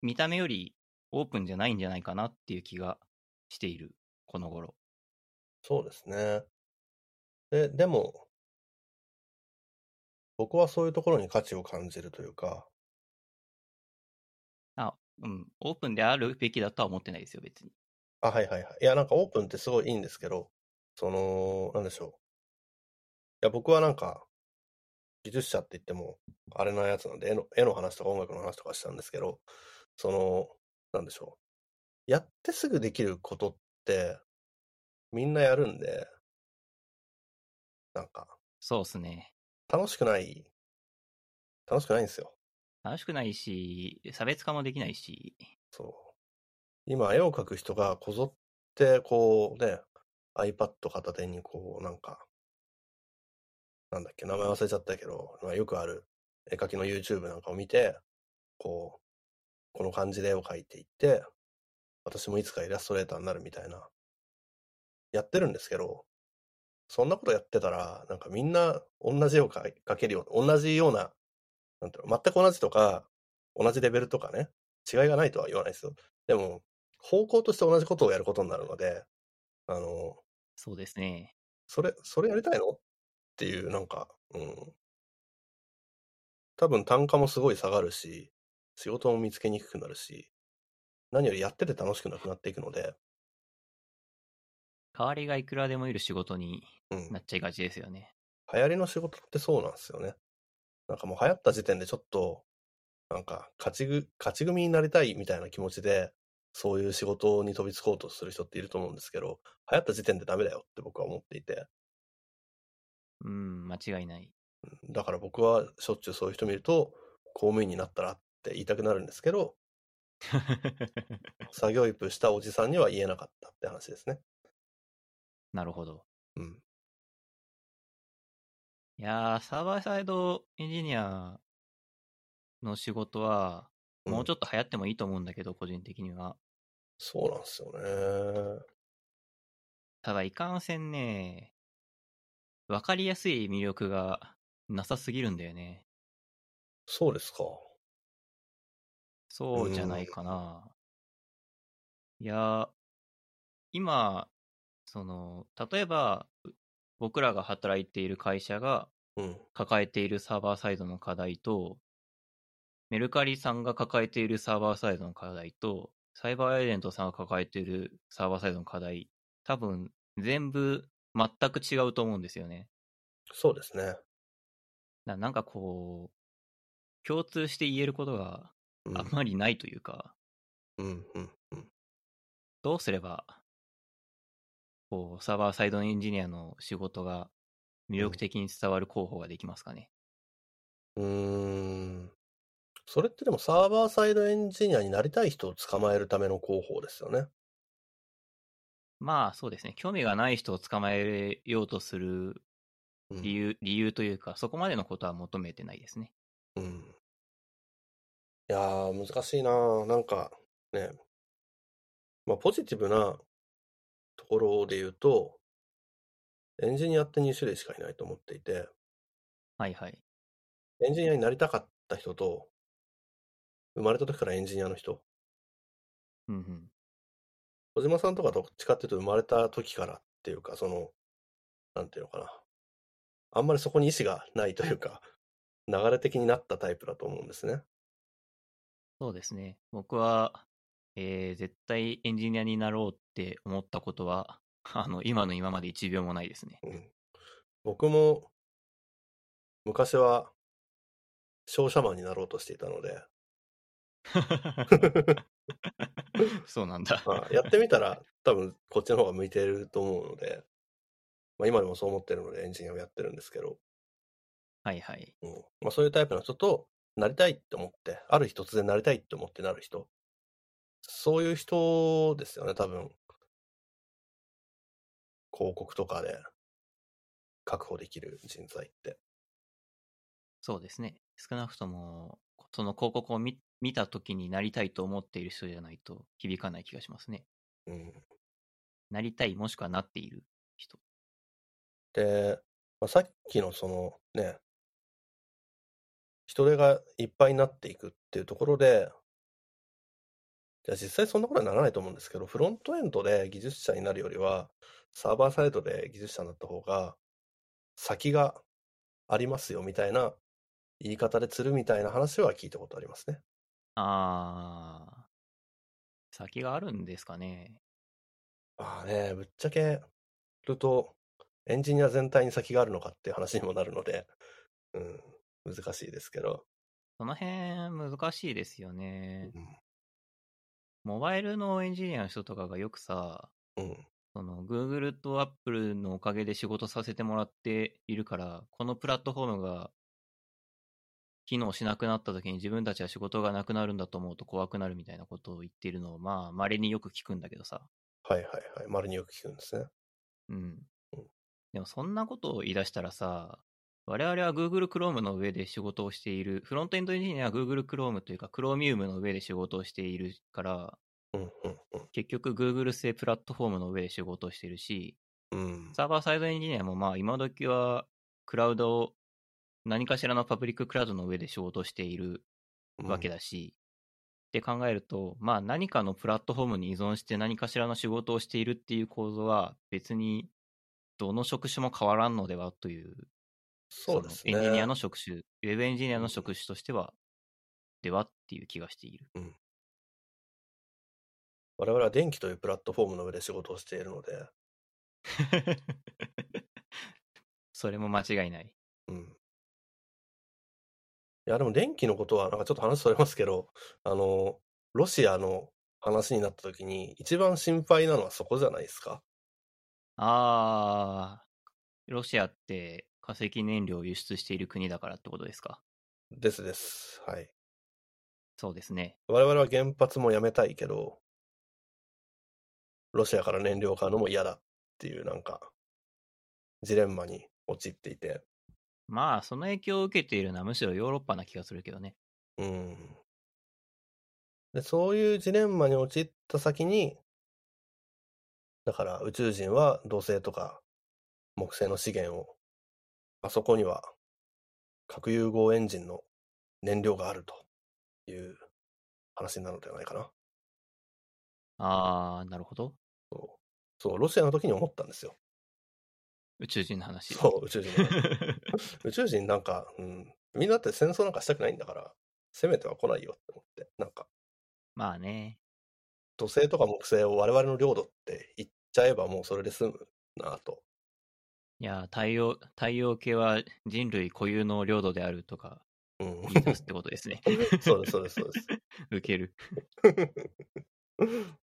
[SPEAKER 1] 見た目よりオープンじゃないんじゃないかなっていう気がしている、この頃。
[SPEAKER 2] そうですね。で、でも、僕はそういうところに価値を感じるというか、
[SPEAKER 1] あ、うん。オープンであるべきだとは思ってないですよ、別に。
[SPEAKER 2] あ、はいはいはい。いや、なんかオープンってすごいいいんですけど、その、なんでしょう。いや、僕はなんか、技術者って言っても、あれなやつなんで、絵の、絵の話とか音楽の話とかしたんですけど、その、なんでしょう。やってすぐできることって、みんなやるんで、なんか、
[SPEAKER 1] そうっすね。
[SPEAKER 2] 楽しくない、楽しくないんですよ。
[SPEAKER 1] 楽しくないし、差別化もできないし、
[SPEAKER 2] そう。今、絵を描く人がこぞって、こうね、 iPad 片手にこう、なんか、なんだっけ、名前忘れちゃったけど、まあ、よくある絵描きの YouTube なんかを見て、こう、この感じで絵を描いていって、私もいつかイラストレーターになるみたいな、やってるんですけど、そんなことやってたら、なんかみんな同じ絵を描い描けるような、同じような、なんていうの、全く同じとか、同じレベルとかね、違いがないとは言わないですよ。でも、方向として同じことをやることになるので、あの、
[SPEAKER 1] そうですね。
[SPEAKER 2] それ、それやりたいのっていう、なんか、うん。多分単価もすごい下がるし、仕事も見つけにくくなるし、何よりやってて楽しくなくなっていくので、
[SPEAKER 1] 代わりがいくらでもいる仕事に
[SPEAKER 2] うん。
[SPEAKER 1] なっちゃいがちですよね。
[SPEAKER 2] 流行りの仕事ってそうなんですよね。なんかもう流行った時点でちょっと、なんか勝ちぐ、勝ち組になりたいみたいな気持ちで、そういう仕事に飛びつこうとする人っていると思うんですけど、流行った時点でダメだよって僕は思っていて、
[SPEAKER 1] うん、間違いない。
[SPEAKER 2] だから僕はしょっちゅうそういう人見ると、公務員になったらって言いたくなるんですけど、作業一プしたおじさんには言えなかったって話ですね。
[SPEAKER 1] なるほど。
[SPEAKER 2] うん。
[SPEAKER 1] いやー、サーバーサイドエンジニアの仕事は、もうち
[SPEAKER 2] ょっ
[SPEAKER 1] ょ
[SPEAKER 2] と。
[SPEAKER 1] っと流行ってもいいと思うんだけど、個人的には。
[SPEAKER 2] そうなんですよね。
[SPEAKER 1] ただ、いかんせんね、わかりやすい魅力がなさすぎるんだよね。
[SPEAKER 2] そうですか。
[SPEAKER 1] そうじゃないかな。いやー、今、その、例えば、う僕らが働いている会社が
[SPEAKER 2] うん。
[SPEAKER 1] 抱えているサーバーサイドの課題と、メルカリさんが抱えているサーバーサイドの課題と、サイバーエージェントさんが抱えているサーバーサイドの課題、多分、全部、全く違うと思うんですよね。
[SPEAKER 2] そうですね。
[SPEAKER 1] ななんかこう、共通して言えることが
[SPEAKER 2] うん
[SPEAKER 1] あ。まりないというか、
[SPEAKER 2] うん。うん。うん。
[SPEAKER 1] どうすれば、こう、サーバーサイドエンジニアの仕事が魅力的に伝わる候補ができますかね。
[SPEAKER 2] うーん。それってでもサーバーサイドエンジニアになりたい人を捕まえるための広報ですよね。
[SPEAKER 1] まあそうですね、興味がない人を捕まえようとする
[SPEAKER 2] うん
[SPEAKER 1] 理由、理由というか、そこまでのことは求めてないですね。
[SPEAKER 2] うん。いやー、難しいなーなんか、ね。まあ、ポジティブなところで言うと、エンジニアって2種類しかいないと思っていて、
[SPEAKER 1] はいはい。
[SPEAKER 2] エンジニアになりたかった人と、生まれた時からエンジニアの人。
[SPEAKER 1] うんうん。
[SPEAKER 2] 小島さんとかどっちかっていうと生まれた時からっていうか、その、なんていうのかな。あんまりそこに意志がないというか、流れ的になったタイプだと思うんですね。
[SPEAKER 1] そうですね。僕は、えー、絶対エンジニアになろうって思ったことは、 あの、今の今まで1秒もないです ね。
[SPEAKER 2] うん僕も昔は商社マンになろうとしていたので、
[SPEAKER 1] そうなんだ。
[SPEAKER 2] まあ、やってみたら多分こっちの方が向いてると思うので、まあ、今でもそう思ってるのでエンジニアをやってるんですけど、
[SPEAKER 1] はいはい。
[SPEAKER 2] うんまあ、そういうタイプの人となりたいって思ってある日突然なりたいって思ってなる人そういう人ですよね多分広告とかで確保できる人材って
[SPEAKER 1] そうですね。少なくとも、その広告を見見た時になりたいと思っている人じゃないと響かない気がしますね。
[SPEAKER 2] うん
[SPEAKER 1] なりたい、もしくはなっている人。
[SPEAKER 2] で、まあ、さっきのそのね、人手がいっぱいになっていくっていうところで、じゃあ実際そんなことはならないと思うんですけど、フロントエンドで技術者になるよりは、サーバーサイドで技術者になった方が、先がありますよみたいな言い方で釣るみたいな話は聞いたことありますね。
[SPEAKER 1] あー、先があるんですかね。
[SPEAKER 2] まあね、ぶっちゃけると、エンジニア全体に先があるのかっていう話にもなるので、うん、難しいですけど。
[SPEAKER 1] その辺難しいですよね。
[SPEAKER 2] うん
[SPEAKER 1] モバイルのエンジニアの人とかがよくさ、
[SPEAKER 2] うん
[SPEAKER 1] その Google と Apple のおかげで仕事させてもらっているから、このプラットフォームが機能しなくなった時に自分たちは仕事がなくなるんだと思うと怖くなるみたいなことを言っているのを、まあ、稀によく聞くんだけどさ。
[SPEAKER 2] はいはいはい。丸によく聞くんですね。
[SPEAKER 1] うん
[SPEAKER 2] うん。
[SPEAKER 1] でもそんなことを言い出したらさ、我々は Google Chrome の上で仕事をしている、フロントエンドエンジニアは Google Chrome というか Chromium の上で仕事をしているから、
[SPEAKER 2] うん、うん、
[SPEAKER 1] 結局 Google 製プラットフォームの上で仕事をしているし、
[SPEAKER 2] うん。
[SPEAKER 1] サーバーサイドエンジニアもまあ今時はクラウドを、何かしらのパブリッククラウドの上で仕事をしている
[SPEAKER 2] うん
[SPEAKER 1] わけだし、って考えると、まあ何かのプラットフォームに依存して何かしらの仕事をしているっていう構造は別にどの職種も変わらんのではという、
[SPEAKER 2] そうですね。
[SPEAKER 1] のエンジニアの職種、ウェブエンジニアの職種としては、ではっていう気がしてい る。
[SPEAKER 2] 我々は電気というプラットフォームの上で仕事をしているので、
[SPEAKER 1] それも間違いない。
[SPEAKER 2] うん。いや、でも電気のことは、なんかちょっと話それますけど、あの、ロシアの話になった時に、一番心配なのはそこじゃないですか。
[SPEAKER 1] あー、ロシアって化石燃料を輸出している国だからってことですか。
[SPEAKER 2] ですです。はい。
[SPEAKER 1] そうですね。
[SPEAKER 2] 我々は原発もやめたいけど、ロシアから燃料を買うのも嫌だっていう、なんか、ジレンマに陥っていて、
[SPEAKER 1] まあ、その影響を受けているのはむしろヨーロッパな気がするけどね。
[SPEAKER 2] うん。で、そういうジレンマに陥った先に、だから宇宙人は土星とか木星の資源を、あそこには核融合エンジンの燃料があるという話になるのではないかな。
[SPEAKER 1] あー、なるほど。
[SPEAKER 2] そう、そうロシアの時に思ったんですよ。
[SPEAKER 1] 宇宙人の話。
[SPEAKER 2] そう、宇宙人の話。宇宙人なんか、うん、みんなだって戦争なんかしたくないんだから、攻めては来ないよって思って、なんか、
[SPEAKER 1] まあね。
[SPEAKER 2] 土星とか木星を我々の領土って言っちゃえばもうそれで済むなぁと。
[SPEAKER 1] いやー、太陽、太陽系は人類固有の領土であると か
[SPEAKER 2] うん
[SPEAKER 1] 言い出すってことですね。
[SPEAKER 2] そうです、そうです、そうです。
[SPEAKER 1] 受ける。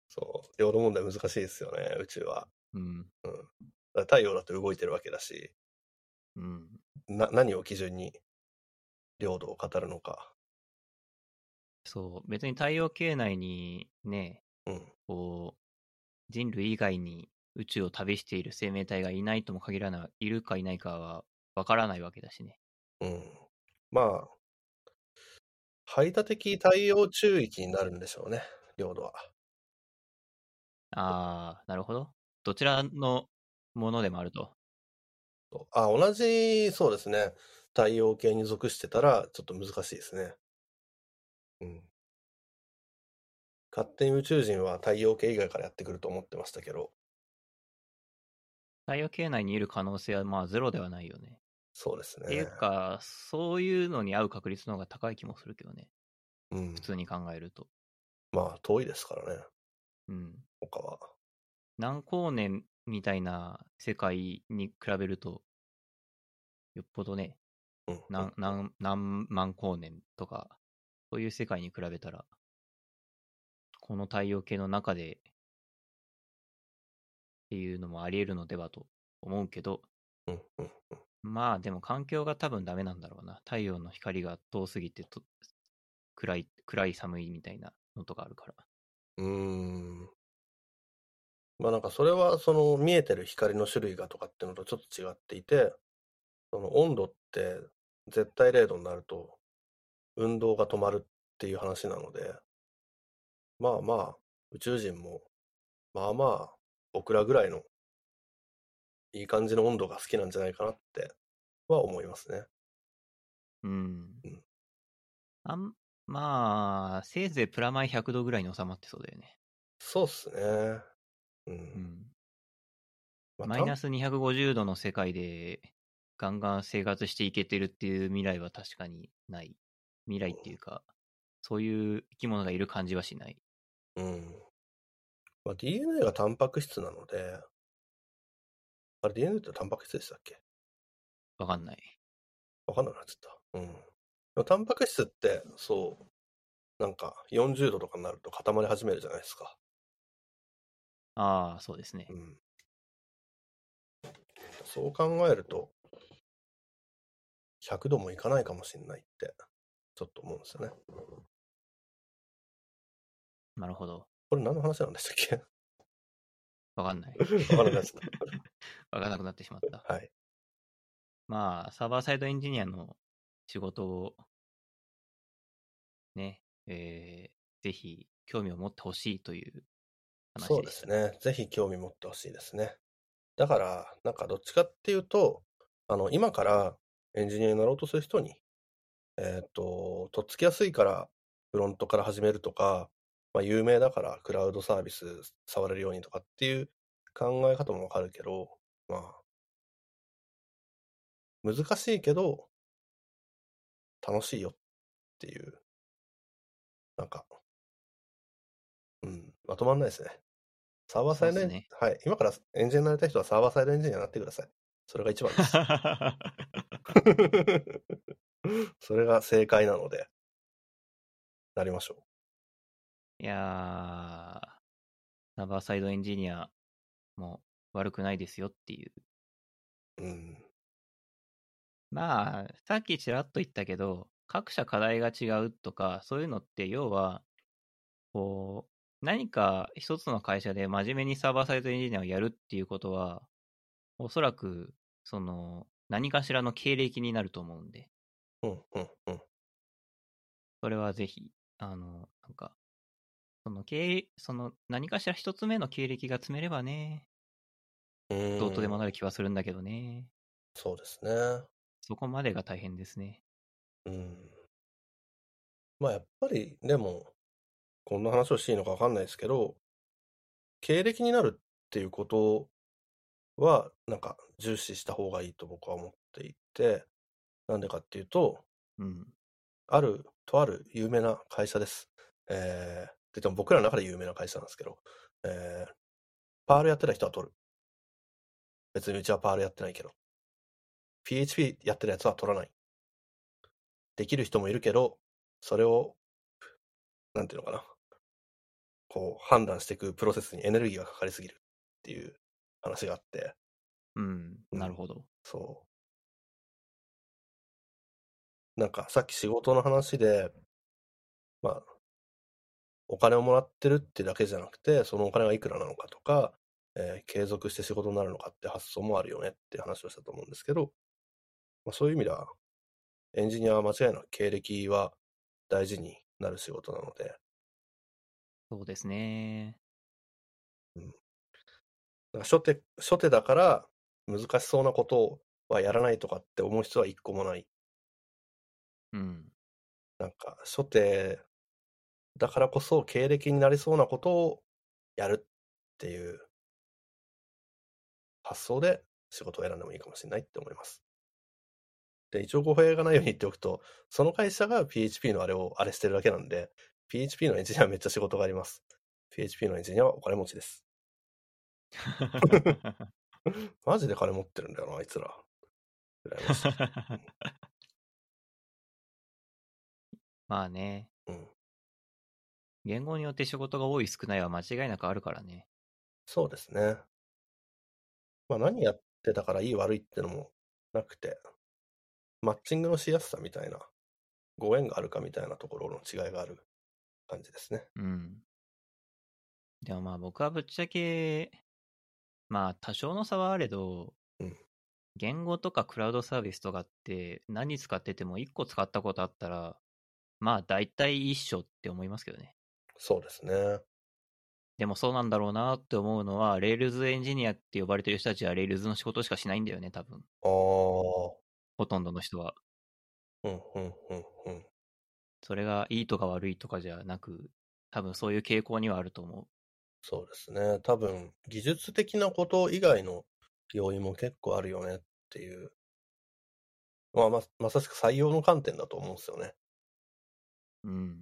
[SPEAKER 2] そう。領土問題難しいですよね、宇宙は。
[SPEAKER 1] うん。
[SPEAKER 2] だから太陽だって動いてるわけだし、
[SPEAKER 1] うん。
[SPEAKER 2] な、何を基準に領土を語るのか。
[SPEAKER 1] そう。別に太陽系内にね、
[SPEAKER 2] うん。
[SPEAKER 1] こう、人類以外に宇宙を旅している生命体がいないとも限らない、いるかいないかはわからないわけだしね。
[SPEAKER 2] うん。まあ、排他的太陽中域になるんでしょうね、領土は。
[SPEAKER 1] あー、なるほど。どちらのものでもあると。
[SPEAKER 2] とあ、同じ、そうですね。太陽系に属してたら、ちょっと難しいですね。うん。勝手に宇宙人は太陽系以外からやってくると思ってましたけど、
[SPEAKER 1] 太陽系内にいる可能性はまあゼロではないよね。
[SPEAKER 2] そうです
[SPEAKER 1] っていう
[SPEAKER 2] ね。
[SPEAKER 1] か、そういうのに合う確率の方が高い気もするけどね。
[SPEAKER 2] うん
[SPEAKER 1] 普。通に考えると。
[SPEAKER 2] まあ、遠いですからね、
[SPEAKER 1] うん。
[SPEAKER 2] 他は。
[SPEAKER 1] 何光年みたいな世界に比べると、よっぽどね、
[SPEAKER 2] うん。
[SPEAKER 1] 何、何、何万光年とか、そういう世界に比べたら、この太陽系の中で、っていうのもあり得るのではと思うけど、
[SPEAKER 2] うん。うん。
[SPEAKER 1] まあでも環境が多分ダメなんだろうな。太陽の光が遠すぎてと暗い、暗い寒いみたいなのとかあるから。
[SPEAKER 2] うーん。まあなんかそれはその見えてる光の種類がとかっていうのとちょっと違っていて、その温度って絶対0度になると運動が止まるっていう話なので、まあまあ宇宙人もまあまあ僕らぐらいのいい感じの温度が好きなんじゃないかなっては思いますね。
[SPEAKER 1] うん
[SPEAKER 2] うん。
[SPEAKER 1] あん、まあ、せいぜいプラマイ100度ぐらいに収まってそうだよね。
[SPEAKER 2] そうっすね。う。
[SPEAKER 1] うんん。
[SPEAKER 2] まあ
[SPEAKER 1] マイナス250度の世界でガンガン生活していけてるっていう未来は確かにない。未来っていうか、そういう生き物がいる感じはしない。
[SPEAKER 2] うん。まあ、DNA がタンパク質なので、あれ DNA ってタンパク質でしたっけ
[SPEAKER 1] わかんない。
[SPEAKER 2] わかんなくなっちゃった。うん。でもタンパク質って、そう、なんか40度とかになると固まり始めるじゃないですか。
[SPEAKER 1] ああ、そうですね
[SPEAKER 2] う。ん。そう考えると、100度もいかないかもしれないって、ちょっと思うんですよね。
[SPEAKER 1] なるほど。
[SPEAKER 2] これ何の話なんでしたっけ
[SPEAKER 1] わかんない。
[SPEAKER 2] わからないですか
[SPEAKER 1] わからなくなってしまった。
[SPEAKER 2] はい。
[SPEAKER 1] まあ、サーバーサイドエンジニアの仕事を、ね、えーぜひ興味を持ってほしいという話
[SPEAKER 2] そう
[SPEAKER 1] で
[SPEAKER 2] で
[SPEAKER 1] し
[SPEAKER 2] す
[SPEAKER 1] た。
[SPEAKER 2] ね。ぜひ興味持ってほしいですね。だから、なんかどっちかっていうと、あの、今からエンジニアになろうとする人に、えっと、とっつきやすいから、フロントから始めるとか、まあ、有名だからクラウドサービス触れるようにとかっていう考え方もわかるけど、まあ、難しいけど、楽しいよっていう、なんか、うん、まとまんないですね。サーバーサイドエンジ
[SPEAKER 1] そうっ
[SPEAKER 2] はい、今からエンジニアになりたい人はサーバーサイドエンジニアになってください。それが一番 です。それが正解なので、なりましょう。
[SPEAKER 1] いやー、サーバーサイドエンジニアも悪くないですよっていう。
[SPEAKER 2] うん。
[SPEAKER 1] まあ、さっきちらっと言ったけど、各社課題が違うとか、そういうのって、要は、こう、何か一つの会社で真面目にサーバーサイドエンジニアをやるっていうことは、おそらく、その、何かしらの経歴になると思うんで、
[SPEAKER 2] うん、うん、うん。
[SPEAKER 1] それはぜひ、あの、なんか、その経、その、何かしら一つ目の経歴が積めればね、
[SPEAKER 2] うん
[SPEAKER 1] どうとでもなる気はするんだけどね、
[SPEAKER 2] そうですね。
[SPEAKER 1] そこまでが大変ですね。
[SPEAKER 2] うん。まあやっぱり、でも、こんな話をしていいのかわかんないですけど、経歴になるっていうことは、なんか重視した方がいいと僕は思っていて、なんでかっていうと、
[SPEAKER 1] うん。
[SPEAKER 2] ある、とある有名な会社です。えー、ででも僕らの中で有名な会社なんですけど、えー、パールやってた人は取る。別にうちはパールやってないけど。PHP やってるやつは取らない。できる人もいるけど、それを、なんていうのかな。こう、判断していくプロセスにエネルギーがかかりすぎるっていう話があって、
[SPEAKER 1] うん。なるほど。
[SPEAKER 2] そう。なんかさっき仕事の話で、まあ、お金をもらってるってだけじゃなくて、そのお金がいくらなのかとか、えー継続して仕事になるのかって発想もあるよねって話をしたと思うんですけど、まあ、そういう意味では、エンジニアは間違いなく経歴は大事になる仕事なので、
[SPEAKER 1] そうですね。
[SPEAKER 2] なんか初手、初手だから難しそうなことはやらないとかって思う人は一個もない。
[SPEAKER 1] うん。
[SPEAKER 2] なんか、初手だからこそ経歴になりそうなことをやるっていう発想で仕事を選んでもいいかもしれないって思います。で、一応語弊がないように言っておくと、その会社が PHP のあれをあれしてるだけなんで、PHP のエンジニアはめっちゃ仕事があります。PHP のエンジニアはお金持ちです。 マジで金持ってるんだよな、あいつら。羨ましい
[SPEAKER 1] まあね。
[SPEAKER 2] うん
[SPEAKER 1] 言語によって仕事が多い少ないは間違いなくあるからね。
[SPEAKER 2] そうですね。まあ何やってたからいい悪いってのもなくて、マッチングのしやすさみたいな、ご縁があるかみたいなところの違いがある感じですね。
[SPEAKER 1] うん。でもまあ僕はぶっちゃけ、まあ多少の差はあれど、
[SPEAKER 2] うん
[SPEAKER 1] 言語とかクラウドサービスとかって何使ってても1個使ったことあったら、まあ大体一緒って思いますけどね。
[SPEAKER 2] そうですね。
[SPEAKER 1] でもそうなんだろうなって思うのは、Rails エンジニアって呼ばれてる人たちは Rails の仕事しかしないんだよね、多分。
[SPEAKER 2] ああ、
[SPEAKER 1] ほとんどの人は。
[SPEAKER 2] うんうんうんうん。
[SPEAKER 1] それがいいとか悪いとかじゃなく、多分そういう傾向にはあると思
[SPEAKER 2] そうですね。多分、技術的なこと以外の要因も結構あるよねっていう。まあ、ま、まさしく採用の観点だと思うんですよね。
[SPEAKER 1] う。うん。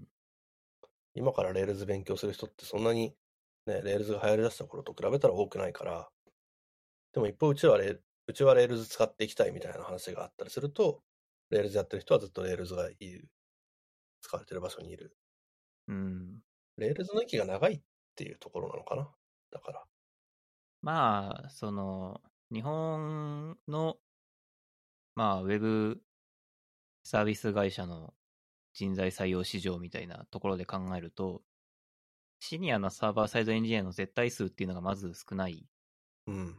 [SPEAKER 2] 今からレールズ勉強する人ってそんなに、ね、レールズが流行りだした頃と比べたら多くないから、でも一方、うちはレール、うちはレールズ使っていきたいみたいな話があったりすると、レールズやってる人はずっとレールズがいる。使われてる場所にいる。
[SPEAKER 1] うん。
[SPEAKER 2] レールズの息が長いっていうところなのかな。だから。
[SPEAKER 1] まあ、その、日本の、まあ、ウェブサービス会社の人材採用市場みたいなところで考えると、シニアのサーバーサイドエンジニアの絶対数っていうのがまず少ない
[SPEAKER 2] うん。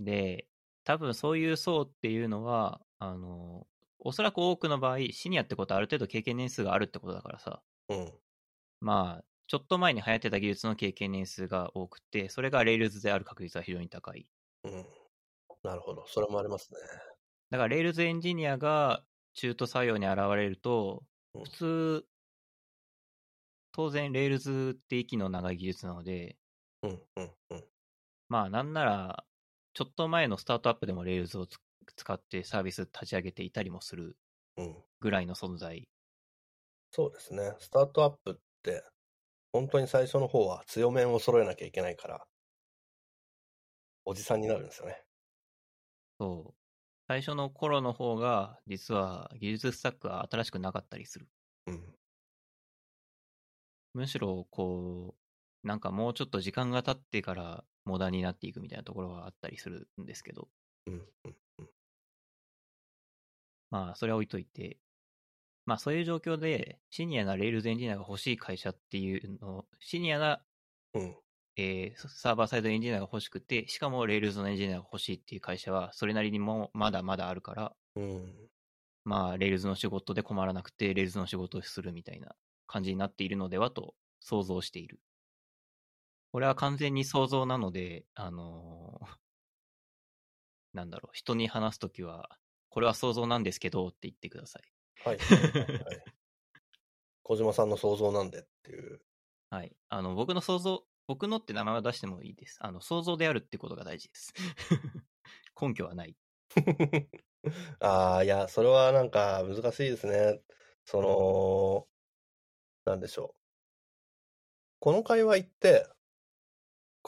[SPEAKER 1] で、多分そういう層っていうのは、あの、おそらく多くの場合、シニアってことはある程度経験年数があるってことだからさ、
[SPEAKER 2] うん。
[SPEAKER 1] まあ、ちょっと前に流行ってた技術の経験年数が多くて、それが Rails である確率は非常に高い。
[SPEAKER 2] うん。なるほど。それもありますね。
[SPEAKER 1] だから Rails エンジニアが中途採用に現れると
[SPEAKER 2] うん、
[SPEAKER 1] 普通、当然 Rails って息の長い技術なので、
[SPEAKER 2] うん、うん、うん。
[SPEAKER 1] まあなんなら、ちょっと前のスタートアップでも Rails をつ使ってサービス立ち上げていたりもする
[SPEAKER 2] うん。
[SPEAKER 1] ぐらいの存在。
[SPEAKER 2] そうですね。スタートアップって、本当に最初の方は強面を揃えなきゃいけないから、おじさんになるんですよね。
[SPEAKER 1] そう。最初の頃の方が、実は技術スタックは新しくなかったりする。
[SPEAKER 2] うん。
[SPEAKER 1] むしろ、こう、なんかもうちょっと時間が経ってからモダンになっていくみたいなところはあったりするんですけど、
[SPEAKER 2] うん、うん。
[SPEAKER 1] まあ、それは置いといて、まあ、そういう状況で、シニアなレールズエンジニアが欲しい会社っていうの、シニアな、
[SPEAKER 2] うん。
[SPEAKER 1] えーサーバーサイドエンジニアが欲しくて、しかもレールズのエンジニアが欲しいっていう会社は、それなりにもうまだまだあるから、
[SPEAKER 2] うん。
[SPEAKER 1] まあ、レールズの仕事で困らなくて、レールズの仕事をするみたいな感じになっているのではと想像している。これは完全に想像なので、あのーなんだろう、人に話すときは、これは想像なんですけどって言ってください。
[SPEAKER 2] はい。はいはいはい小島さんの想像なんでっていう。
[SPEAKER 1] はい。あの、僕の想像、僕のって名前は出してもいいです。あの、想像であるってことが大事です。 根拠はない。
[SPEAKER 2] ああ、いや、それはなんか難しいですね。その、なんでしょう。この会話行って、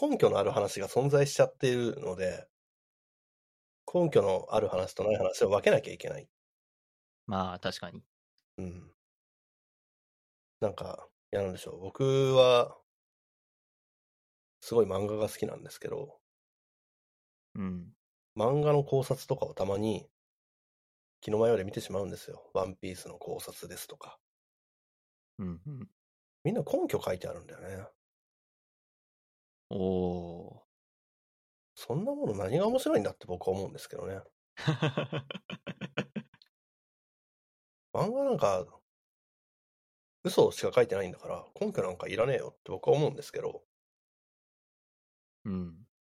[SPEAKER 2] 根拠のある話が存在しちゃっているので、根拠のある話とない話を分けなきゃいけない。
[SPEAKER 1] まあ、確かに。
[SPEAKER 2] うん。なんか、いや、なんでしょう。僕は、すごい漫画が好きなんですけど、
[SPEAKER 1] うん。
[SPEAKER 2] 漫画の考察とかをたまに、気の迷いで見てしまうんですよ。ワンピースの考察ですとか。
[SPEAKER 1] うん、うん。
[SPEAKER 2] みんな根拠書いてあるんだよね。
[SPEAKER 1] おー。
[SPEAKER 2] そんなもの何が面白いんだって僕は思うんですけどね。漫画なんか、嘘しか書いてないんだから、根拠なんかいらねえよって僕は思うんですけど、
[SPEAKER 1] うん。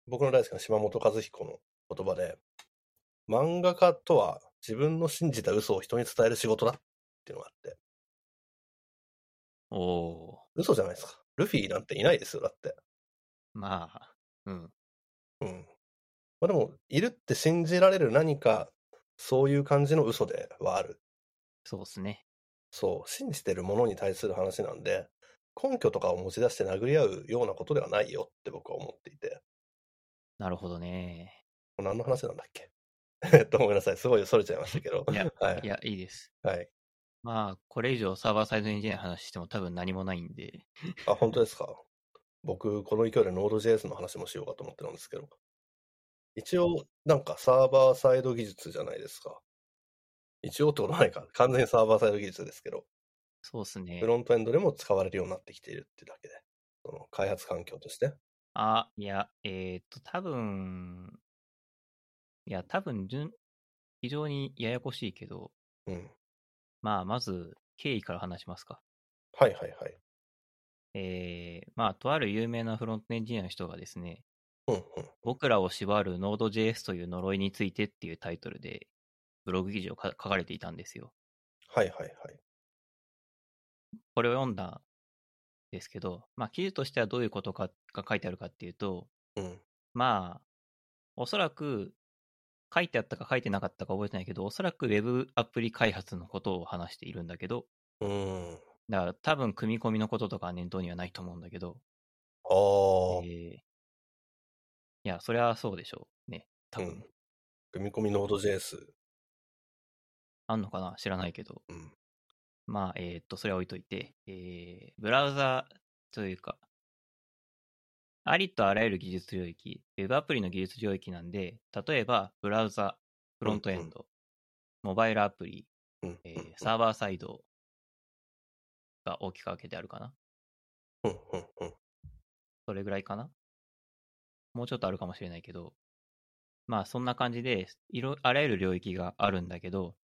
[SPEAKER 2] 僕の大好きな島本和彦の言葉で、漫画家とは自分の信じた嘘を人に伝える仕事だっていうのがあって、
[SPEAKER 1] おお
[SPEAKER 2] 嘘じゃないですか。ルフィなんていないですよ、だって。
[SPEAKER 1] ー。まあ、うん。
[SPEAKER 2] うん。まあでも、いるって信じられる何か、そういう感じの嘘ではある。
[SPEAKER 1] そうっすね。
[SPEAKER 2] そう、信じてるものに対する話なんで、根拠とかを持ち出して殴り合うようなことではないよって僕は思っていて、
[SPEAKER 1] なるほどね。
[SPEAKER 2] 何の話なんだっけ えっと、ごめんなさい、すごいそれちゃいましたけど。、
[SPEAKER 1] いや
[SPEAKER 2] はい
[SPEAKER 1] いや、いいです。
[SPEAKER 2] はい。
[SPEAKER 1] まあ、これ以上サーバーサイドエンジニアの話しても多分何もないんで。
[SPEAKER 2] あ、本当ですか。僕、この勢いで Node.js の話もしようかと思ってるんですけど。一応、なんかサーバーサイド技術じゃないですか。一応ってことないか。完全にサーバーサイド技術ですけど、
[SPEAKER 1] そうっすね
[SPEAKER 2] フ。ロントエンドでも使われるようになってきているってだけで、その開発環境として。
[SPEAKER 1] あ、いや、えーっと、多分、いや、多分、順非常にややこしいけど、
[SPEAKER 2] うん。
[SPEAKER 1] まあ、まず、経緯から話しますか。
[SPEAKER 2] はいはいはい。
[SPEAKER 1] えー、まあ、とある有名なフロントエンジニアの人がですね、
[SPEAKER 2] うん
[SPEAKER 1] 僕らを縛る Node.js という呪いについてっていうタイトルで、ブログ記事をか書かれていたんですよ。
[SPEAKER 2] はいはいはい。
[SPEAKER 1] これを読んだんですけど、まあ、記事としてはどういうことかが書いてあるかっていうと、
[SPEAKER 2] うん。
[SPEAKER 1] まあ、おそらく、書いてあったか書いてなかったか覚えてないけど、おそらく Web アプリ開発のことを話しているんだけど、
[SPEAKER 2] うーん。
[SPEAKER 1] だから多分組み込みのこととかは念頭にはないと思うんだけど、
[SPEAKER 2] ああ、
[SPEAKER 1] えーいや、それはそうでしょうね。多分、
[SPEAKER 2] うん組み込みノード JS。
[SPEAKER 1] あんのかな知らないけど。
[SPEAKER 2] うん。
[SPEAKER 1] まあ、えーっと、それは置いといて、えー、ブラウザというか、ありとあらゆる技術領域、Web アプリの技術領域なんで、例えば、ブラウザ、フロントエンド、モバイルアプリ、
[SPEAKER 2] うん。
[SPEAKER 1] えーサーバーサイドが大きく分けてあるかな。
[SPEAKER 2] うんうんうん。
[SPEAKER 1] それぐらいかなもうちょっとあるかもしれないけど、まあそんな感じで、いろ、あらゆる領域があるんだけど、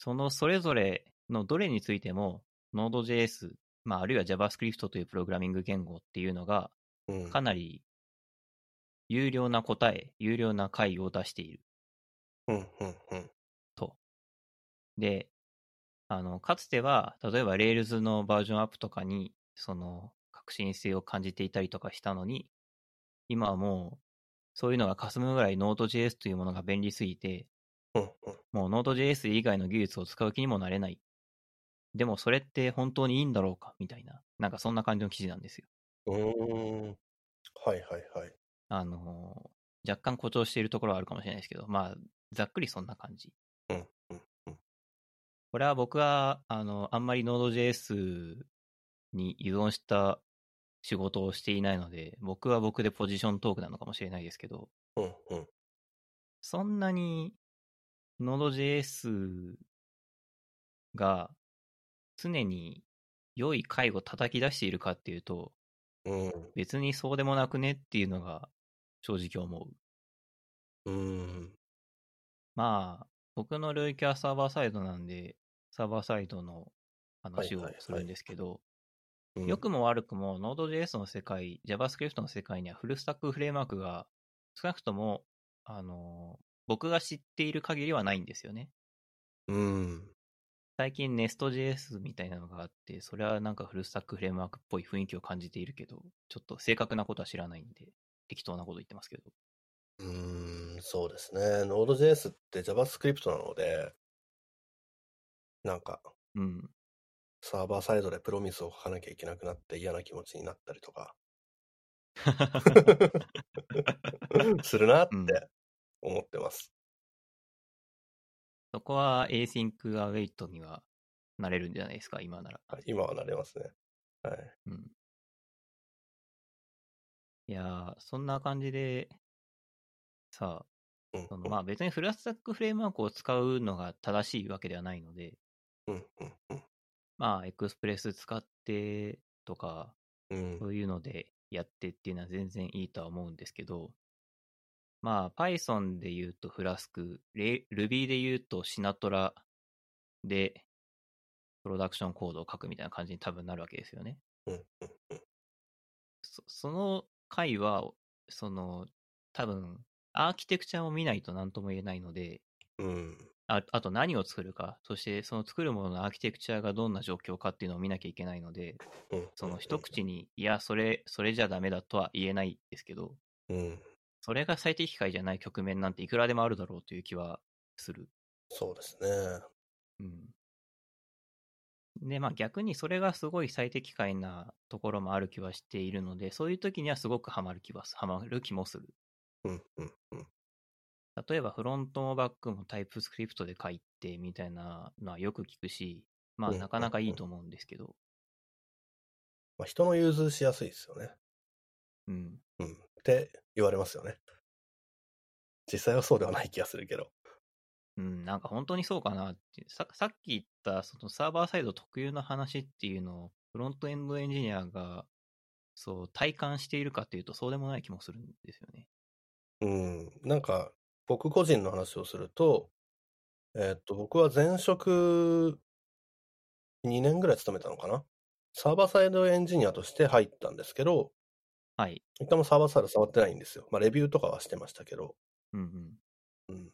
[SPEAKER 1] そのそれぞれのどれについても Node.js、まああるいは JavaScript というプログラミング言語っていうのが
[SPEAKER 2] うん、
[SPEAKER 1] かなり有料な答え、有料な解を出している。
[SPEAKER 2] うんうんうん。
[SPEAKER 1] で、あの、かつては、例えば Rails のバージョンアップとかに、その、革新性を感じていたりとかしたのに、今はもう、そういうのが霞むぐらい Node.js というものが便利すぎて、
[SPEAKER 2] うんうん。
[SPEAKER 1] もう Node.js 以外の技術を使う気にもなれない。でもそれって本当にいいんだろうかみたいな、なんかそんな感じの記事なんですよ。
[SPEAKER 2] うーん。はいはいはい。
[SPEAKER 1] あのー若干誇張しているところはあるかもしれないですけど、まあ、ざっくりそんな感じ。
[SPEAKER 2] うんうんうん。
[SPEAKER 1] これは僕は、あの、あんまり Node.js に依存した仕事をしていないので、僕は僕でポジショントークなのかもしれないですけど、
[SPEAKER 2] うんうん。
[SPEAKER 1] そんなに Node.js が常に良い回を叩き出しているかっていうと、
[SPEAKER 2] うん。
[SPEAKER 1] 別にそうでもなくねっていうのが正直思う。
[SPEAKER 2] うん。
[SPEAKER 1] まあ、僕の領域はサーバーサイドなんで、サーバーサイドの話を
[SPEAKER 2] はいはいはい
[SPEAKER 1] するんですけど、
[SPEAKER 2] うん
[SPEAKER 1] 良くも悪くも Node.js の世界、JavaScript の世界にはフルスタックフレームワークが少なくとも、あの、僕が知っている限りはないんですよね。
[SPEAKER 2] うん。
[SPEAKER 1] 最近 Nest.js みたいなのがあって、それはなんかフルスタックフレームワークっぽい雰囲気を感じているけど、ちょっと正確なことは知らないんで、適当なこと言ってますけど。
[SPEAKER 2] うーん、そうですね。Node.js って JavaScript なので、なんか
[SPEAKER 1] うん。
[SPEAKER 2] サーバーサイドでプロミスを書かなきゃいけなくなって嫌な気持ちになったりと かするなって
[SPEAKER 1] うん
[SPEAKER 2] 思ってます。
[SPEAKER 1] そこは Async Await にはなれるんじゃないですか、今なら。
[SPEAKER 2] はい今は慣れますね。はい。
[SPEAKER 1] うん。いやー、そんな感じで、さ
[SPEAKER 2] う
[SPEAKER 1] あ、そ
[SPEAKER 2] ん
[SPEAKER 1] のまあ別にフルスタックフレームワークを使うのが正しいわけではないので、
[SPEAKER 2] うんうんうん
[SPEAKER 1] まあエクスプレス使ってとか、
[SPEAKER 2] うん
[SPEAKER 1] そういうのでやってっていうのは全然いいとは思うんですけど、まあ、Python で言うとフラスク、レ Ruby で言うとシナトラで、プロダクションコードを書くみたいな感じに多分なるわけですよね。
[SPEAKER 2] うんうん
[SPEAKER 1] そその回は、その、多分、アーキテクチャを見ないと何とも言えないので、
[SPEAKER 2] うん
[SPEAKER 1] ああと何を作るか、そしてその作るもののアーキテクチャがどんな状況かっていうのを見なきゃいけないので、
[SPEAKER 2] うん
[SPEAKER 1] その一口に、いや、それ、それじゃダメだとは言えないですけど、
[SPEAKER 2] うん
[SPEAKER 1] それが最適解じゃない局面なんていくらでもあるだろうという気はする。
[SPEAKER 2] そうですね。
[SPEAKER 1] うん。で、まあ逆にそれがすごい最適解なところもある気はしているので、そういう時にはすごくハマる気はす、ハマる気もする。
[SPEAKER 2] うんうんうん
[SPEAKER 1] 例えばフロントもバックもタイプスクリプトで書いてみたいなのはよく聞くし、まあ
[SPEAKER 2] うん
[SPEAKER 1] なかなかいいと思うんですけど、
[SPEAKER 2] まあ、人の融通しやすいですよね。
[SPEAKER 1] うん。
[SPEAKER 2] うん。って言われますよね。実際はそうではない気がするけど。
[SPEAKER 1] うん、なんか本当にそうかなって、ささっき言ったそのサーバーサイド特有の話っていうのを、フロントエンドエンジニアがそう体感しているかっていうと、そうでもない気もするんですよね。
[SPEAKER 2] うん、なんか僕個人の話をすると、えーっと、僕は前職2年ぐらい勤めたのかな。サーバーサイドエンジニアとして入ったんですけど、
[SPEAKER 1] はい。
[SPEAKER 2] 一回もサーバーサイド触ってないんですよ。まあ、レビューとかはしてましたけど、
[SPEAKER 1] うんうん。
[SPEAKER 2] うん。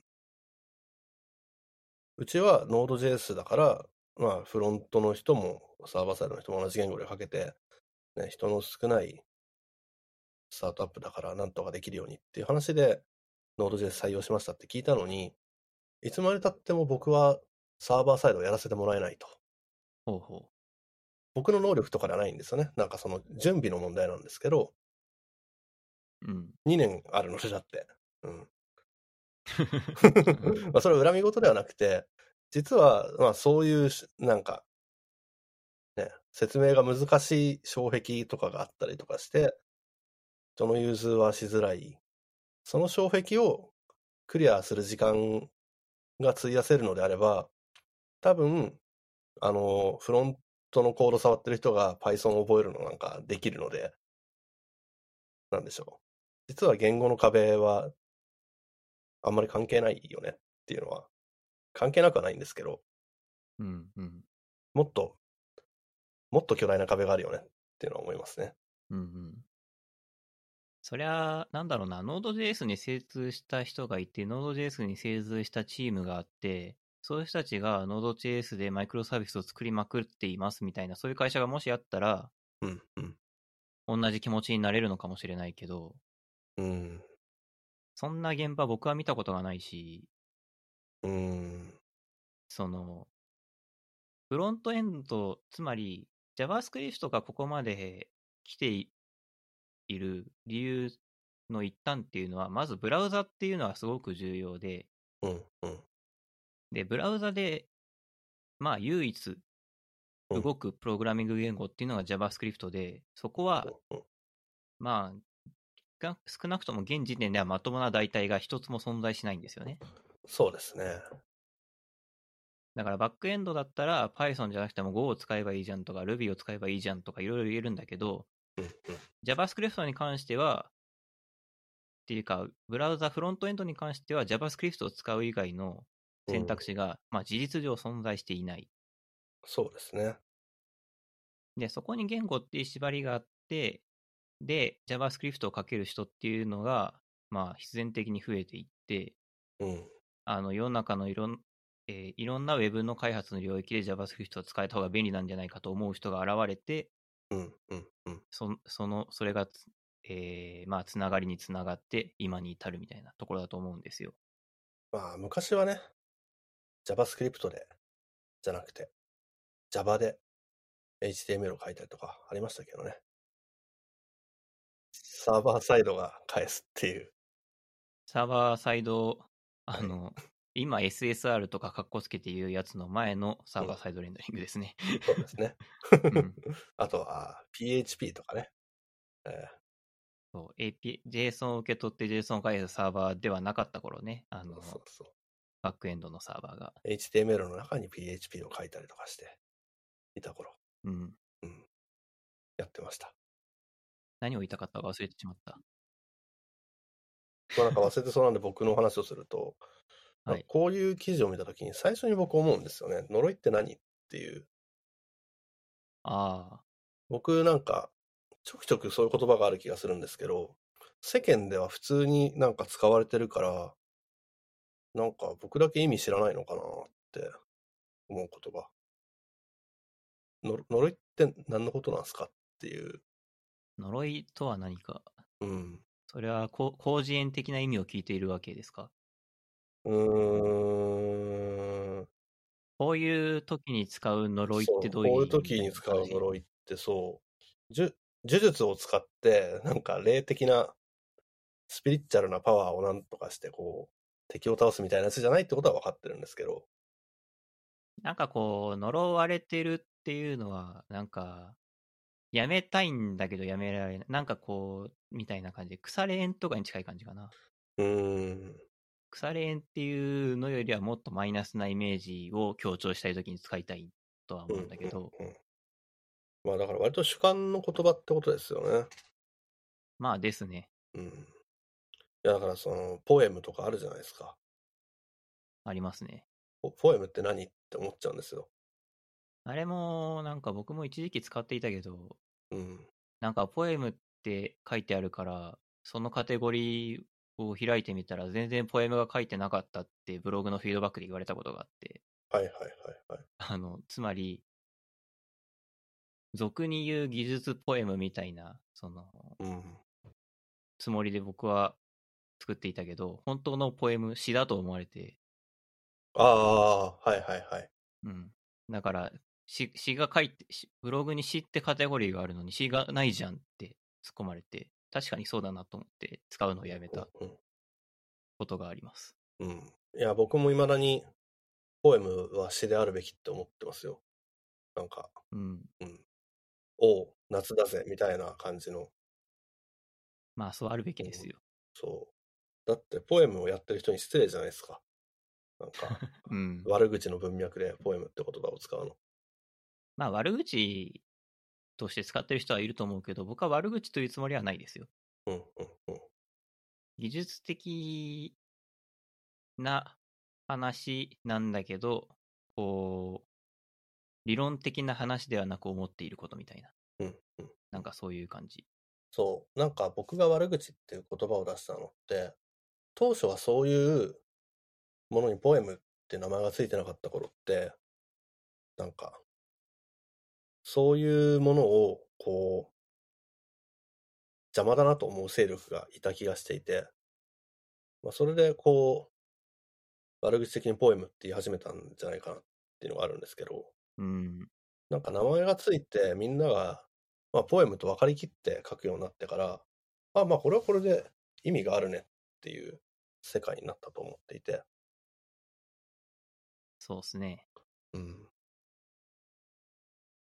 [SPEAKER 2] うちは Node.js だから、まあ、フロントの人もサーバーサイドの人も同じ言語でかけて、ね、人の少ないスタートアップだからなんとかできるようにっていう話で Node.js 採用しましたって聞いたのに、いつまで経っても僕はサーバーサイドをやらせてもらえないと。
[SPEAKER 1] ほうほ
[SPEAKER 2] 僕の能力とかではないんですよね。なんかその準備の問題なんですけど、
[SPEAKER 1] う。うん。
[SPEAKER 2] 2年あるのでだって。うん。まあそれは恨み事ではなくて、実は、まあそういうし、なんか、ね、説明が難しい障壁とかがあったりとかして、人の融通はしづらい。その障壁をクリアする時間が費やせるのであれば、多分、あの、フロントのコード触ってる人が Python を覚えるのなんかできるので、なんでしょう。実は言語の壁はあんまり関係ないよねっていうのは、関係なくはないんですけど、
[SPEAKER 1] うん、うん、
[SPEAKER 2] もっと、もっと巨大な壁があるよねっていうのは思いますね。
[SPEAKER 1] うん、うん。そりゃあ、なんだろうな、Node.js に精通した人がいて、Node.js に精通したチームがあって、そういう人たちが Node.js でマイクロサービスを作りまくっていますみたいな、そういう会社がもしあったら、
[SPEAKER 2] うん、うん。
[SPEAKER 1] 同じ気持ちになれるのかもしれないけど、
[SPEAKER 2] うん、
[SPEAKER 1] そんな現場僕は見たことがないし、
[SPEAKER 2] うん、
[SPEAKER 1] その、フロントエンド、つまり JavaScript がここまで来ていいる理由の一端っていうのは、まずブラウザっていうのはすごく重要で、
[SPEAKER 2] うん、うん。
[SPEAKER 1] で、ブラウザで、まあ唯一
[SPEAKER 2] うん
[SPEAKER 1] 動くプログラミング言語っていうのが JavaScript で、そこは、
[SPEAKER 2] うん
[SPEAKER 1] まあ、が少なくとも現時点ではまともな代替が一つも存在しないんですよね。
[SPEAKER 2] そうですね。
[SPEAKER 1] だからバックエンドだったら Python じゃなくても Go を使えばいいじゃんとか Ruby を使えばいいじゃんとかいろいろ言えるんだけど、
[SPEAKER 2] うん、
[SPEAKER 1] JavaScript に関しては、っていうか、ブラウザフロントエンドに関しては JavaScript を使う以外の
[SPEAKER 2] うん。
[SPEAKER 1] 選択
[SPEAKER 2] 肢。
[SPEAKER 1] 肢が、まあ事実上存在していない。
[SPEAKER 2] そうですね。
[SPEAKER 1] で、そこに言語っていう縛りがあって、で、JavaScript を書ける人っていうのが、まあ必然的に増えていって、
[SPEAKER 2] うん、
[SPEAKER 1] あの世の中のいろん、えーいろんな Web の開発の領域で JavaScript を使えた方が便利なんじゃないかと思う人が現れて、
[SPEAKER 2] うん、うん、うん。
[SPEAKER 1] そそのそれがつ、えーまあ、つながりにつながって今に至るみたいなところだと思うんですよ。
[SPEAKER 2] まあ、昔はね、JavaScript で、じゃなくて、Java で HTML を書いたりとかありましたけどね。サーバーサイドが返すっていう。
[SPEAKER 1] サーバーサイド、 あの、今 SSR とかカッコつけて言うやつの前のサーバーサイドレンダリングですね。
[SPEAKER 2] そうですね。
[SPEAKER 1] うん、
[SPEAKER 2] あとは、PHP とかね。え
[SPEAKER 1] そう AP、JSON を受け取って JSON を返すサーバーではなかった頃ね、あ
[SPEAKER 2] ー
[SPEAKER 1] の、
[SPEAKER 2] そうそう。
[SPEAKER 1] バックエンドのサーバーが。
[SPEAKER 2] HTML の中に PHP を書いたりとかして、いた頃、
[SPEAKER 1] うん。
[SPEAKER 2] やってました。
[SPEAKER 1] 何を言いたかったか忘れてしまった。
[SPEAKER 2] まあなんか忘れてそうなんで僕の話をすると、まあ
[SPEAKER 1] はい
[SPEAKER 2] こういう記事を見たときに最初に僕思うんですよね。呪いって何っていう。
[SPEAKER 1] ああ、
[SPEAKER 2] 僕なんか、ちょくちょくそういう言葉がある気がするんですけど、世間では普通になんか使われてるから、なんか僕だけ意味知らないのかなって思う言葉。の呪いって何のことなんですかっていう。
[SPEAKER 1] 呪いとは何か。
[SPEAKER 2] うん。
[SPEAKER 1] それは、こう広辞苑的な意味を聞いているわけですか
[SPEAKER 2] うーん。
[SPEAKER 1] こういう時に使う呪いってどういう
[SPEAKER 2] そ
[SPEAKER 1] 意
[SPEAKER 2] こうい
[SPEAKER 1] 味
[SPEAKER 2] う時に使う
[SPEAKER 1] い。
[SPEAKER 2] 呪いってそう、呪呪術を使って、なんか霊的な、スピリチュアルなパワーをなんとかして、こう、敵を倒すみたいなやつじゃないってことは分かってるんですけど、
[SPEAKER 1] なんかこう、呪われてるっていうのは、なんか、やめたいんだけどやめられない。なんかこう、みたいな感じで、腐れ縁とかに近い感じかな。
[SPEAKER 2] うーん、
[SPEAKER 1] 腐れ縁っていうのよりはもっとマイナスなイメージを強調したい時に使いたいとは思うんだけど、
[SPEAKER 2] うんうんまあだから割と主観の言葉ってことですよね。
[SPEAKER 1] まあですね、
[SPEAKER 2] うん。いやだからその、ポエムとかあるじゃないですか。
[SPEAKER 1] ありますね。
[SPEAKER 2] ポポエムって何って思っちゃうんですよ。
[SPEAKER 1] あれも、なんか僕も一時期使っていたけど、
[SPEAKER 2] うん。
[SPEAKER 1] なんかポエムって書いてあるから、そのカテゴリーを開いてみたら全然ポエムが書いてなかったってブログのフィードバックで言われたことがあって、
[SPEAKER 2] はいはいはいはい。
[SPEAKER 1] あの、つまり、俗に言う技術ポエムみたいな、その、
[SPEAKER 2] うん。
[SPEAKER 1] つもりで僕は作っていたけど、本当のポエム、詩だと思われて、
[SPEAKER 2] ああ、はいはいはい。
[SPEAKER 1] うん。だから、詩詩が書いて、詩ブログに詩ってカテゴリーがあるのに詩がないじゃんって突っ込まれて、確かにそうだなと思って使うのをやめた
[SPEAKER 2] うん。
[SPEAKER 1] ことがあります。
[SPEAKER 2] うん。いや、僕も未だに、ポエムは詩であるべきって思ってますよ。なんか、
[SPEAKER 1] うん。
[SPEAKER 2] おう、夏だぜ、みたいな感じの。
[SPEAKER 1] まあ、そうあるべきですよ。
[SPEAKER 2] そう。だって、ポエムをやってる人に失礼じゃないですか。なんか、
[SPEAKER 1] うん。
[SPEAKER 2] 悪口の文脈でポエムって言葉を使うの。
[SPEAKER 1] まあ悪口として使ってる人はいると思うけど、僕は悪口というつもりはないですよ。
[SPEAKER 2] うんうんうん。
[SPEAKER 1] 技術的な話なんだけど、こう、理論的な話ではなく思っていることみたいな。
[SPEAKER 2] うんうん。
[SPEAKER 1] なんかそういう感じ。
[SPEAKER 2] そう。なんか僕が悪口っていう言葉を出したのって、当初はそういうものにポエムって名前がついてなかった頃って、なんか、そういうものを、こう、邪魔だなと思う勢力がいた気がしていて、まあ、それでこう、悪口的にポエムって言い始めたんじゃないかなっていうのがあるんですけど、
[SPEAKER 1] うん。
[SPEAKER 2] なんか名前がついてみんなが、まあ、ポエムと分かりきって書くようになってから、あ、まあこれはこれで意味があるねっていう世界になったと思っていて。
[SPEAKER 1] そうですね。
[SPEAKER 2] うん。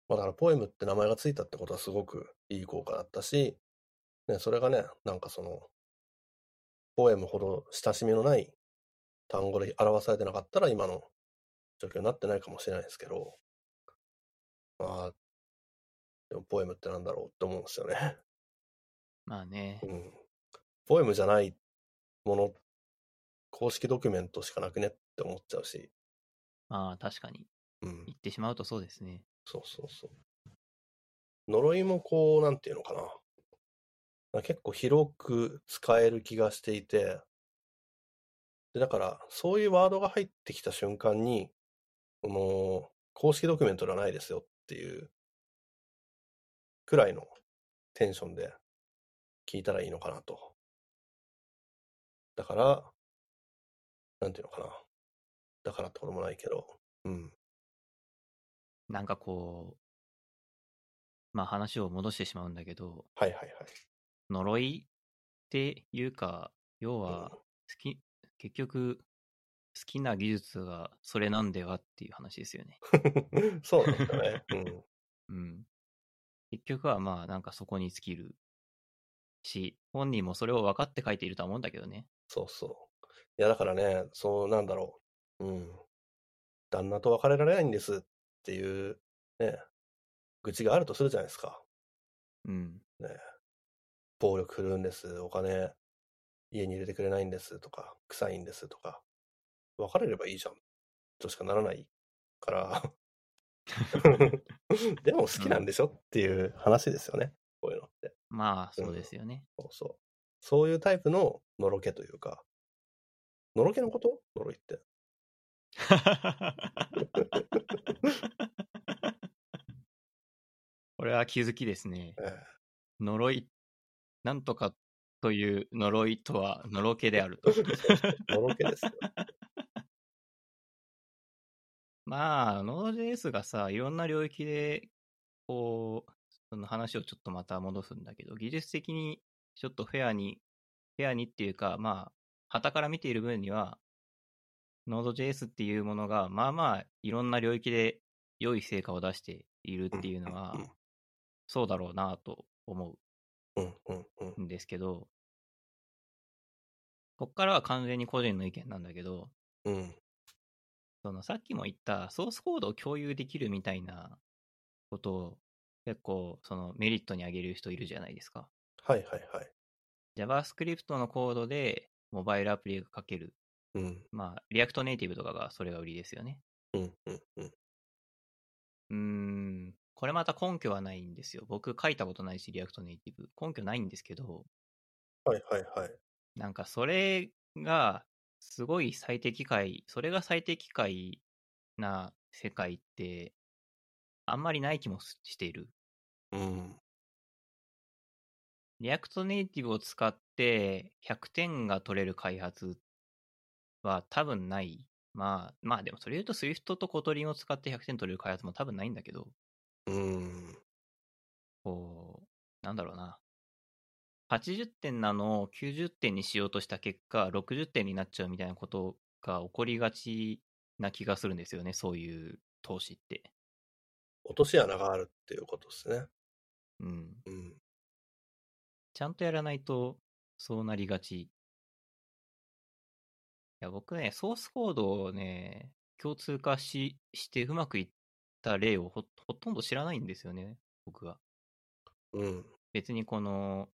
[SPEAKER 2] まあだからポエムって名前がついたってことはすごくいい効果だったし、ね、それがね、なんかその、ポエムほど親しみのない単語で表されてなかったら今の状況になってないかもしれないですけど、まあ、でもポエムってなんだろうって思うんですよね。
[SPEAKER 1] まあね
[SPEAKER 2] う。ん。ポエムじゃないもの、公式ドキュメントしかなくねって思っちゃうし、
[SPEAKER 1] まあ確かに。
[SPEAKER 2] うん
[SPEAKER 1] 言。ってしまうとそうですね。
[SPEAKER 2] そうそうそう。呪いもこう、なんていうのかな。まあ結構広く使える気がしていて、で、だから、そういうワードが入ってきた瞬間に、この、公式ドキュメントではないですよっていう、くらいのテンションで聞いたらいいのかなと。だから、なんていうのかな。だからってこともないけど、うん。
[SPEAKER 1] なんかこう、まあ話を戻してしまうんだけど、
[SPEAKER 2] はいはいはい。
[SPEAKER 1] 呪いっていうか、要
[SPEAKER 2] うん
[SPEAKER 1] は好き、結局、好きな技術がそれなんではっていう話ですよね。
[SPEAKER 2] そうなんだね。うん。
[SPEAKER 1] うん。結局はまあなんかそこに尽きるし、本人もそれを分かって書いているとは思うんだけどね。
[SPEAKER 2] そうそう。いや、だからね、そうなんだろう。うん。旦那と別れられないんですっていう、ね、愚痴があるとするじゃないですか。
[SPEAKER 1] うん。
[SPEAKER 2] ね。暴力振るうんです。お金、家に入れてくれないんですとか、臭いんですとか。別れればいいじゃん。としかならないから。 でも好きなんでしょっていう話ですよね。こういうのって。
[SPEAKER 1] まあそうですよね。
[SPEAKER 2] そうそう。そういうタイプののろけというか、のろけのこと呪いって。
[SPEAKER 1] これは気づきですね。
[SPEAKER 2] ええ
[SPEAKER 1] 呪い、なんとかという呪いとは、のろけであると。
[SPEAKER 2] のろけですよ。
[SPEAKER 1] まあ、Node.js がさ、いろんな領域で、こう、その話をちょっとまた戻すんだけど、技術的にちょっとフェアに、フェアにっていうか、まあ、旗から見ている分には、Node.js っていうものが、まあまあ、いろんな領域で良い成果を出しているっていうのは、そうだろうなと思
[SPEAKER 2] うんうんうん。
[SPEAKER 1] うんですけど、こっからは完全に個人の意見なんだけど、
[SPEAKER 2] うん。
[SPEAKER 1] そのさっきも言ったソースコードを共有できるみたいなことを結構そのメリットに挙げる人いるじゃないですか。
[SPEAKER 2] はいはいはい。
[SPEAKER 1] JavaScript のコードでモバイルアプリが書ける。
[SPEAKER 2] うん
[SPEAKER 1] まあ、React Native とかがそれが売りですよね。
[SPEAKER 2] うんうんうん。
[SPEAKER 1] うーん、これまた根拠はないんですよ。僕書いたことないし、React Native。根拠ないんですけど、
[SPEAKER 2] はいはいはい。
[SPEAKER 1] なんかそれがすごい最適解、それが最適解な世界ってあんまりない気もしている。
[SPEAKER 2] うん。
[SPEAKER 1] リアクトネイティブを使って100点が取れる開発は多分ない。まあ、まあでもそれ言うと Swift とコトリンを使って100点取れる開発も多分ないんだけど、
[SPEAKER 2] うん。
[SPEAKER 1] こう、なんだろうな。80点なのを90点にしようとした結果、60点になっちゃうみたいなことが起こりがちな気がするんですよね、そういう投資って。
[SPEAKER 2] 落とし穴があるっていうことですね。
[SPEAKER 1] うん。
[SPEAKER 2] うん。
[SPEAKER 1] ちゃんとやらないと、そうなりがち。いや、僕ね、ソースコードをね、共通化し、してうまくいった例をほほとんど知らないんですよね、僕は。
[SPEAKER 2] うん。
[SPEAKER 1] 別にこの、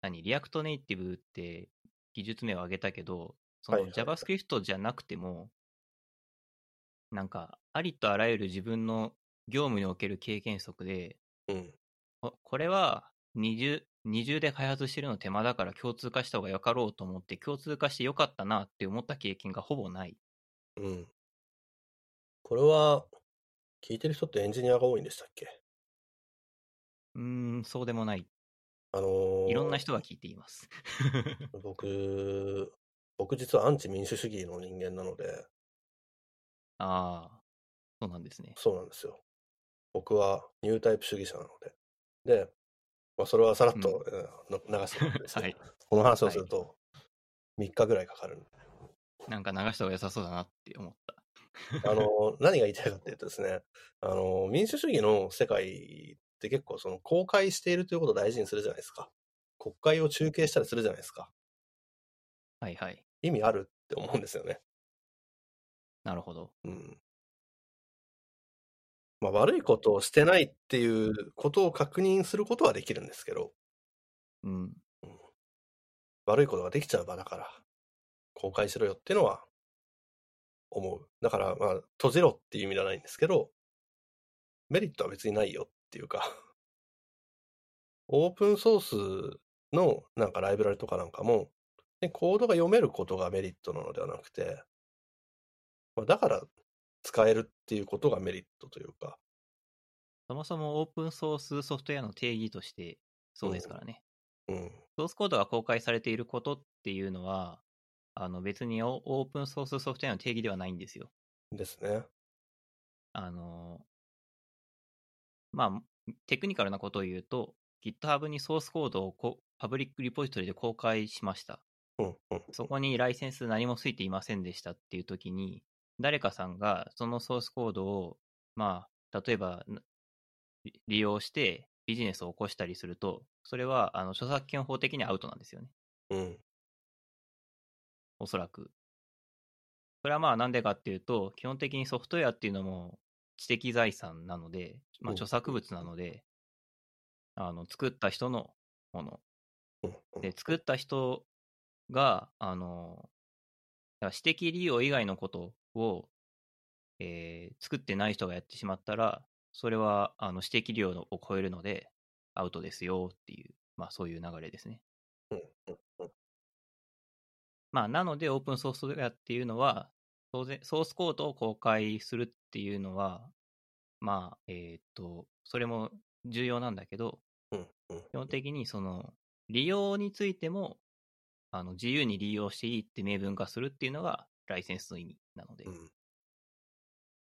[SPEAKER 1] 何、リアクトネイティブって技術名を挙げたけど、そ
[SPEAKER 2] は
[SPEAKER 1] の
[SPEAKER 2] いはい
[SPEAKER 1] JavaScript じゃなくても、なんか、ありとあらゆる自分の業務における経験則で、
[SPEAKER 2] うん。
[SPEAKER 1] ここれは二重、二重で開発してるの手間だから共通化した方がよかろうと思って、共通化してよかったなって思った経験がほぼない。
[SPEAKER 2] うん。これは、聞いてる人ってエンジニアが多いんでしたっけ
[SPEAKER 1] うーん、そうでもない。
[SPEAKER 2] あのー
[SPEAKER 1] いろんな人が聞いています。
[SPEAKER 2] 僕、僕実はアンチ民主主義の人間なので、
[SPEAKER 1] ああ、そうなんですね。
[SPEAKER 2] そうなんですよ。僕はニュータイプ主義者なので。で、まあ、それはさらっと、えー流してもらってですね、
[SPEAKER 1] はい。
[SPEAKER 2] この話をすると、3日ぐらいかかるんで
[SPEAKER 1] なんか流した方が良さそうだなって思った。
[SPEAKER 2] あの、何が言いたいかっていうとですね、あの、民主主義の世界って結構その公開しているということを大事にするじゃないですか。国会を中継したりするじゃないですか。
[SPEAKER 1] はいはい。
[SPEAKER 2] 意味あるって思うんですよね。
[SPEAKER 1] なるほど。
[SPEAKER 2] うん。まあ悪いことをしてないっていうことを確認することはできるんですけど、
[SPEAKER 1] うん。
[SPEAKER 2] 悪いことができちゃう場だから、公開しろよっていうのは思う。だからまあ閉じろっていう意味ではないんですけど、メリットは別にないよっていうか、 オープンソースのなんかライブラリとかなんかも、ねコードが読めることがメリットなのではなくて、まあ、だから使えるっていうことがメリットというか、
[SPEAKER 1] そもそもオープンソースソフトウェアの定義として、そうですからね。
[SPEAKER 2] うん、
[SPEAKER 1] ソースコードが公開されていることっていうのは、あの別にオオープンソースソフトウェアの定義ではないんですよ。
[SPEAKER 2] ですね。
[SPEAKER 1] あの、まあ、テクニカルなことを言うと、GitHub にソースコードをこパブリックリポジトリで公開しました。
[SPEAKER 2] うん、うん、
[SPEAKER 1] そこにライセンス何もついていませんでしたっていう時に、誰かさんがそのソースコードを、まあ、例えば、な利用してビジネスを起こしたりすると、それは、あの、著作権法的にアウトなんですよね。
[SPEAKER 2] うん、
[SPEAKER 1] おそらく。それはまあ、なんでかっていうと、基本的にソフトウェアっていうのも知的財産なので、まあ、
[SPEAKER 2] うん
[SPEAKER 1] 著作物なので、あの、作った人のもの
[SPEAKER 2] うん、うん
[SPEAKER 1] で、作った人が、あの、だから私的利用以外のことを、えー作ってない人がやってしまったら、それは、あの、私的利用を超えるので、アウトですよっていう、まあそういう流れですね。
[SPEAKER 2] うん、うん、うん、
[SPEAKER 1] まあ、なので、オープンソースウェアっていうのは、当然、ソースコードを公開するっていうのは、まあ、えーっと、それも重要なんだけど、
[SPEAKER 2] うん、うん
[SPEAKER 1] 基本的にその利用についてもあの自由に利用していいって明文化するっていうのがライセンスの意味なので、
[SPEAKER 2] うん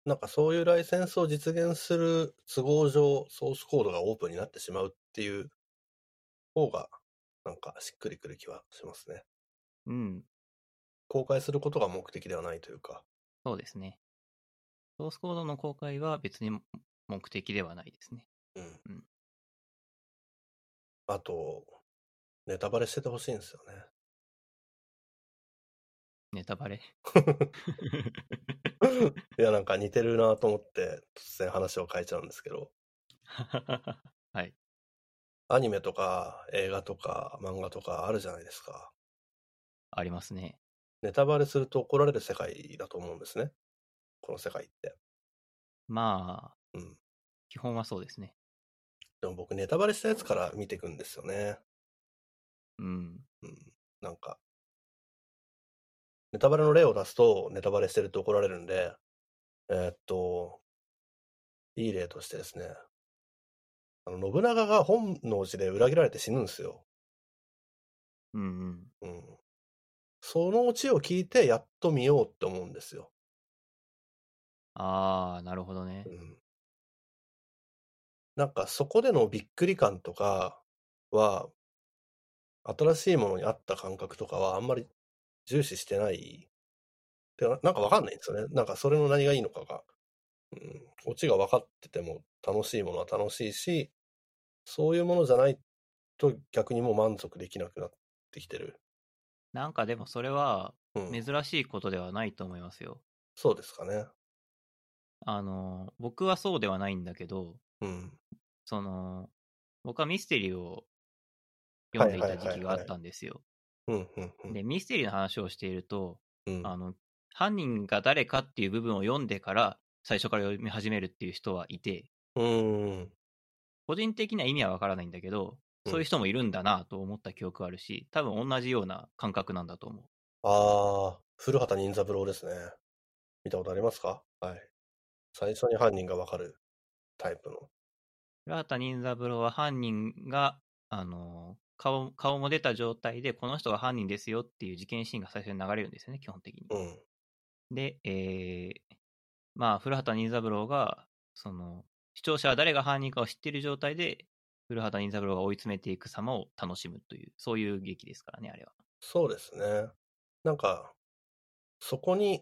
[SPEAKER 2] なんかそういうライセンスを実現する都合上、ソースコードがオープンになってしまうっていう方が、なんかしっくりくる気はしますね。
[SPEAKER 1] うん、
[SPEAKER 2] 公開することが目的ではないというか。
[SPEAKER 1] そうですね。ソースコードの公開は別に目的ではないですね。
[SPEAKER 2] うん。
[SPEAKER 1] うん
[SPEAKER 2] あと、ネタバレしててほしいんですよ
[SPEAKER 1] ネタバ レ。
[SPEAKER 2] ね。いや、なんか似てるなと思って、突然話を変えちゃうんですけど、
[SPEAKER 1] はい。
[SPEAKER 2] アニメとか映画とか漫画とかあるじゃないですか。
[SPEAKER 1] ありますね。
[SPEAKER 2] ネタバレすると怒られる世界だと思うんですね。この世界って。
[SPEAKER 1] まあ、
[SPEAKER 2] うん。
[SPEAKER 1] 基本はそうですね。
[SPEAKER 2] でも僕ネタバレしたやつから見ていくんですよね。
[SPEAKER 1] うん。
[SPEAKER 2] うん。なんか。ネタバレの例を出すと、ネタバレしてると怒られるんで、えーっと、いい例としてですね、あの、信長が本能寺で裏切られて死ぬんですよ。
[SPEAKER 1] うんうん。
[SPEAKER 2] うん。そのオチを聞いて、やっと見ようって思うんですよ。
[SPEAKER 1] ああ、なるほどね
[SPEAKER 2] う。んなんかそこでのびっくり感とかは、新しいものに合った感覚とかはあんまり重視してない。てかなんかわかんないんですよね。なんかそれの何がいいのかが。うん。オチが分かってても楽しいものは楽しいし、そういうものじゃないと逆にもう満足できなくなってきてる。
[SPEAKER 1] なんかでもそれは
[SPEAKER 2] うん。
[SPEAKER 1] 珍しいことではないと思いますよ。
[SPEAKER 2] そうですかね。
[SPEAKER 1] あの、僕はそうではないんだけど、
[SPEAKER 2] うん。
[SPEAKER 1] その、僕はミステリーを読んでい
[SPEAKER 2] は
[SPEAKER 1] た
[SPEAKER 2] いはいはいはい
[SPEAKER 1] 時期があったんですよ。
[SPEAKER 2] うん、うん、うん。
[SPEAKER 1] で、ミステリーの話をしていると、
[SPEAKER 2] うん、
[SPEAKER 1] あの、犯人が誰かっていう部分を読んでから、最初から読み始めるっていう人はいて、
[SPEAKER 2] うん。
[SPEAKER 1] 個人的には意味はわからないんだけど、
[SPEAKER 2] うん
[SPEAKER 1] そういう人もいるんだなと思った記憶はあるし、多分同じような感覚なんだと思う。
[SPEAKER 2] ああ、古畑任三郎ですね。見たことありますかはい。最初に犯人がわかるタイプの。
[SPEAKER 1] 古畑任三郎は犯人が、あの、顔顔も出た状態で、この人が犯人ですよっていう事件シーンが最初に流れるんですよね、基本的に。
[SPEAKER 2] うん。
[SPEAKER 1] で、えーまあ、古畑任三郎が、その、視聴者は誰が犯人かを知っている状態で、古畑任三郎が追い詰めていく様を楽しむという、そういう劇ですからね、あれは。
[SPEAKER 2] そうですね。なんか、そこに、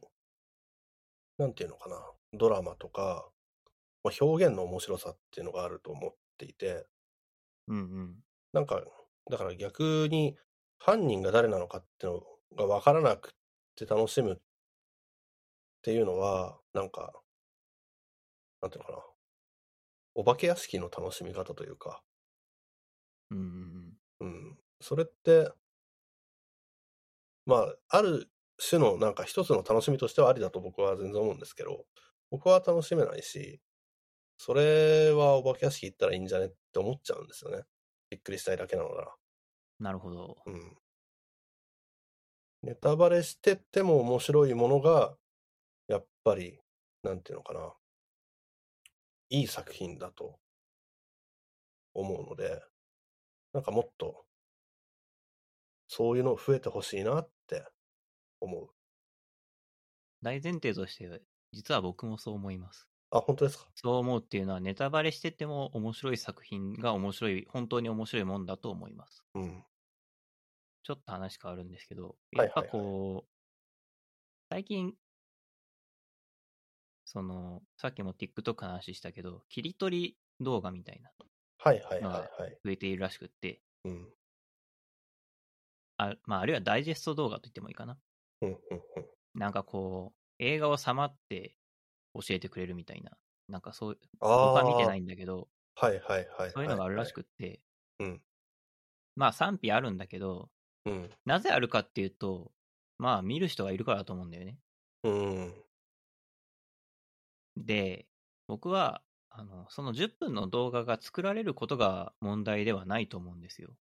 [SPEAKER 2] なんていうのかな、ドラマとか、まあ表現の面白さっていうのがあると思っていて、
[SPEAKER 1] うんうん。
[SPEAKER 2] なんか、だから逆に犯人が誰なのかっていうのが分からなくて楽しむっていうのは、なんか、なんていうのかな。お化け屋敷の楽しみ方というか、
[SPEAKER 1] うんうんうん。
[SPEAKER 2] うん。それって、まあ、ある種のなんか一つの楽しみとしてはありだと僕は全然思うんですけど、僕は楽しめないし、それはお化け屋敷行ったらいいんじゃねって思っちゃうんですよね。びっくりしたいだけなのなら。
[SPEAKER 1] なるほど。
[SPEAKER 2] うん。ネタバレしてっても面白いものが、やっぱり、なんていうのかな。いい作品だと思うので、なんかもっと、そういうの増えてほしいなって思う。
[SPEAKER 1] 大前提として、実は僕もそう思います。
[SPEAKER 2] あ、本当ですか
[SPEAKER 1] そう思うっていうのは、ネタバレしてても面白い作品が面白い、本当に面白いもんだと思います。
[SPEAKER 2] うん。
[SPEAKER 1] ちょっと話変わるんですけど、
[SPEAKER 2] は
[SPEAKER 1] や
[SPEAKER 2] い
[SPEAKER 1] っぱ
[SPEAKER 2] はいはい
[SPEAKER 1] こう、最近、その、さっきも TikTok の話したけど、切り取り動画みたいな、
[SPEAKER 2] はいはい
[SPEAKER 1] まあ
[SPEAKER 2] はいはい。
[SPEAKER 1] 増えているらしくって、
[SPEAKER 2] うん。
[SPEAKER 1] あまあ、あるいはダイジェスト動画と言ってもいいかな。
[SPEAKER 2] うんうんうん。
[SPEAKER 1] なんかこう、映画をさまって教えてくれるみたいな、なんかそう、
[SPEAKER 2] あ
[SPEAKER 1] 僕
[SPEAKER 2] あ
[SPEAKER 1] は見て
[SPEAKER 2] ー、
[SPEAKER 1] ないんだけど、
[SPEAKER 2] はいはいはい
[SPEAKER 1] そういうのがあるらし
[SPEAKER 2] く。
[SPEAKER 1] くって、
[SPEAKER 2] うん
[SPEAKER 1] まあ賛否あるんだけど、
[SPEAKER 2] うん。
[SPEAKER 1] なぜあるかっていうと、まあ見る人がいるからだと思うんだよね。
[SPEAKER 2] うん。
[SPEAKER 1] で、僕は、あの、その10分の動画が作られることが問題ではないと思うんですよ。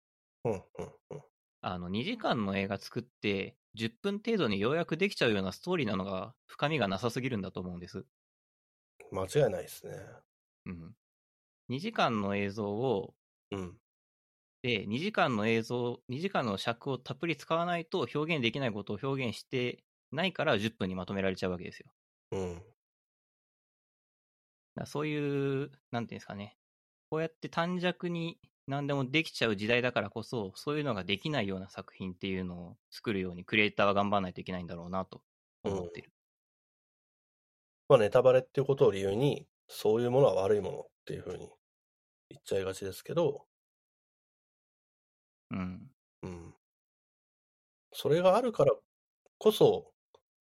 [SPEAKER 2] うんうんうん。
[SPEAKER 1] あの、2時間の映画作って、10分程度にようやくできちゃうようなストーリーなのが、深みがなさすぎるんだと思うんです。
[SPEAKER 2] 間違いないですね。
[SPEAKER 1] うん。2時間の映像を、
[SPEAKER 2] うん。
[SPEAKER 1] で、2時間の映像、2時間の尺をたっぷり使わないと表現できないことを表現してないから10分にまとめられちゃうわけですよ。
[SPEAKER 2] うん。
[SPEAKER 1] だからそういう、なんていうんですかね、こうやって短尺に何でもできちゃう時代だからこそ、そういうのができないような作品っていうのを作るように、クリエイターは頑張らないといけないんだろうなと思ってる。
[SPEAKER 2] まあ、ネタバレっていうことを理由に、そういうものは悪いものっていうふうに言っちゃいがちですけど、
[SPEAKER 1] うん。
[SPEAKER 2] うん。それがあるからこそ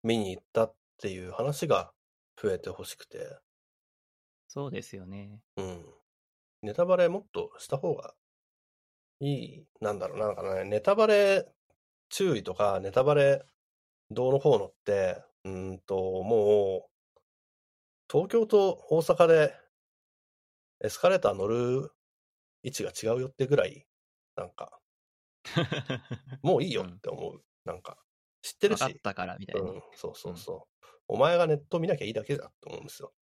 [SPEAKER 2] 見に行ったっていう話が増えてほしくて、
[SPEAKER 1] そうですよ ね。
[SPEAKER 2] うん。ネタバレもっとした方がいい、なんだろうな、なんかね、ネタバレ注意とか、ネタバレどうのこうのって、うーんと、もう、東京と大阪でエスカレーター乗る位置が違うよってぐらい、なんか、 もういいよって思う。なんか、知ってる
[SPEAKER 1] 分
[SPEAKER 2] し、
[SPEAKER 1] かったからみたいな。
[SPEAKER 2] うん、そうそうそう、お前がネット見なきゃいいだけだと思うんですよ。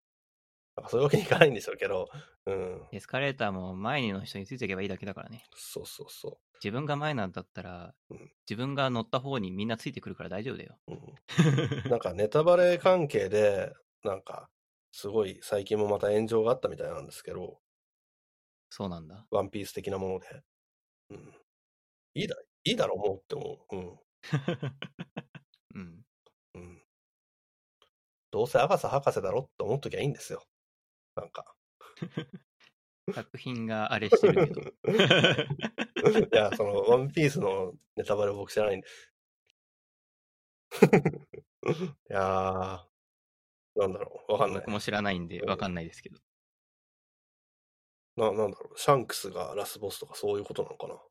[SPEAKER 2] なんかそういうわけにいかないんでしょうけど、うん、
[SPEAKER 1] エスカレーターも前の人についていけばいいだけだからね。
[SPEAKER 2] そうそうそう。
[SPEAKER 1] 自分が前なんだったら
[SPEAKER 2] うん、
[SPEAKER 1] 自分が乗った方にみんなついてくるから大丈夫だ よ。
[SPEAKER 2] うん、なんかネタバレ関係で、なんか、すごい最近もまた炎上があったみたいなんですけど、
[SPEAKER 1] そうなんだ。
[SPEAKER 2] ワンピース的なもので。うん。いいだ、いいだろう、もうって思う。
[SPEAKER 1] うん。
[SPEAKER 2] うん。うん。どうせアガサ博士だろって思っときゃいいんですよ。なんか。
[SPEAKER 1] 作品があれしてるけど。
[SPEAKER 2] いや、その、ワンピースのネタバレ僕知 らないんで。いやー、なんだろう、わかんない
[SPEAKER 1] 僕。も知らないんで、
[SPEAKER 2] うん
[SPEAKER 1] わかんないですけど。
[SPEAKER 2] な、なんだろう、シャンクスがラスボスとかそういうことなのかな。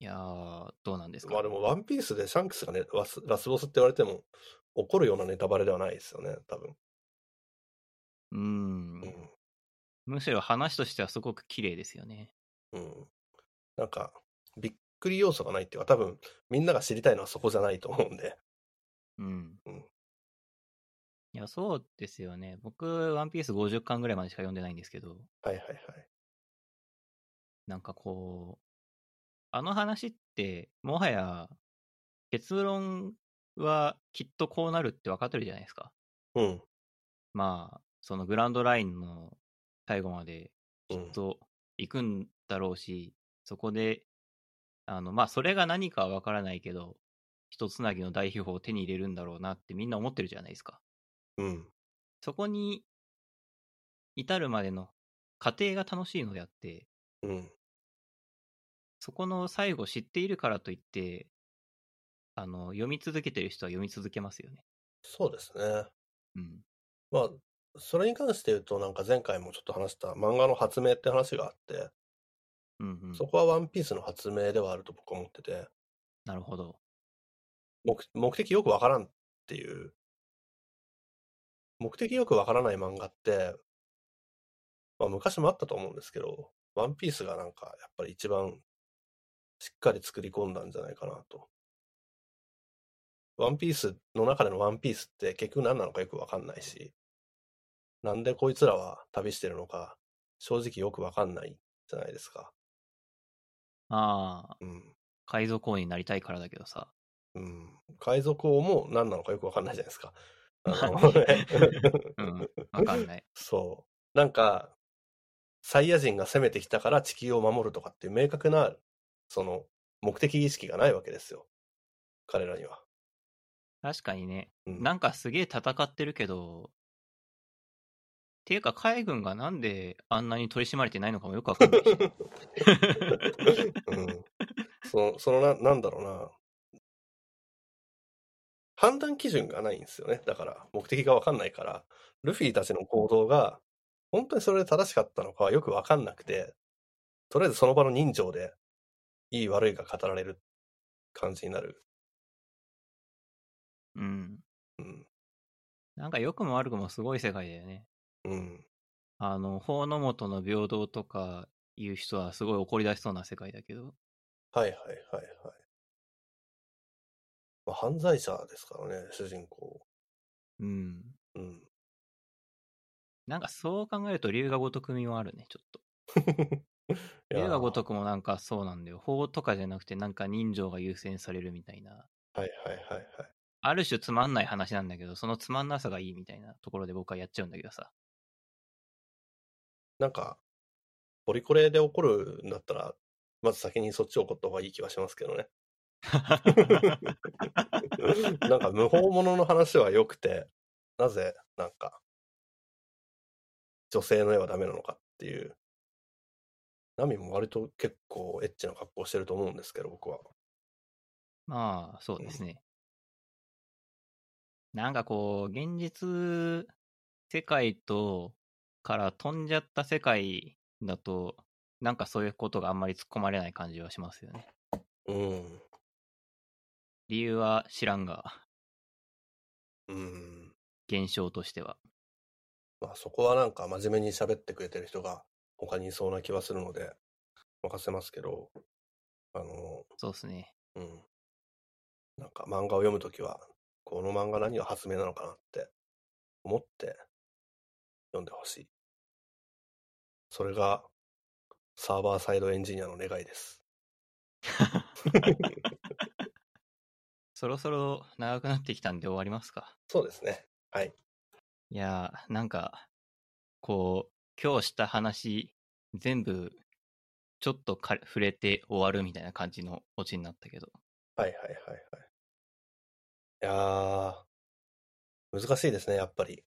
[SPEAKER 1] いやー、どうなんですか、
[SPEAKER 2] まあでも、ワンピースでシャンクスがね、ラスラスボスって言われても、怒るようなネタバレではないですよね、多分。
[SPEAKER 1] うーん。むしろ話としてはすごく綺麗ですよね。
[SPEAKER 2] うん。うん。なんか、びっくり要素がないっていうか、多分、みんなが知りたいのはそこじゃないと思うんで。
[SPEAKER 1] うん。
[SPEAKER 2] うん
[SPEAKER 1] いや、そうですよね。僕、ワンピース50巻ぐらいまでしか読んでないんですけど、
[SPEAKER 2] はいはいはい。
[SPEAKER 1] なんかこう、あの話って、もはや、結論はきっとこうなるって分かってるじゃないですか。
[SPEAKER 2] うん。
[SPEAKER 1] まあ、そのグランドラインの最後まできっと行くんだろうし、そこで、あの、まあ、それが何かは分からないけど、一つなぎの大秘宝を手に入れるんだろうなってみんな思ってるじゃないですか。
[SPEAKER 2] うん。
[SPEAKER 1] そこに至るまでの過程が楽しいのであって、
[SPEAKER 2] うん。
[SPEAKER 1] そこの最後知っているからといって、あの、読み続けてる人は読み続けますよね。
[SPEAKER 2] そうですね。
[SPEAKER 1] うん。
[SPEAKER 2] まあ、それに関して言うと、なんか前回もちょっと話した漫画の発明って話があって、
[SPEAKER 1] うんうん。
[SPEAKER 2] そこはワンピースの発明ではあると僕は思ってて、
[SPEAKER 1] なるほど。
[SPEAKER 2] 目目的よくわからんっていう、目的よくわからない漫画って、まあ昔もあったと思うんですけど、ワンピースがなんかやっぱり一番しっかり作り込んだんじゃないかなと。ワンピースの中でのワンピースって結局何なのかよくわかんないし、なんでこいつらは旅してるのか、正直よくわかんないじゃないですか。
[SPEAKER 1] ああ、
[SPEAKER 2] うん。
[SPEAKER 1] 海賊王になりたいからだけどさ。
[SPEAKER 2] うん、海賊王も何なのかよくわかんないじゃないですか。あの
[SPEAKER 1] うん。わかんない。
[SPEAKER 2] そう。なんか、サイヤ人が攻めてきたから地球を守るとかっていう明確な、その、目的意識がないわけですよ。彼らには。
[SPEAKER 1] 確かにね。
[SPEAKER 2] うん
[SPEAKER 1] なんかすげえ戦ってるけど、ていうか海軍がなんであんなに取り締まれてないのかもよくわかんない しね。
[SPEAKER 2] うん、そ の、そのな、なんだろうな。判断基準がないんですよね。だから、目的がわかんないから、ルフィたちの行動が、本当にそれで正しかったのかはよくわかんなくて、とりあえずその場の人情で、いい悪いが語られる感じになる。
[SPEAKER 1] うん。
[SPEAKER 2] うん。
[SPEAKER 1] なんか良くも悪くもすごい世界だよね。
[SPEAKER 2] うん。
[SPEAKER 1] あの、法の元の平等とかいう人はすごい怒り出しそうな世界だけど。
[SPEAKER 2] はいはいはいはい。まあ、犯罪者ですからね、主人公。
[SPEAKER 1] うん。
[SPEAKER 2] うん。
[SPEAKER 1] なんかそう考えると竜が如く味もあるね、ちょっと。
[SPEAKER 2] いやー
[SPEAKER 1] 竜が如くもなんかそうなんだよ。法とかじゃなくてなんか人情が優先されるみたいな。
[SPEAKER 2] はいはいはいはい。
[SPEAKER 1] ある種つまんない話なんだけど、そのつまんなさがいいみたいなところで僕はやっちゃうんだけどさ。
[SPEAKER 2] なんか、ポリコレで怒るんだったら、まず先にそっち怒った方がいい気はしますけどね。 なんか無法者の話は良くて、なぜ、なんか、女性の絵はダメなのかっていう。ナミも割と結構エッチな格好してると思うんですけど、僕は。
[SPEAKER 1] まあ、そうですね。なんかこう、現実世界と、から飛んじゃった世界だと、なんかそういうことがあんまり突っ込まれない感じはしますよね。
[SPEAKER 2] うん。
[SPEAKER 1] 理由は知らんが、
[SPEAKER 2] うん。
[SPEAKER 1] 現象としては。
[SPEAKER 2] まあそこはなんか真面目に喋ってくれてる人が他にいそうな気はするので、任せますけど、あの、
[SPEAKER 1] そうですね。
[SPEAKER 2] うん。なんか漫画を読むときは、この漫画何が発明なのかなって思って読んでほしい。それがサーバーサイドエンジニアの願いです。
[SPEAKER 1] そろそろ長くなってきたんで終わりますか。
[SPEAKER 2] そうですね。はい。
[SPEAKER 1] いやー、なんか、こう、今日した話、全部、ちょっとか触れて終わるみたいな感じのオチになったけど。
[SPEAKER 2] はいはいはいはい。いやー、難しいですね、やっぱり。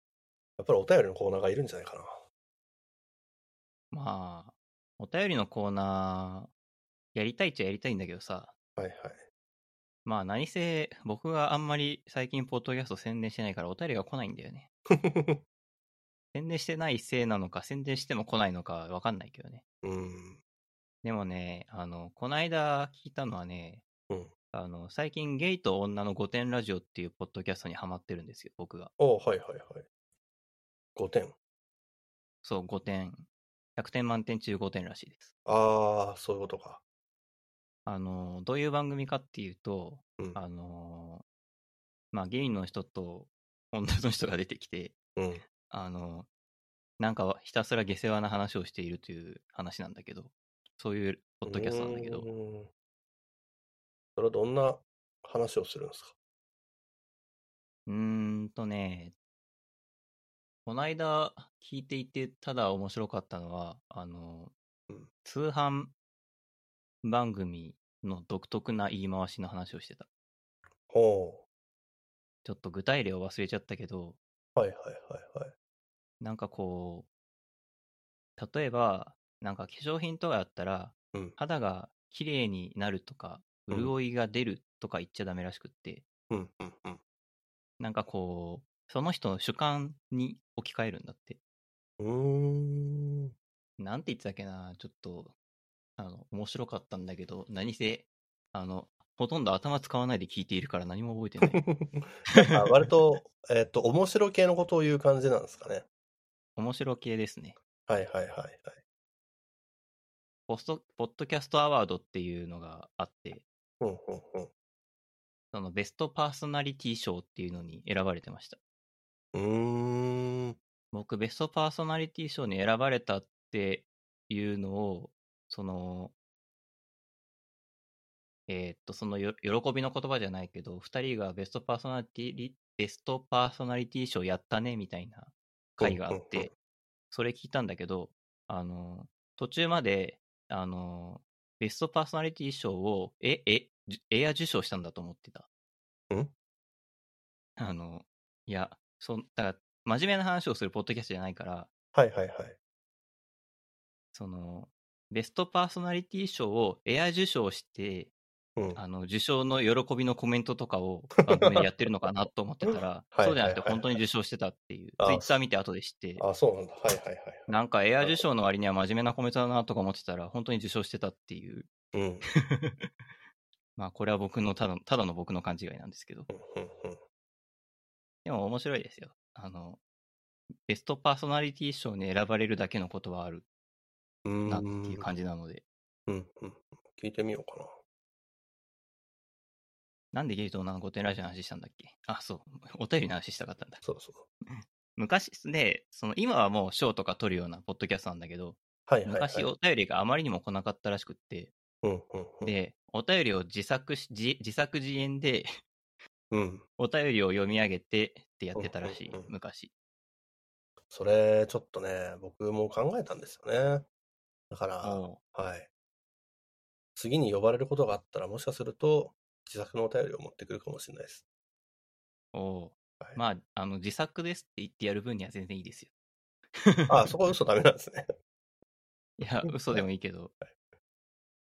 [SPEAKER 2] やっぱりお便りのコーナーがいるんじゃないかな。
[SPEAKER 1] まあ、お便りのコーナー、やりたいっちゃやりたいんだけどさ、
[SPEAKER 2] はいはい。
[SPEAKER 1] まあ何せ僕があんまり最近ポッドキャスト宣伝してないからお便りが来ないんだよね。宣伝してないせいなのか宣伝しても来ないのかわかんないけどね。
[SPEAKER 2] うん。
[SPEAKER 1] でもね、あの、こないだ聞いたのはね、
[SPEAKER 2] うん
[SPEAKER 1] あの、最近ゲイと女の御殿ラジオっていうポッドキャストにハマってるんですよ、僕が。
[SPEAKER 2] ああ、はいはいはい。5点。
[SPEAKER 1] そう、5点。100点満点中5点らしいです。
[SPEAKER 2] ああ、そういうことか。
[SPEAKER 1] あの、どういう番組かっていうと、
[SPEAKER 2] うん。
[SPEAKER 1] あの、まあ、ゲイの人と女の人が出てきて、
[SPEAKER 2] うん。
[SPEAKER 1] あの、なんかひたすら下世話な話をしているという話なんだけど、そういうポッドキャストなんだけど
[SPEAKER 2] う、ーんそれはどんな話をするんですか
[SPEAKER 1] うーんとね、こないだ聞いていて、ただ面白かったのは、あの
[SPEAKER 2] うん、
[SPEAKER 1] 通販番組の独特な言い回しの話をしてた。
[SPEAKER 2] ほ
[SPEAKER 1] ちょっと具体例を忘れちゃったけど、
[SPEAKER 2] う。はいはいはいはい。
[SPEAKER 1] なんかこう、例えば、なんか化粧品とかだったら、
[SPEAKER 2] うん。
[SPEAKER 1] 肌が綺麗になるとか、
[SPEAKER 2] うん
[SPEAKER 1] 潤いが出るとか言っちゃダメらしくって、
[SPEAKER 2] うんうんうん。
[SPEAKER 1] なんかこう、その人の主観に置き換えるんだって。
[SPEAKER 2] うーん。
[SPEAKER 1] なんて言ってたっけな、ちょっと、あの、面白かったんだけど、何せ、あの、ほとんど頭使わないで聞いているから何も覚えて ない。
[SPEAKER 2] あ割と、えっと、面白系のことを言う感じなんですかね。
[SPEAKER 1] 面白系ですね。
[SPEAKER 2] はいはいはいはい。
[SPEAKER 1] ポスト、ポッドキャストアワードっていうのがあって、
[SPEAKER 2] うんうん
[SPEAKER 1] そのベストパーソナリティ賞っていうのに選ばれてました。
[SPEAKER 2] うん。うーん。
[SPEAKER 1] 僕、ベストパーソナリティ賞に選ばれたっていうのを、その、えーっと、そのよ、喜びの言葉じゃないけど、二人がベストパーソナリティ、ベストパーソナリティ賞やったね、みたいな回があっ
[SPEAKER 2] うんうんうん
[SPEAKER 1] て、それ聞いたんだけど、あの、途中まで、あの、ベストパーソナリティ賞を、え、え、じエア受賞したんだと思ってた。
[SPEAKER 2] ん
[SPEAKER 1] あの、いや、そん、だから、真面目な話をするポッドキャストじゃないから、
[SPEAKER 2] はいはいはい。
[SPEAKER 1] その、ベストパーソナリティ賞をエア受賞して、
[SPEAKER 2] うん。
[SPEAKER 1] あの、受賞の喜びのコメントとかを番組でやってるのかなと思ってたら
[SPEAKER 2] 、はい
[SPEAKER 1] そうじゃなくて
[SPEAKER 2] はいはい
[SPEAKER 1] 本当に受賞してたっていう、
[SPEAKER 2] あ
[SPEAKER 1] ツイッター見て後で知って、
[SPEAKER 2] あ、そうなんだ。はいはいはいはい。
[SPEAKER 1] なんかエア受賞の割には真面目なコメントだなとか思ってたら、本当に受賞してたっていう、
[SPEAKER 2] うん。うん
[SPEAKER 1] まあこれは僕のただの、ただの僕の勘違いなんですけど、
[SPEAKER 2] うんうん。
[SPEAKER 1] でも面白いですよ。あの、ベストパーソナリティ賞に選ばれるだけのことはある
[SPEAKER 2] う
[SPEAKER 1] なっていう
[SPEAKER 2] ーん
[SPEAKER 1] 感じなので、
[SPEAKER 2] うんうん。聞いてみようかな。
[SPEAKER 1] なんでゲイと女の子ってラジオの話したんだっけあ、そう。お便りの話したかったんだ。
[SPEAKER 2] そうそう。
[SPEAKER 1] 昔、で、その今はもう賞とか取るようなポッドキャストなんだけど、
[SPEAKER 2] はいはいはい。
[SPEAKER 1] 昔お便りがあまりにも来なかったらしくって、
[SPEAKER 2] うんうんうん。
[SPEAKER 1] で、お便りを自作し、自自作自演で
[SPEAKER 2] うん。
[SPEAKER 1] お便りを読み上げてってやってたらしい
[SPEAKER 2] うんうんう、ん
[SPEAKER 1] 昔。
[SPEAKER 2] それ、ちょっとね、僕も考えたんですよね。だから、
[SPEAKER 1] おう
[SPEAKER 2] はい。次に呼ばれることがあったら、もしかすると、自作のお便りを持ってくるかもしれないです。
[SPEAKER 1] おう
[SPEAKER 2] はい
[SPEAKER 1] まあ、あの、自作ですって言ってやる分には全然いいですよ。
[SPEAKER 2] あ、そこは嘘ダメなんで すね。
[SPEAKER 1] い や、嘘でもいいけど。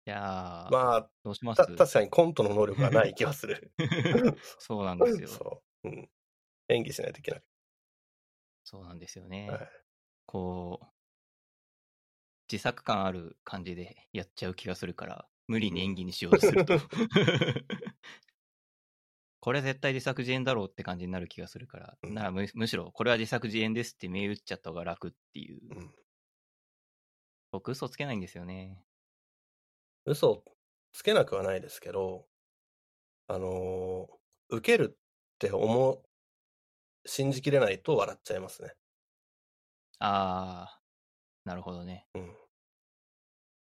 [SPEAKER 1] いやー、
[SPEAKER 2] ま
[SPEAKER 1] どうしま
[SPEAKER 2] あ、
[SPEAKER 1] す
[SPEAKER 2] た確かにコントの能力がない気が する。
[SPEAKER 1] そうなんですよ。
[SPEAKER 2] そう。うん。演技しないといけない。
[SPEAKER 1] そうなんですよね。
[SPEAKER 2] はい
[SPEAKER 1] こう、自作感ある感じでやっちゃう気がするから、無理に演技にしようとすると。 これ絶対自作自演だろうって感じになる気がするから、
[SPEAKER 2] うん
[SPEAKER 1] ならむむしろ、これは自作自演ですって銘打っちゃった方が楽っていう。
[SPEAKER 2] うん
[SPEAKER 1] 僕、嘘つけないんですよね。
[SPEAKER 2] 嘘つけなくはないですけど、あのー受けるって思う、信じきれないと笑っちゃいますね。
[SPEAKER 1] あー、なるほどね。
[SPEAKER 2] うん。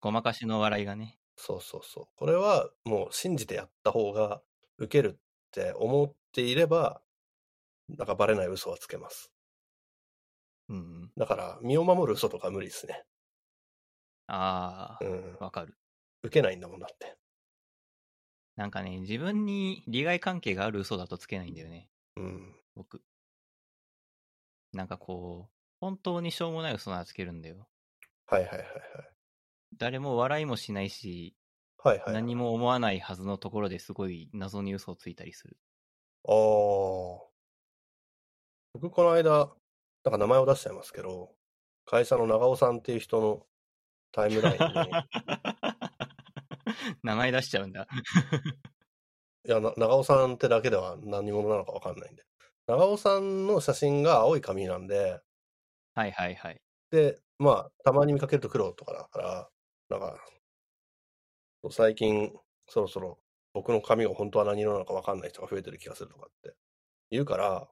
[SPEAKER 1] ごまかしの笑いがね。
[SPEAKER 2] そうそうそう。これはもう信じてやった方が受けるって思っていれば、なんかバレない嘘はつけます。
[SPEAKER 1] うんうん。
[SPEAKER 2] だから身を守る嘘とか無理ですね。
[SPEAKER 1] あ
[SPEAKER 2] う
[SPEAKER 1] ー、
[SPEAKER 2] ん。
[SPEAKER 1] わかる。
[SPEAKER 2] 受けないんだもんだって。
[SPEAKER 1] なんかね、自分に利害関係がある嘘だとつけないんだよね。
[SPEAKER 2] うん。
[SPEAKER 1] 僕。なんかこう、本当にしょうもない嘘ならつけるんだよ。
[SPEAKER 2] はいはいはいはい。
[SPEAKER 1] 誰も笑いもしないし、
[SPEAKER 2] はいはい。
[SPEAKER 1] 何も思わないはずのところですごい謎に嘘をついたりする。
[SPEAKER 2] ああ。僕、この間、なんか名前を出しちゃいますけど、会社の長尾さんっていう人のタイムラインに、
[SPEAKER 1] 名前出しちゃうんだ。
[SPEAKER 2] いや、な長尾さんってだけでは何者なのかわかんないんで。長尾さんの写真が青い髪なんで、
[SPEAKER 1] はいはいはい。
[SPEAKER 2] で、まあ、たまに見かけると黒とかだから、なんか、最近、そろそろ僕の髪が本当は何色なのかわかんない人が増えてる気がするとかって言うから、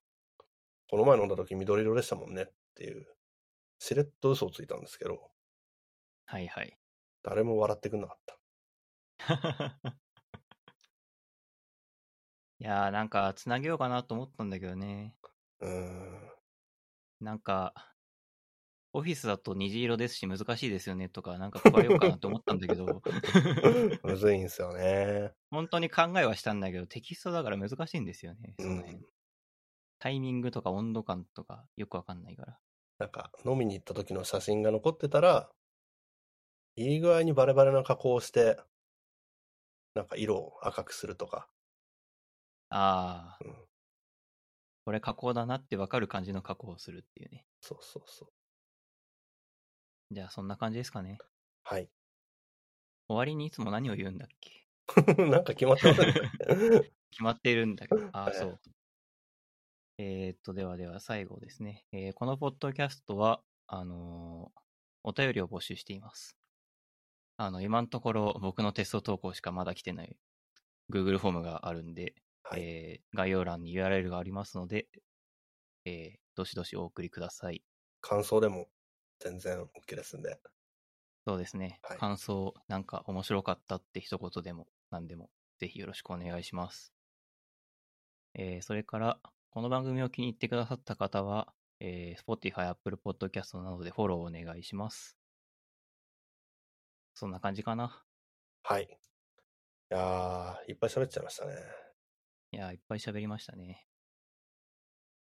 [SPEAKER 2] この前飲んだ時緑色でしたもんねっていう、しれっと嘘をついたんですけど、
[SPEAKER 1] はいはい。
[SPEAKER 2] 誰も笑ってくんなかった。
[SPEAKER 1] いやーなんかつなげようかなと思ったんだけどね。
[SPEAKER 2] うーん。
[SPEAKER 1] なんか、オフィスだと虹色ですし難しいですよねとか、なんか配れようかなと思ったんだけど、
[SPEAKER 2] むずいんですよね。
[SPEAKER 1] 本当に考えはしたんだけど、テキストだから難しいんですよね、その辺。
[SPEAKER 2] うん
[SPEAKER 1] タイミングとか温度感とかよくわかんないから。
[SPEAKER 2] なんか、飲みに行った時の写真が残ってたら、いい具合にバレバレな加工をして、なんか色を赤くするとか、
[SPEAKER 1] ああ
[SPEAKER 2] うん、
[SPEAKER 1] これ加工だなってわかる感じの加工をするっていうね。
[SPEAKER 2] そうそうそう。
[SPEAKER 1] じゃあそんな感じですかね。
[SPEAKER 2] はい。
[SPEAKER 1] 終わりにいつも何を言うんだっけ
[SPEAKER 2] なんか決 まってますね。
[SPEAKER 1] 決まってるんだけ ど。あ
[SPEAKER 2] は
[SPEAKER 1] あ、
[SPEAKER 2] い
[SPEAKER 1] そう。えーっと、ではでは最後ですね。えーこのポッドキャストは、あのーお便りを募集しています。あの、今のところ僕のテスト投稿しかまだ来てない Google フォームがあるんで、
[SPEAKER 2] はい
[SPEAKER 1] えー概要欄に URL がありますので、えーどしどしお送りください。
[SPEAKER 2] 感想でも全然 OK ですんで。
[SPEAKER 1] そうですね。
[SPEAKER 2] はい
[SPEAKER 1] 感想、なんか面白かったって一言でも何でも、ぜひよろしくお願いします。えーそれから、この番組を気に入ってくださった方は、えー Spotify、Apple Podcast などでフォローをお願いします。そんな感じかな。
[SPEAKER 2] はい。いやー、いっぱい喋っちゃいましたね。
[SPEAKER 1] いやー、いっぱい喋りましたね。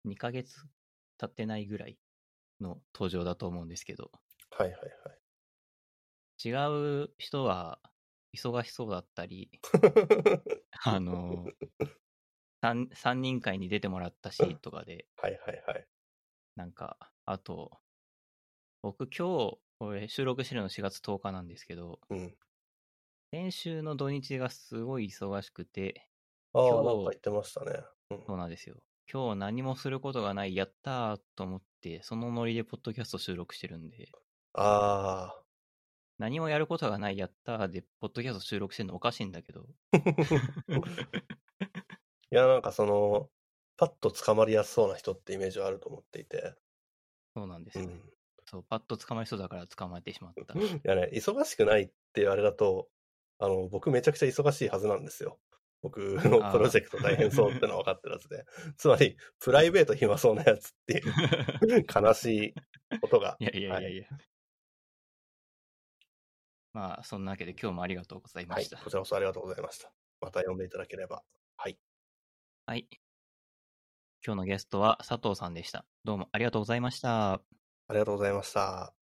[SPEAKER 1] 2ヶ月経ってないぐらいの登場だと思うんですけど、
[SPEAKER 2] はいはいはい。
[SPEAKER 1] 違う人は忙しそうだったり、 あのー、3人会に出てもらったしとかで、
[SPEAKER 2] はいはいはい。
[SPEAKER 1] なんか、あと、僕今日、これ収録してるの4月10日なんですけど、
[SPEAKER 2] うん。
[SPEAKER 1] 先週の土日がすごい忙しくて、
[SPEAKER 2] ああ、
[SPEAKER 1] 今
[SPEAKER 2] な
[SPEAKER 1] 日
[SPEAKER 2] んか言ってましたね。うん
[SPEAKER 1] そうなんですよ。今日何もすることがない、やったーと思って、そのノリでポッドキャスト収録してるんで、
[SPEAKER 2] あ
[SPEAKER 1] 何もやることがない、やったーで、ポッドキャスト収録してるのおかしいんだけど、
[SPEAKER 2] ー。いや、なんかその、パッと捕まりやすそうな人ってイメージはあると思っていて。
[SPEAKER 1] そうなんです
[SPEAKER 2] う
[SPEAKER 1] よ
[SPEAKER 2] ん。
[SPEAKER 1] ね。そう、パッと捕まりそうだから捕まえてしま った。
[SPEAKER 2] いやね、忙しくないっていうあれだと、あの、僕めちゃくちゃ忙しいはずなんですよ。僕の
[SPEAKER 1] あー
[SPEAKER 2] プロジェクト大変そうってのは分かってるはずで。つまり、プライベート暇そうなやつっていう 悲しいことが
[SPEAKER 1] い。やいやいや
[SPEAKER 2] はい
[SPEAKER 1] や。まあ、そんなわけで今日もありがとうございま
[SPEAKER 2] はい
[SPEAKER 1] し、た。
[SPEAKER 2] こちらこそありがとうございました。また呼んでいただければ。
[SPEAKER 1] はい。今日のゲストは佐藤さんでした。どうもありがとうございました。
[SPEAKER 2] ありがとうございました。